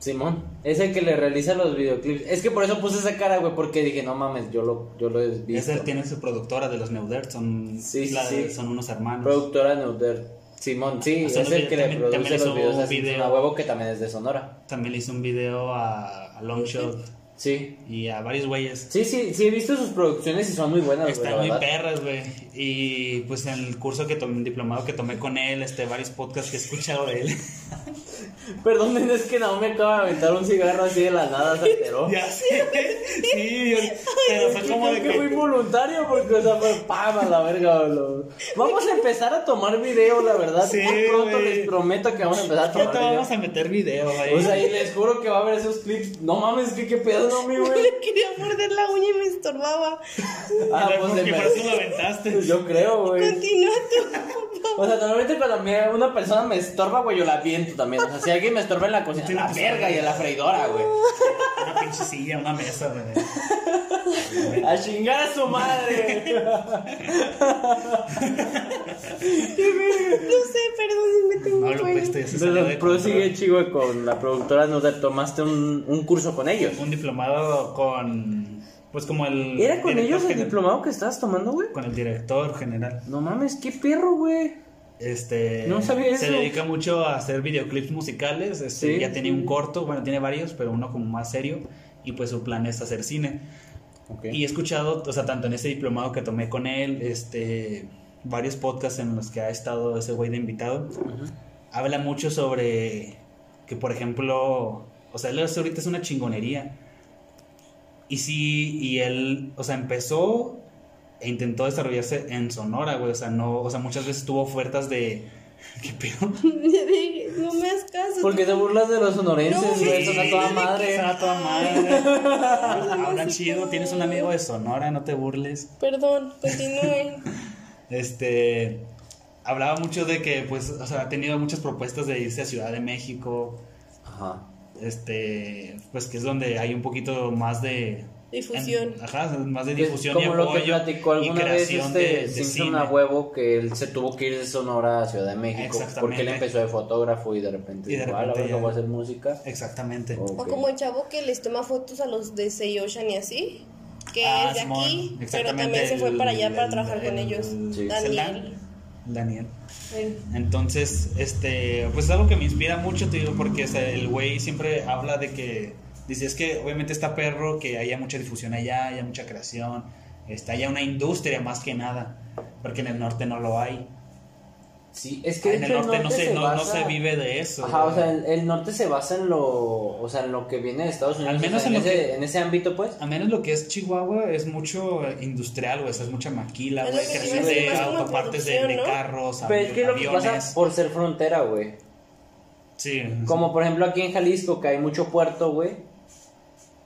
Speaker 2: Simón, es el que le realiza los videoclips. Es que por eso puse esa cara, güey, porque dije, no mames, yo lo, yo lo he visto.
Speaker 1: Esa tiene su productora de los Neudert, son,
Speaker 2: Sí, sí,
Speaker 1: la-
Speaker 2: sí.
Speaker 1: son unos hermanos.
Speaker 2: Productora Neuder. Simón, sí,
Speaker 1: Ah,
Speaker 2: es
Speaker 1: son los
Speaker 2: el que
Speaker 1: video-
Speaker 2: le
Speaker 1: también-
Speaker 2: produce
Speaker 1: también
Speaker 2: los
Speaker 1: hizo
Speaker 2: videos
Speaker 1: un
Speaker 2: a Simpson
Speaker 1: video.
Speaker 2: a huevo, que también es de Sonora.
Speaker 1: También le hizo un video a, a Longshot
Speaker 2: Sí.
Speaker 1: y a varios güeyes.
Speaker 2: Sí, sí, sí, he visto sus producciones y son muy buenas, Ah, güey,
Speaker 1: Están
Speaker 2: la
Speaker 1: muy
Speaker 2: verdad.
Speaker 1: perras, güey. Y pues en el curso que tomé, diplomado que tomé con él, este, varios podcasts que he escuchado de él.
Speaker 2: Perdonen, es que no me acaba de aventar un cigarro así de la nada, se alteró.
Speaker 1: ya sé. Sí, yo- pero fue como
Speaker 2: Creo
Speaker 1: de
Speaker 2: que fue
Speaker 1: que.
Speaker 2: involuntario porque, o sea, fue pam, a la verga, boludo. Vamos a empezar a tomar video, la verdad.
Speaker 1: Sí,
Speaker 2: Muy pronto
Speaker 1: güey.
Speaker 2: les prometo que vamos a empezar a tomar
Speaker 1: Pronto
Speaker 2: video.
Speaker 1: vamos a meter video, güey.
Speaker 2: O sea, y les juro que va a haber esos clips. No mames, que qué pedo, no, mi güey.
Speaker 5: Le quería morder la uña y me estorbaba.
Speaker 2: Ah,
Speaker 1: Pero
Speaker 2: pues
Speaker 1: porque
Speaker 2: de
Speaker 1: por eso lo aventaste.
Speaker 2: Yo creo,
Speaker 1: Pues.
Speaker 2: güey.
Speaker 5: Continúa tú.
Speaker 2: O sea, normalmente cuando me- una persona me estorba, güey, yo la viento también. O sea, si alguien me estorba en la cocina, a la verga y a la freidora, güey.
Speaker 1: Una pinche silla, una mesa, güey.
Speaker 2: A chingar a su madre.
Speaker 5: No sé, perdónenme, tengo
Speaker 1: Pablo
Speaker 5: sueño.
Speaker 1: Pesta ya se salió de
Speaker 2: Pero prosigue,
Speaker 1: control.
Speaker 2: chico, con la productora. Nos de- tomaste un, un curso con ellos.
Speaker 1: Un diplomado con. Pues como el.
Speaker 2: ¿Era con
Speaker 1: director
Speaker 2: ellos el
Speaker 1: gener-
Speaker 2: diplomado que estabas tomando, güey?
Speaker 1: Con el director general.
Speaker 2: No mames, qué perro, güey.
Speaker 1: Este.
Speaker 2: No sabía
Speaker 1: Se
Speaker 2: eso.
Speaker 1: dedica mucho a hacer videoclips musicales. este,
Speaker 2: Sí.
Speaker 1: Ya tiene un corto, bueno, tiene varios, pero uno como más serio. Y pues su plan es hacer cine. Y he escuchado, o sea, tanto en ese diplomado que tomé con él, este, varios podcasts en los que ha estado ese güey de invitado, habla mucho sobre que, por ejemplo, o sea, él hace ahorita es una chingonería. Y sí, y él, o sea, empezó e intentó desarrollarse en Sonora, güey, o sea, no, o sea, muchas veces tuvo ofertas de, ¿qué pedo?
Speaker 5: No me hagas caso.
Speaker 2: Porque te burlas de los sonorenses,
Speaker 5: No,
Speaker 2: güey.
Speaker 1: sí,
Speaker 2: Son a toda madre.
Speaker 1: Son a toda madre. Hablan chido, tienes un amigo de Sonora, no te burles.
Speaker 5: Perdón, continúen.
Speaker 1: Este hablaba mucho de que pues o sea, ha tenido muchas propuestas de irse a Ciudad de México,
Speaker 2: Ajá.
Speaker 1: este pues que es donde hay un poquito más de
Speaker 5: Difusión.
Speaker 1: en- ajá, más de
Speaker 2: Que es
Speaker 1: difusión y
Speaker 2: Pues, como
Speaker 1: apoyo
Speaker 2: lo que platicó
Speaker 1: y
Speaker 2: alguna vez
Speaker 1: creación
Speaker 2: este
Speaker 1: de, de
Speaker 2: Simpson
Speaker 1: cine.
Speaker 2: a huevo que él se tuvo que ir de Sonora a Ciudad de México
Speaker 1: Exactamente.
Speaker 2: porque él empezó de fotógrafo y de repente
Speaker 1: Y de
Speaker 2: dijo, "Ah, la
Speaker 1: repente
Speaker 2: verga,
Speaker 1: ya".
Speaker 2: voy a hacer música.
Speaker 1: Exactamente.
Speaker 2: Ok.
Speaker 5: O como el chavo que les toma fotos a los de Say Ocean y así. Que
Speaker 1: Ah,
Speaker 5: es de
Speaker 1: Simón,
Speaker 5: aquí, pero
Speaker 1: exactamente,
Speaker 5: también se fue
Speaker 1: el-
Speaker 5: para allá para
Speaker 1: el-
Speaker 5: trabajar con
Speaker 1: el-
Speaker 5: ellos.
Speaker 2: Sí.
Speaker 5: Daniel.
Speaker 1: Daniel.
Speaker 5: Eh,
Speaker 1: Entonces, este, pues es algo que me inspira mucho, te digo, porque o sea, el güey siempre habla de que, dice, es que obviamente está perro, que haya mucha difusión allá, haya mucha creación, este, haya una industria más que nada, porque en el norte no lo hay.
Speaker 2: Sí, es que de
Speaker 1: Ah, en el
Speaker 2: hecho,
Speaker 1: norte, no, se, no, no
Speaker 2: basa-
Speaker 1: se vive de eso.
Speaker 2: Ajá, o
Speaker 1: güey.
Speaker 2: sea, el, el norte se basa en lo, o sea, en lo que viene de Estados Unidos.
Speaker 1: Al menos
Speaker 2: o sea,
Speaker 1: en
Speaker 2: en,
Speaker 1: lo
Speaker 2: ese,
Speaker 1: que-
Speaker 2: en ese ámbito, pues.
Speaker 1: A menos lo que es Chihuahua es mucho eh, industrial, güey, o sea, es mucha maquila,
Speaker 5: Es lo
Speaker 1: güey,
Speaker 5: que te
Speaker 2: iba a
Speaker 1: creación
Speaker 2: decir,
Speaker 1: de
Speaker 2: más
Speaker 5: como
Speaker 1: autopartes de,
Speaker 5: producción,
Speaker 1: de
Speaker 5: ¿no?
Speaker 1: carros,
Speaker 2: Pero es que lo que
Speaker 1: Ah, aviones.
Speaker 2: pasa por ser frontera, güey.
Speaker 1: Sí,
Speaker 2: Como por ejemplo aquí en Jalisco, que hay mucho puerto, güey.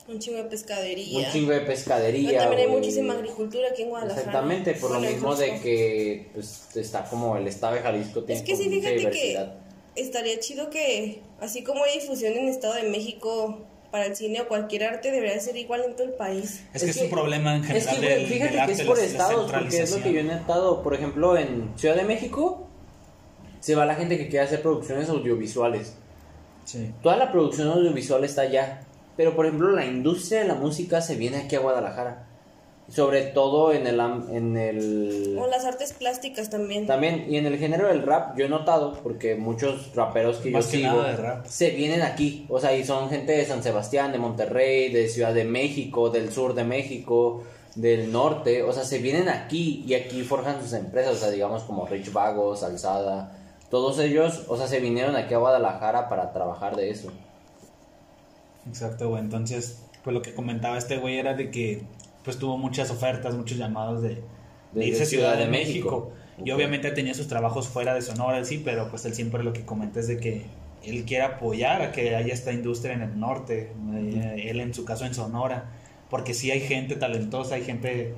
Speaker 5: Un chingo de
Speaker 2: Un
Speaker 5: pescadería.
Speaker 2: chingo de pescadería.
Speaker 5: Pero también hay
Speaker 2: güey.
Speaker 5: muchísima agricultura aquí en Guadalajara.
Speaker 2: Exactamente, por lo
Speaker 5: Bueno,
Speaker 2: mismo
Speaker 5: incluso.
Speaker 2: de que pues, está como el estado de Jalisco tiene
Speaker 5: Es que sí,
Speaker 2: como mucha
Speaker 5: fíjate que
Speaker 2: diversidad.
Speaker 5: estaría chido que, así como hay difusión en Estado de México para el cine o cualquier arte, debería ser igual en todo el país.
Speaker 1: es que
Speaker 2: es
Speaker 1: es un
Speaker 2: que-
Speaker 1: problema en general
Speaker 2: Es que,
Speaker 1: del,
Speaker 2: güey,
Speaker 1: del
Speaker 2: fíjate que
Speaker 1: arte,
Speaker 2: es
Speaker 1: la-
Speaker 2: por
Speaker 1: la
Speaker 2: estados, porque es lo que yo he
Speaker 1: centralización.
Speaker 2: notado. Por ejemplo, en Ciudad de México se va la gente que quiere hacer producciones audiovisuales.
Speaker 1: Sí.
Speaker 2: Toda la producción audiovisual está allá. Pero, por ejemplo, la industria de la música se viene aquí a Guadalajara. Sobre todo en el... am- En el
Speaker 5: O las artes plásticas también.
Speaker 2: también, y en el género del rap, yo he notado, porque muchos raperos que
Speaker 1: Más
Speaker 2: yo
Speaker 1: que
Speaker 2: sigo
Speaker 1: nada de rap.
Speaker 2: se vienen aquí. O sea, y son gente de San Sebastián, de Monterrey, de Ciudad de México, del sur de México, del norte. O sea, se vienen aquí y aquí forjan sus empresas. O sea, digamos como Rich Vagos, Alzada. Todos ellos, o sea, se vinieron aquí a Guadalajara para trabajar de eso.
Speaker 1: Exacto, güey. Entonces, pues lo que comentaba este güey era de que pues tuvo muchas ofertas, muchos llamados de, de
Speaker 2: Desde
Speaker 1: irse a Ciudad de,
Speaker 2: Ciudad de
Speaker 1: México.
Speaker 2: México.
Speaker 1: Y
Speaker 2: Ok.
Speaker 1: obviamente tenía sus trabajos fuera de Sonora, sí, pero pues él siempre lo que comenta es de que él quiere apoyar a que haya esta industria en el norte, eh, él en su caso en Sonora, porque sí hay gente talentosa, hay gente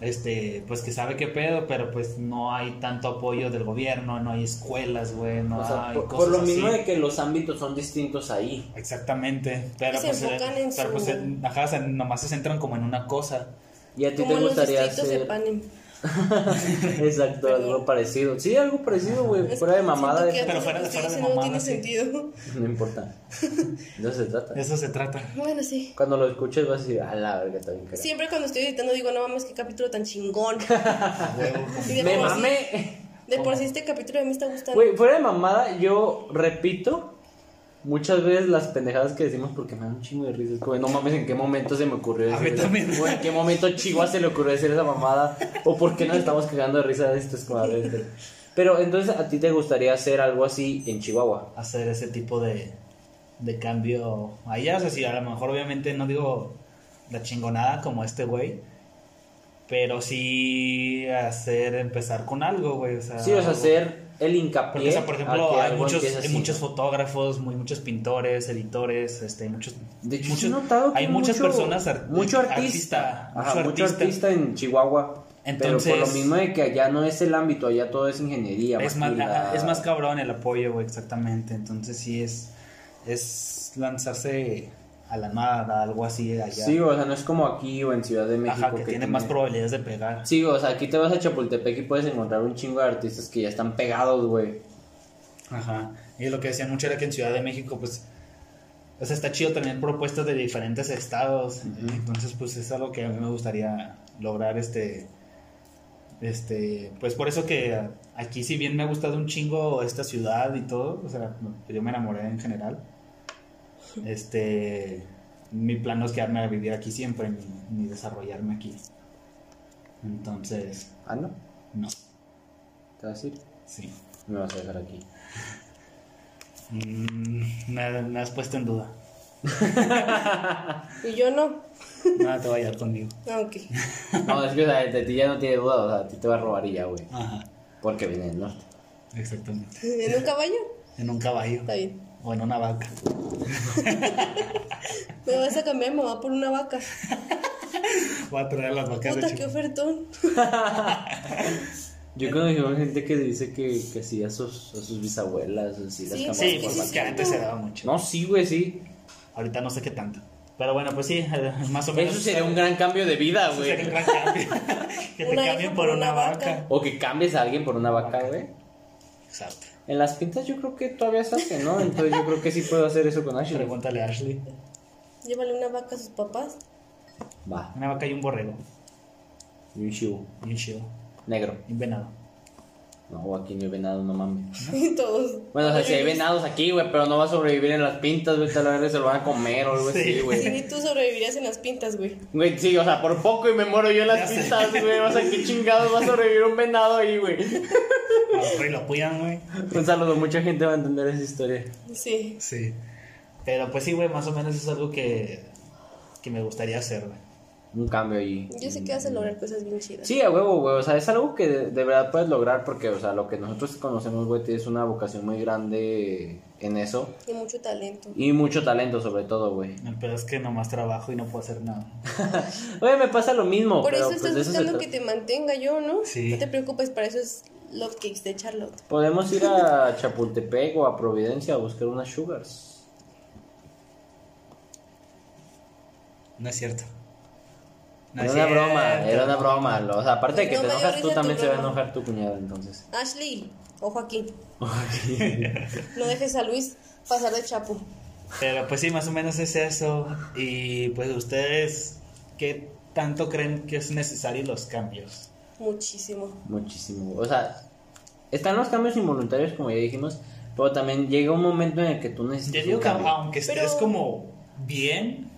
Speaker 1: este pues que sabe qué pedo, pero pues no hay tanto apoyo del gobierno, no hay escuelas, güey, no
Speaker 2: O sea,
Speaker 1: hay
Speaker 2: por, por
Speaker 1: cosas
Speaker 2: lo
Speaker 1: así.
Speaker 2: mismo de que los ámbitos son distintos ahí.
Speaker 1: Exactamente, pero
Speaker 5: se
Speaker 1: pues,
Speaker 5: enfocan
Speaker 1: eh,
Speaker 5: en
Speaker 1: pero,
Speaker 5: su-
Speaker 1: pues, eh, ajá, o sea, nomás se centran como en una cosa.
Speaker 2: ¿Y a ti
Speaker 5: como
Speaker 2: te
Speaker 5: los
Speaker 2: gustaría
Speaker 5: distritos de
Speaker 2: hacer,
Speaker 5: Panem.
Speaker 2: Exacto, algo parecido. Sí, algo parecido, güey.
Speaker 5: Es
Speaker 2: Fuera de
Speaker 5: que
Speaker 2: mamada,
Speaker 5: siento que
Speaker 2: de-
Speaker 1: Pero
Speaker 5: todo
Speaker 1: fuera-
Speaker 5: lo que estoy
Speaker 1: fuera de
Speaker 5: diciendo no
Speaker 1: mamada,
Speaker 5: tiene
Speaker 1: sí.
Speaker 5: sentido.
Speaker 2: no importa. No se trata.
Speaker 1: De eso se trata.
Speaker 5: Bueno, sí.
Speaker 2: Cuando lo escuches vas a decir, a la verga, está bien cagado".
Speaker 5: Siempre cuando estoy editando digo, no mames, qué capítulo tan chingón.
Speaker 1: A huevo.
Speaker 5: Y de
Speaker 2: Me
Speaker 5: por sí-
Speaker 2: mamé.
Speaker 5: de por sí este capítulo a mí me está gustando.
Speaker 2: Güey, fuera de mamada, yo repito muchas veces las pendejadas que decimos porque me dan un chingo de risa. Es como, no mames, ¿en qué momento se me ocurrió
Speaker 1: A mí
Speaker 2: decir eso?
Speaker 1: también.
Speaker 2: O, ¿En qué momento Chihuahua se le ocurrió decir esa mamada? ¿O por qué nos estamos cagando de risa de esto? Es como, a ver, pero- Pero entonces, ¿a ti te gustaría hacer algo así en Chihuahua?
Speaker 1: hacer ese tipo de, de cambio allá. O sea, si a lo mejor obviamente no digo la chingonada como este güey, pero sí hacer, empezar con algo, güey. O sea,
Speaker 2: Sí, o sea,
Speaker 1: algo-
Speaker 2: hacer el hincapié.
Speaker 1: Ah, Porque, o sea, por
Speaker 2: a que
Speaker 1: ejemplo, hay
Speaker 2: algo
Speaker 1: muchos,
Speaker 2: empiece
Speaker 1: hay
Speaker 2: así.
Speaker 1: muchos fotógrafos, muy, muchos pintores, editores, este, muchos...
Speaker 2: De hecho, sí he
Speaker 1: muchos-
Speaker 2: notado que
Speaker 1: hay muchas
Speaker 2: mucho-
Speaker 1: personas... ar-
Speaker 2: mucho artista.
Speaker 1: mucho
Speaker 2: Ajá, mucho
Speaker 1: artista.
Speaker 2: artista en Chihuahua. pero por
Speaker 1: Entonces-
Speaker 2: lo mismo de que allá no es el ámbito, allá todo es ingeniería.
Speaker 1: Es más,
Speaker 2: maquila.
Speaker 1: ajá, es más cabrón el apoyo, güey, exactamente. Entonces sí es, es lanzarse a la nada, algo así allá.
Speaker 2: Sí, o sea, no es como aquí o en Ciudad de México.
Speaker 1: Ajá, que, tiene más probabilidades de pegar.
Speaker 2: Sí, o sea, aquí te vas a Chapultepec y puedes encontrar un chingo de artistas que ya están pegados, güey.
Speaker 1: Ajá. Y lo que decían mucho era que en Ciudad de México, pues, o sea, está chido tener propuestas de diferentes estados. Entonces, pues, es algo que a mí me gustaría lograr, este, este, pues, por eso que aquí, si bien me ha gustado un chingo esta ciudad y todo, o sea, yo me enamoré en general, este, mi plan no es quedarme a vivir aquí siempre, ni, ni desarrollarme aquí. Entonces,
Speaker 2: Ah, no,
Speaker 1: no,
Speaker 2: te vas a ir.
Speaker 1: sí.
Speaker 2: Me vas a dejar aquí.
Speaker 1: Mm, me, me has puesto en duda.
Speaker 5: Y yo no.
Speaker 1: Nada te va a llevar conmigo.
Speaker 5: Ah, ok.
Speaker 2: No, es que o sea, de ti ya no tiene duda, o sea, a ti te va a robar y ya, güey.
Speaker 1: Ajá,
Speaker 2: Porque viene del norte.
Speaker 1: exactamente.
Speaker 5: ¿En un caballo?
Speaker 1: En un caballo.
Speaker 5: Está bien.
Speaker 1: O en una vaca.
Speaker 5: Me vas a cambiar, me va por una vaca.
Speaker 1: Voy a traer las vacas de
Speaker 5: Puta, qué
Speaker 1: Chihuahua.
Speaker 5: ofertón.
Speaker 1: Eh.
Speaker 2: Yo conozco gente que dice que, que sí a sus, a sus bisabuelas, así las
Speaker 5: Sí,
Speaker 2: cambiaban
Speaker 1: Sí,
Speaker 2: por
Speaker 1: pues es que
Speaker 2: vacas.
Speaker 1: antes se daba mucho.
Speaker 2: No, sí, güey, sí.
Speaker 1: Ahorita no sé qué tanto. Pero bueno, pues sí, eh, más o menos.
Speaker 2: Eso sería un gran cambio de vida,
Speaker 1: eso sería un
Speaker 2: güey.
Speaker 1: gran cambio. que te
Speaker 5: Una
Speaker 1: cambien
Speaker 5: hija
Speaker 1: por una vaca.
Speaker 2: O que cambies a alguien por una vaca, güey.
Speaker 1: Exacto.
Speaker 2: En las pintas yo creo que todavía se hace, ¿no? Entonces yo creo que sí puedo hacer eso con Ashley.
Speaker 1: Pregúntale a Ashley.
Speaker 5: Llévale una vaca a sus papás.
Speaker 2: Va,
Speaker 1: Una vaca y un borrego.
Speaker 2: y un chivo.
Speaker 1: Y un chivo.
Speaker 2: Negro.
Speaker 1: Y un venado.
Speaker 2: No, aquí no hay venado, no mames.
Speaker 5: Y todos.
Speaker 2: Bueno, o sea, si hay venados aquí, güey, pero no va a sobrevivir en las pintas, güey, tal vez se lo van a comer o algo así,
Speaker 1: Sí.
Speaker 5: Sí,
Speaker 2: güey.
Speaker 5: ni tú sobrevivirías en las pintas, güey.
Speaker 2: Güey, sí, o sea, por poco y me muero yo en las
Speaker 1: Ya sé.
Speaker 2: pintas, güey. O sea, qué chingados va a sobrevivir un venado ahí, güey.
Speaker 1: A lo mejor y lo apoyan, güey.
Speaker 2: Un saludo, mucha gente va a entender esa historia.
Speaker 5: Sí.
Speaker 1: Sí. Pero pues sí, güey, más o menos es algo que, que me gustaría hacer, güey.
Speaker 2: Un cambio ahí.
Speaker 5: Yo sé que vas a lograr cosas bien chidas.
Speaker 2: Sí, a huevo, güey. O sea, es algo que de, de verdad puedes lograr porque, o sea, lo que nosotros conocemos, güey, es una vocación muy grande en eso.
Speaker 5: Y mucho talento.
Speaker 2: Y mucho talento, sobre todo, güey.
Speaker 1: El peor es que nomás trabajo y no puedo hacer nada.
Speaker 2: Güey, me pasa lo mismo,
Speaker 5: Por eso
Speaker 2: pero pues,
Speaker 5: estás
Speaker 2: de eso se
Speaker 5: buscando que
Speaker 2: trata.
Speaker 5: te mantenga yo, ¿no?
Speaker 1: Sí.
Speaker 5: No te preocupes, para eso es Love Cakes de Charlotte.
Speaker 2: Podemos ir a Chapultepec o a Providencia a buscar unas sugars.
Speaker 1: No es cierto. No
Speaker 2: era
Speaker 1: es
Speaker 2: una
Speaker 1: cierto.
Speaker 2: broma, era una broma. lo- O sea, aparte de que
Speaker 5: No
Speaker 2: te
Speaker 5: me dio
Speaker 2: enojas tú,
Speaker 5: risa tu
Speaker 2: también se va a
Speaker 5: broma.
Speaker 2: enojar tu cuñada, entonces.
Speaker 5: Ashley o Joaquín, no dejes a Luis pasar de chapo.
Speaker 1: Pero pues sí, más o menos es eso. Y pues ustedes, ¿qué tanto creen que es necesario los cambios?
Speaker 5: Muchísimo.
Speaker 2: Muchísimo. O sea, están los cambios involuntarios, como ya dijimos, pero también llega un momento en el que tú necesitas.
Speaker 1: Yo digo
Speaker 2: un
Speaker 1: que
Speaker 2: cambio.
Speaker 1: aunque estés
Speaker 5: Pero-
Speaker 1: como bien,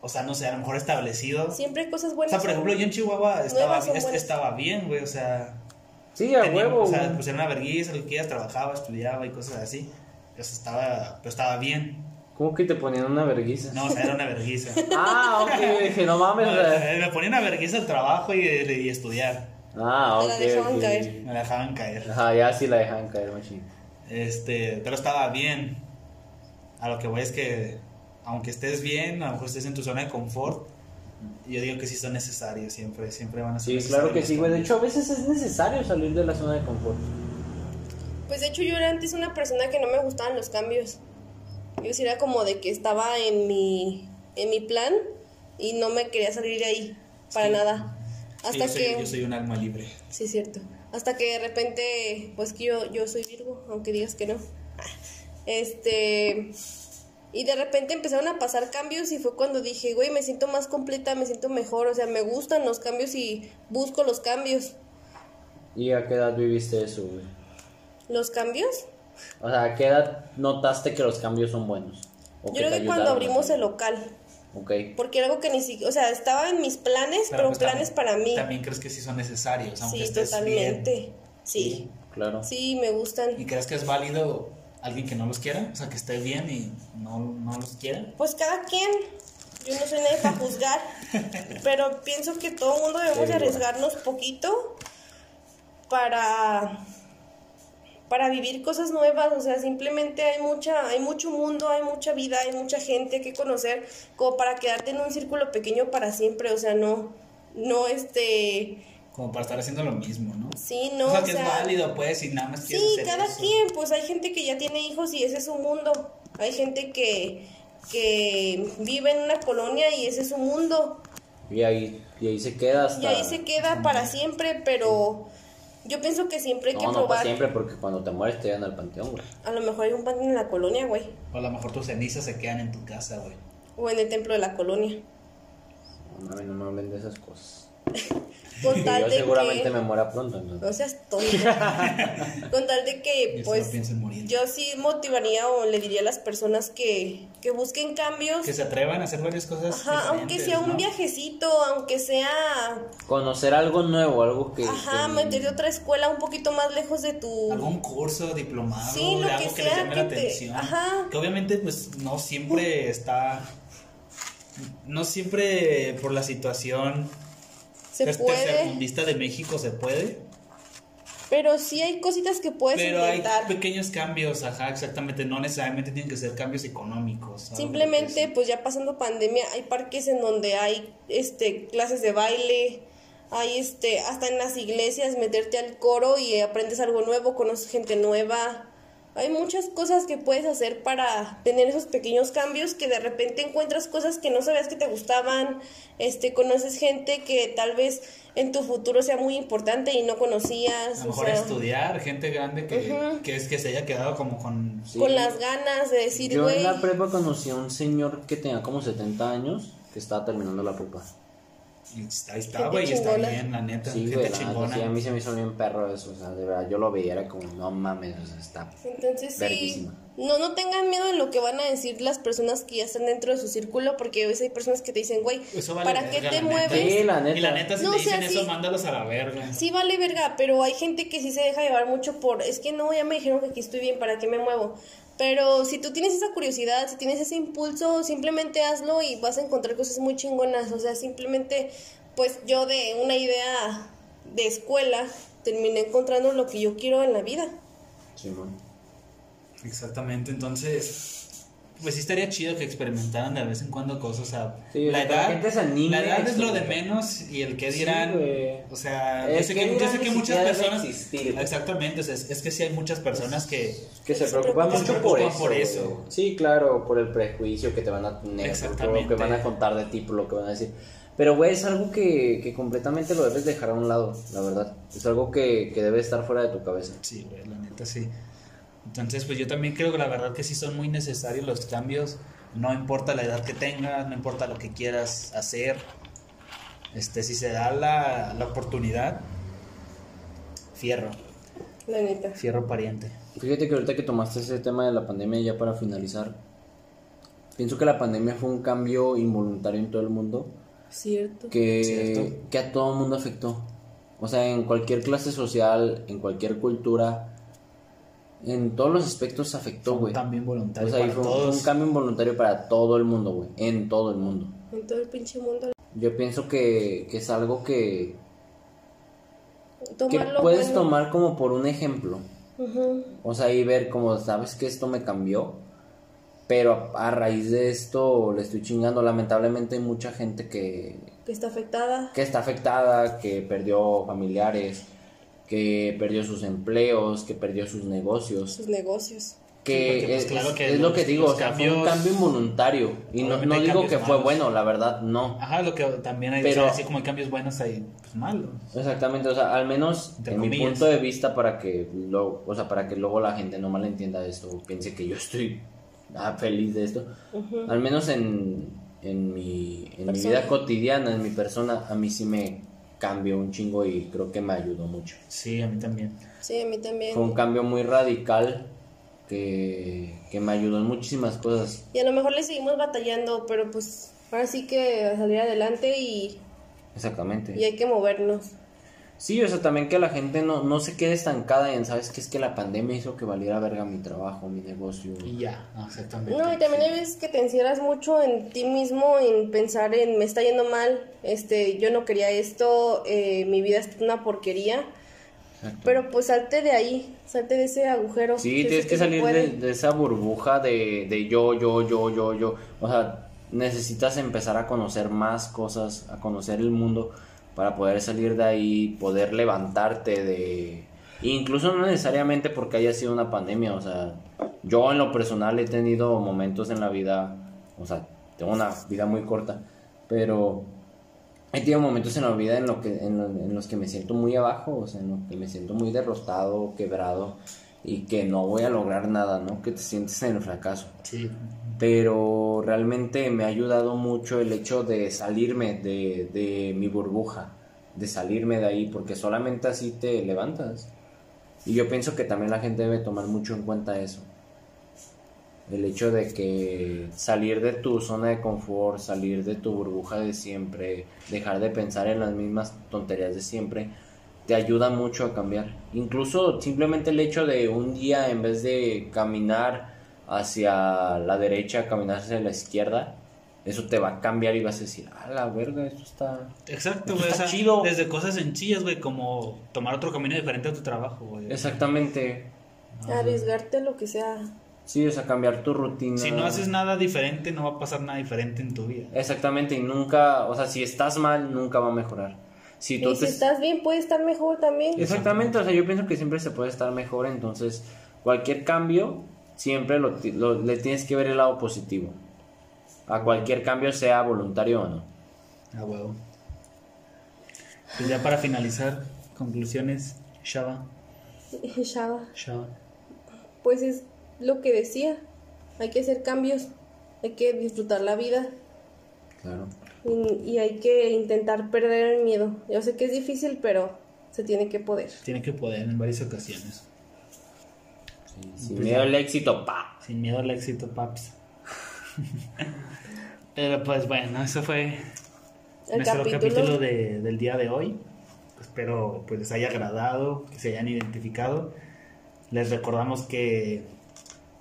Speaker 1: o sea, no sé, a lo mejor establecido.
Speaker 5: Siempre hay cosas
Speaker 1: o
Speaker 5: buenas.
Speaker 1: sea, por ejemplo, yo en Chihuahua estaba,
Speaker 5: Nuevas son
Speaker 1: es-
Speaker 5: buenas.
Speaker 1: estaba bien, güey, o sea,
Speaker 2: Sí, a
Speaker 1: tenía-
Speaker 2: huevo.
Speaker 1: o sea,
Speaker 2: güey.
Speaker 1: pues era una vergüenza, lo que quieras, trabajaba, estudiaba y cosas así. O sea, estaba, pero estaba bien.
Speaker 2: ¿Cómo que te ponían una vergüenza?
Speaker 1: No, o sea, era una vergüenza.
Speaker 2: Ah, ok, yo dije, no mames. o sea.
Speaker 1: me ponía una vergüenza el trabajo y, y estudiar.
Speaker 2: Ah,
Speaker 5: Te
Speaker 2: ok.
Speaker 5: la dejaban
Speaker 2: ok.
Speaker 5: caer.
Speaker 1: Me la dejaban caer.
Speaker 2: Ajá, ya sí la dejaban caer, machín.
Speaker 1: Este, pero estaba bien. A lo que voy es que, aunque estés bien, a lo mejor estés en tu zona de confort, yo digo que sí son necesarios, siempre, siempre van a ser
Speaker 2: Sí, claro que
Speaker 1: necesarios
Speaker 2: sí, güey. De
Speaker 1: los
Speaker 2: hecho, a veces es necesario salir de la zona de confort.
Speaker 5: Pues de hecho yo era antes una persona que no me gustaban los cambios. Yo sí era como de que estaba en mi, en mi plan y no me quería salir de ahí para nada.
Speaker 3: Hasta
Speaker 1: yo,
Speaker 3: que...
Speaker 1: soy, yo soy un alma libre.
Speaker 3: Sí, es cierto. Hasta que de repente, pues que yo, yo soy Virgo, aunque digas que no. Este. Y de repente empezaron a pasar cambios y fue cuando dije, güey, me siento más completa, me siento mejor, o sea, me gustan los cambios y busco los cambios.
Speaker 2: ¿Y a qué edad viviste eso, güey?
Speaker 3: ¿Los cambios?
Speaker 2: O sea, ¿a qué edad notaste que los cambios son buenos? ¿O
Speaker 3: Yo
Speaker 2: que
Speaker 3: creo
Speaker 2: te
Speaker 3: que cuando
Speaker 2: ayudaron a
Speaker 3: abrimos el
Speaker 2: hacerlo?
Speaker 3: local,
Speaker 2: Ok.
Speaker 3: porque era algo que ni siquiera, o sea, estaba en mis planes, pero,
Speaker 1: pues también-
Speaker 3: planes para mí.
Speaker 1: También crees que sí son necesarios, aunque
Speaker 3: Sí,
Speaker 1: estés
Speaker 3: totalmente.
Speaker 1: bien.
Speaker 3: Sí.
Speaker 2: Claro.
Speaker 3: Sí, me gustan.
Speaker 1: ¿Y crees que es válido alguien que no los quiera? O sea, que esté bien y no, no los quiera.
Speaker 3: Pues cada quien. Yo no soy nadie para juzgar. pero pienso que todo el mundo debemos de
Speaker 2: Segura.
Speaker 3: arriesgarnos poquito para para vivir cosas nuevas, o sea, simplemente hay mucha, hay mucho mundo, hay mucha vida, hay mucha gente que conocer, como para quedarte en un círculo pequeño para siempre, o sea, no, no este,
Speaker 1: Como para estar haciendo lo mismo, ¿no?
Speaker 3: sí, no,
Speaker 1: o sea,
Speaker 3: o
Speaker 1: que
Speaker 3: sea,
Speaker 1: es válido, pues, y nada más quieres
Speaker 3: Sí,
Speaker 1: hacer
Speaker 3: cada
Speaker 1: eso.
Speaker 3: quien, pues hay gente que ya tiene hijos y ese es su mundo. Hay gente que, que vive en una colonia y ese es su mundo.
Speaker 2: Y ahí, y ahí se queda hasta...
Speaker 3: Y ahí se queda para siempre, pero yo pienso que siempre hay que
Speaker 2: No, no,
Speaker 3: probar.
Speaker 2: para siempre, porque cuando te mueres te llevan al panteón, güey.
Speaker 3: A lo mejor hay un pan en la colonia, güey.
Speaker 1: O a lo mejor tus cenizas se quedan en tu casa, güey.
Speaker 3: O en el templo de la colonia.
Speaker 2: No mames, no me hablen de esas cosas.
Speaker 3: Con
Speaker 2: Y
Speaker 3: tal
Speaker 2: yo
Speaker 3: de
Speaker 2: seguramente
Speaker 3: que...
Speaker 2: me muera pronto, ¿no?
Speaker 3: No seas tonto. Con tal de que,
Speaker 1: Y pues, no
Speaker 3: pues,
Speaker 1: piensen morir.
Speaker 3: yo sí motivaría o le diría a las personas que, que busquen cambios.
Speaker 1: Que se atrevan a hacer varias cosas.
Speaker 3: Ajá, aunque
Speaker 1: diferentes,
Speaker 3: sea un
Speaker 1: ¿no?
Speaker 3: viajecito, aunque sea
Speaker 2: Conocer algo nuevo, algo que...
Speaker 3: Ajá,
Speaker 2: que-
Speaker 3: meterte a otra escuela un poquito más lejos de tu...
Speaker 1: Este, Algún curso, diplomado,
Speaker 3: Sí, lo
Speaker 1: de algo
Speaker 3: que
Speaker 1: que, les
Speaker 3: sea
Speaker 1: llame
Speaker 3: que
Speaker 1: la
Speaker 3: te-
Speaker 1: atención.
Speaker 3: ajá.
Speaker 1: Que obviamente, pues, no siempre está. No siempre por la situación
Speaker 3: se
Speaker 1: ter-
Speaker 3: puede,
Speaker 1: tercermundista de México se puede.
Speaker 3: pero sí hay cositas que puedes
Speaker 1: Pero hay
Speaker 3: intentar.
Speaker 1: pequeños cambios, ajá, exactamente. No necesariamente tienen que ser cambios económicos. ¿sabes?
Speaker 3: Simplemente, pues ya pasando pandemia, hay parques en donde hay este clases de baile, hay este hasta en las iglesias meterte al coro y eh, aprendes algo nuevo, conoces gente nueva. Hay muchas cosas que puedes hacer para tener esos pequeños cambios que de repente encuentras cosas que no sabías que te gustaban, este conoces gente que tal vez en tu futuro sea muy importante y no
Speaker 1: A
Speaker 3: conocías,
Speaker 1: lo
Speaker 3: pues, o
Speaker 1: mejor
Speaker 3: sea,
Speaker 1: estudiar, gente grande que, que es que se haya quedado como con.
Speaker 2: Sí.
Speaker 3: con las ganas de decir,
Speaker 2: Yo en
Speaker 3: güey,
Speaker 2: la prepa conocí a un señor que tenía como 70 años, que estaba terminando la prepa.
Speaker 1: y Ahí está,
Speaker 3: Gente
Speaker 1: güey, y está
Speaker 3: chingona.
Speaker 1: bien, la neta.
Speaker 2: Sí,
Speaker 1: gente
Speaker 2: güey, la neta,
Speaker 1: chingona.
Speaker 2: sí, a mí se me hizo bien perro eso, o sea, de verdad, yo lo veía, era como, no mames, o sea, está...
Speaker 3: Entonces sí,
Speaker 2: Verguísima.
Speaker 3: no, no tengan miedo de lo que van a decir las personas que ya están dentro de su círculo, porque a veces hay personas que te dicen, güey,
Speaker 1: Eso vale
Speaker 3: ¿para qué
Speaker 1: verga,
Speaker 3: te
Speaker 1: la neta.
Speaker 3: mueves?
Speaker 2: Sí, la neta.
Speaker 1: Y la neta, si
Speaker 3: No,
Speaker 1: te
Speaker 3: o sea,
Speaker 1: dicen eso,
Speaker 3: sí.
Speaker 1: mándalos a la verga.
Speaker 3: Sí vale verga, pero hay gente que sí se deja llevar mucho por, es que no, ya me dijeron que aquí estoy bien, ¿para qué me muevo? Pero si tú tienes esa curiosidad, si tienes ese impulso, simplemente hazlo y vas a encontrar cosas muy chingonas. O sea, simplemente, pues yo de una idea de escuela terminé encontrando lo que yo quiero en la vida.
Speaker 2: Simón.
Speaker 1: Exactamente, entonces. Pues sí estaría chido que experimentaran de vez en cuando cosas, o sea,
Speaker 2: Sí, o
Speaker 1: la
Speaker 2: sea, que la
Speaker 1: edad,
Speaker 2: gente se anime
Speaker 1: la
Speaker 2: a
Speaker 1: edad es lo de
Speaker 2: experimentar.
Speaker 1: menos y el que
Speaker 2: Sí,
Speaker 1: dirán,
Speaker 2: güey.
Speaker 1: o sea, yo
Speaker 2: El
Speaker 1: sé
Speaker 2: qué
Speaker 1: que, yo
Speaker 2: dirán
Speaker 1: sé
Speaker 2: ni
Speaker 1: que muchas
Speaker 2: siquiera debe
Speaker 1: personas,
Speaker 2: existir, güey.
Speaker 1: exactamente, o sea, es, es que sí hay muchas personas que,
Speaker 2: Que se preocupan
Speaker 3: Que se
Speaker 2: mucho por
Speaker 1: preocupan
Speaker 2: eso.
Speaker 1: por eso.
Speaker 2: güey. Sí, claro, por el prejuicio que te van a tener, por lo
Speaker 1: Exactamente.
Speaker 2: que van a contar de ti, por lo que van a decir. Pero, güey, es algo que, que completamente lo debes dejar a un lado, la verdad. Es algo que, que debe estar fuera de tu cabeza.
Speaker 1: sí, güey, la neta sí. Entonces, pues yo también creo que la verdad que sí son muy necesarios los cambios, no importa la edad que tengas, no importa lo que quieras hacer, este, si se da la, la oportunidad, fierro,
Speaker 3: La neta.
Speaker 1: fierro pariente.
Speaker 2: Fíjate que ahorita que tomaste ese tema de la pandemia ya para finalizar, pienso que la pandemia fue un cambio involuntario en todo el mundo
Speaker 3: Cierto.
Speaker 2: que,
Speaker 1: Cierto.
Speaker 2: que a todo el mundo afectó. O sea, en cualquier clase social, en cualquier cultura, en todos los aspectos afectó,
Speaker 1: Fue
Speaker 2: güey.
Speaker 1: también
Speaker 2: O
Speaker 1: voluntario
Speaker 2: sea, y
Speaker 1: para
Speaker 2: fue un-
Speaker 1: todos.
Speaker 2: un cambio involuntario para todo el mundo, güey. En todo el mundo.
Speaker 3: En todo el pinche mundo.
Speaker 2: Yo pienso que, que es algo que, que
Speaker 3: Tomar lo
Speaker 2: puedes
Speaker 3: bueno.
Speaker 2: tomar como por un ejemplo.
Speaker 3: Ujú.
Speaker 2: O sea, y ver como, sabes que esto me cambió, pero a, a raíz de esto le estoy chingando. Lamentablemente hay mucha gente que,
Speaker 3: Que está afectada.
Speaker 2: que está afectada, que perdió familiares, que perdió sus empleos, que perdió sus negocios.
Speaker 3: Sus negocios.
Speaker 2: que
Speaker 1: Sí, porque, pues,
Speaker 2: es,
Speaker 1: claro que
Speaker 2: es
Speaker 1: los-
Speaker 2: lo que digo,
Speaker 1: los
Speaker 2: o sea, fue un
Speaker 1: cambios-
Speaker 2: cambio involuntario. Y no,
Speaker 1: Obviamente
Speaker 2: no
Speaker 1: hay
Speaker 2: digo
Speaker 1: cambios
Speaker 2: que fue
Speaker 1: malos.
Speaker 2: bueno, la verdad, no.
Speaker 1: Ajá, lo que también hay,
Speaker 2: Pero-
Speaker 1: o sea, así como hay cambios buenos, hay pues, malos.
Speaker 2: Exactamente, o sea, al menos
Speaker 1: Entre
Speaker 2: en mi
Speaker 1: comillas.
Speaker 2: punto de vista para que lo, o sea, para que luego la gente no malentienda esto, o piense que yo estoy ah, feliz de esto. Al menos en, en mi en mi
Speaker 3: Persona.
Speaker 2: vida cotidiana, en mi persona, a mí sí me cambió un chingo y creo que me ayudó mucho.
Speaker 1: Sí, a mí también.
Speaker 3: Sí, a mí también.
Speaker 2: Fue un cambio muy radical que, que me ayudó en muchísimas cosas.
Speaker 3: Y a lo mejor le seguimos batallando, pero pues ahora sí que a salir adelante y,
Speaker 2: Exactamente.
Speaker 3: y hay que movernos.
Speaker 2: Sí, o sea, también que la gente no, no se quede estancada en, ¿sabes qué? Es que la pandemia hizo que valiera verga mi trabajo, mi negocio.
Speaker 1: Y ya, ah, exactamente.
Speaker 3: No, y también hay veces que te encierras mucho en ti mismo, en pensar en me está yendo mal, este, yo no quería esto, eh, mi vida es una porquería.
Speaker 2: Exacto.
Speaker 3: Pero pues salte de ahí, salte de ese agujero.
Speaker 2: Sí,
Speaker 3: Yo sé
Speaker 2: tienes que
Speaker 3: se
Speaker 2: salir
Speaker 3: puede.
Speaker 2: de, de esa burbuja de, de yo, yo, yo, yo, yo. O sea, necesitas empezar a conocer más cosas, a conocer el mundo para poder salir de ahí, poder levantarte de... Incluso no necesariamente porque haya sido una pandemia, o sea, yo en lo personal he tenido momentos en la vida, o sea, tengo una vida muy corta, pero He tenido momentos en la vida en, lo que, en, lo- en los que me siento muy abajo, o sea, en los que me siento muy derrotado, quebrado y que no voy a lograr nada, ¿no? Que te sientes en el fracaso.
Speaker 1: Sí,
Speaker 2: Pero realmente me ha ayudado mucho el hecho de salirme de, de mi burbuja, de salirme de ahí, porque solamente así te levantas. Y yo pienso que también la gente debe tomar mucho en cuenta eso. El hecho de que salir de tu zona de confort, salir de tu burbuja de siempre, dejar de pensar en las mismas tonterías de siempre, te ayuda mucho a cambiar. Incluso simplemente el hecho de un día en vez de caminar hacia la derecha, caminar hacia la izquierda, eso te va a cambiar y vas a decir, a la verga, esto está...
Speaker 1: exacto, güey.
Speaker 2: Esto
Speaker 1: o
Speaker 2: Pues está
Speaker 1: sea,
Speaker 2: chido.
Speaker 1: Desde cosas sencillas, güey, como tomar otro camino diferente a tu trabajo, güey.
Speaker 2: Exactamente.
Speaker 3: Arriesgarte a lo que sea.
Speaker 2: Sí, o sea, cambiar tu rutina.
Speaker 1: Si no haces nada diferente, no va a pasar nada diferente en tu vida.
Speaker 2: Exactamente, y nunca, o sea, si estás mal, nunca va a mejorar. Si tú
Speaker 3: Y si
Speaker 2: te-
Speaker 3: estás bien, puede estar mejor también.
Speaker 2: Exactamente, o sea, yo pienso que siempre se puede estar mejor, entonces cualquier cambio siempre lo, ti- lo- le tienes que ver el lado positivo. A cualquier cambio, sea voluntario o no.
Speaker 1: Ah, huevo. Pues ya para finalizar, conclusiones, Shaba,
Speaker 3: Chava,
Speaker 1: Shaba.
Speaker 3: Pues es lo que decía. Hay que hacer cambios. Hay que disfrutar la vida.
Speaker 2: Claro.
Speaker 3: Y, y hay que intentar perder el miedo. Yo sé que es difícil, pero se tiene que poder.
Speaker 1: Tiene que poder en varias ocasiones.
Speaker 2: Sin
Speaker 1: Pues
Speaker 2: miedo al éxito, pa.
Speaker 1: Sin miedo al éxito, paps. Pero pues bueno, eso fue
Speaker 3: El
Speaker 1: nuestro
Speaker 3: capítulo.
Speaker 1: capítulo, de- del día de hoy. Espero pues les haya agradado, que se hayan identificado. Les recordamos que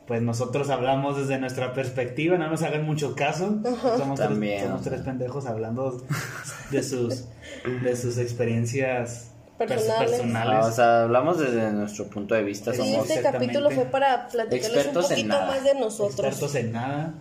Speaker 1: pues nosotros hablamos desde nuestra perspectiva, no nos hagan mucho caso. Somos,
Speaker 2: También,
Speaker 1: tres, somos
Speaker 2: o sea.
Speaker 1: tres pendejos hablando de sus de sus experiencias pers-
Speaker 3: Personales.
Speaker 1: personales.
Speaker 2: Ah, o sea, hablamos desde nuestro punto de vista,
Speaker 1: Sí,
Speaker 3: Sí,
Speaker 2: somos
Speaker 3: este
Speaker 1: Pues Exactamente.
Speaker 3: capítulo fue para platicarles un
Speaker 2: Expertos en
Speaker 3: poquito
Speaker 2: nada.
Speaker 3: más de nosotros.
Speaker 1: expertos en nada.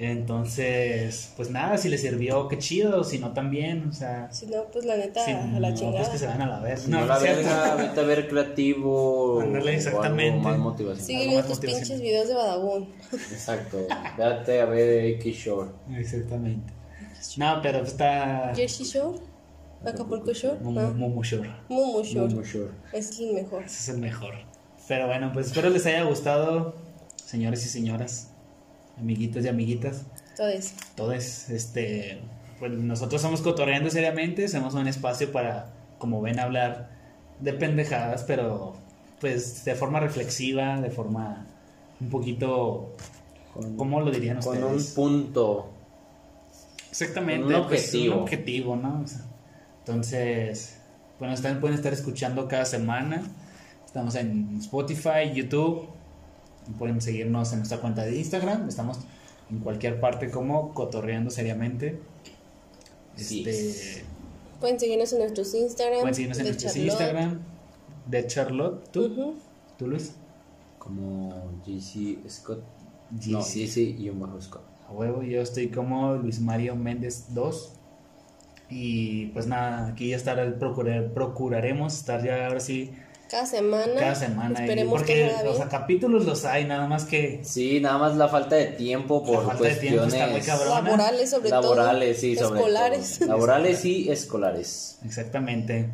Speaker 1: Entonces, pues nada, si les sirvió, qué chido, si no también, o sea,
Speaker 3: Si no, pues la neta,
Speaker 1: si
Speaker 3: a la
Speaker 1: no,
Speaker 3: chingada.
Speaker 1: pues que se van a la verga.
Speaker 2: No, la
Speaker 1: es cierto.
Speaker 2: verga, vete a ver creativo.
Speaker 1: Ándale,
Speaker 2: o algo
Speaker 1: exactamente.
Speaker 2: más motivacional.
Speaker 3: Sigue
Speaker 1: algo más
Speaker 3: viendo tus
Speaker 1: motivacional.
Speaker 3: pinches videos de Badabun.
Speaker 2: Exacto. Vete a ver X Shore.
Speaker 1: Exactamente. No, pero está
Speaker 3: Jersey Shore, Acapulco Shore,
Speaker 1: mu-
Speaker 3: no.
Speaker 1: mu- mu- Shore.
Speaker 3: Mumu Shore.
Speaker 2: Muy Shore.
Speaker 3: Es el mejor.
Speaker 1: Ese es el mejor. Pero bueno, pues espero les haya gustado, señores y señoras, amiguitos y amiguitas.
Speaker 3: Entonces,
Speaker 1: Entonces, este, pues nosotros somos cotorreando seriamente, hacemos un espacio para, como ven, hablar de pendejadas, pero pues de forma reflexiva, de forma un poquito,
Speaker 2: Con-
Speaker 1: ¿cómo lo dirían
Speaker 2: Con
Speaker 1: ustedes?
Speaker 2: un punto.
Speaker 1: Exactamente,
Speaker 2: con un
Speaker 1: pues,
Speaker 2: objetivo.
Speaker 1: un objetivo, ¿no? O sea, entonces, bueno, están, pueden estar escuchando cada semana. Estamos en Spotify, YouTube. Pueden seguirnos en nuestra cuenta de Instagram. Estamos en cualquier parte como cotorreando seriamente.
Speaker 2: Así
Speaker 1: Este,
Speaker 3: pueden seguirnos en nuestros Instagram.
Speaker 1: pueden seguirnos en
Speaker 3: de
Speaker 1: nuestro
Speaker 3: Charlotte.
Speaker 1: Instagram de Charlotte. ¿Tú,
Speaker 3: Ujú.
Speaker 1: ¿Tú Luis?
Speaker 2: Como GC Scott. No,
Speaker 1: GC.
Speaker 2: GC y un bajo Scott.
Speaker 1: A huevo, yo estoy como Luis Mario Méndez 2. Y pues nada, aquí ya estará, procurar- procuraremos estar ya ahora sí
Speaker 3: Cada semana.
Speaker 1: cada semana. y-
Speaker 3: Esperemos que
Speaker 1: porque
Speaker 3: salga
Speaker 1: los
Speaker 3: bien.
Speaker 1: capítulos los hay, nada más que
Speaker 2: Sí, nada más la falta de tiempo por
Speaker 1: falta de tiempo
Speaker 2: cuestiones
Speaker 1: está muy cabrón. Corona.
Speaker 3: Laborales, sobre
Speaker 2: laborales,
Speaker 3: todo.
Speaker 2: sí, sobre
Speaker 3: Escolares.
Speaker 2: todo. Laborales y escolares.
Speaker 1: Exactamente.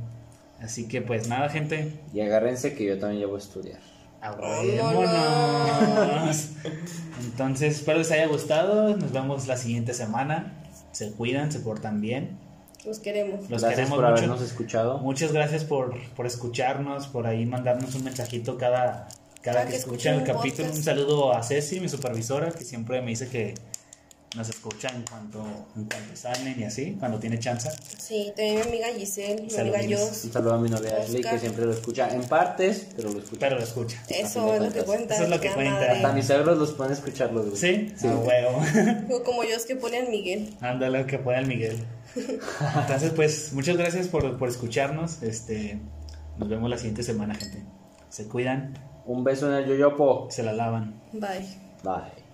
Speaker 1: Así que pues nada, gente.
Speaker 2: Y agárrense que yo también ya voy a estudiar.
Speaker 1: Vámonos. Entonces, espero les haya gustado. Nos vemos la siguiente semana. Se cuidan, se portan bien.
Speaker 5: Los queremos.
Speaker 1: Los
Speaker 2: Gracias
Speaker 1: queremos
Speaker 2: por
Speaker 1: mucho.
Speaker 2: habernos escuchado.
Speaker 1: Muchas gracias por, por escucharnos, por ahí mandarnos un mensajito cada, cada
Speaker 5: Cada
Speaker 1: que,
Speaker 5: que escuchen
Speaker 1: escuchan el
Speaker 5: un
Speaker 1: capítulo.
Speaker 5: podcast.
Speaker 1: Un saludo a Ceci, mi supervisora, que siempre me dice que nos escucha en cuanto, en cuanto salen y así, cuando tiene chance.
Speaker 5: Sí, también mi amiga Giselle, mi amiga
Speaker 1: Saludines.
Speaker 5: Jos.
Speaker 2: Un saludo a mi novia Ashley,
Speaker 5: Oscar.
Speaker 2: que siempre lo escucha en partes, pero lo escucha.
Speaker 1: Pero lo escucha.
Speaker 5: Eso es lo que cuenta.
Speaker 1: Eso es lo que
Speaker 5: la
Speaker 1: cuenta.
Speaker 5: madre.
Speaker 2: Hasta mis suegros los pueden escuchar los dos.
Speaker 1: ¿Sí? Ah, A huevo.
Speaker 5: Digo, Como yo es que pone al Miguel.
Speaker 1: Ándale, que pueda el Miguel. Entonces, pues, muchas gracias por, por escucharnos. Este, nos vemos la siguiente semana, gente. Se cuidan,
Speaker 2: Un beso en el yoyopo.
Speaker 1: se la lavan.
Speaker 5: Bye.
Speaker 2: Bye.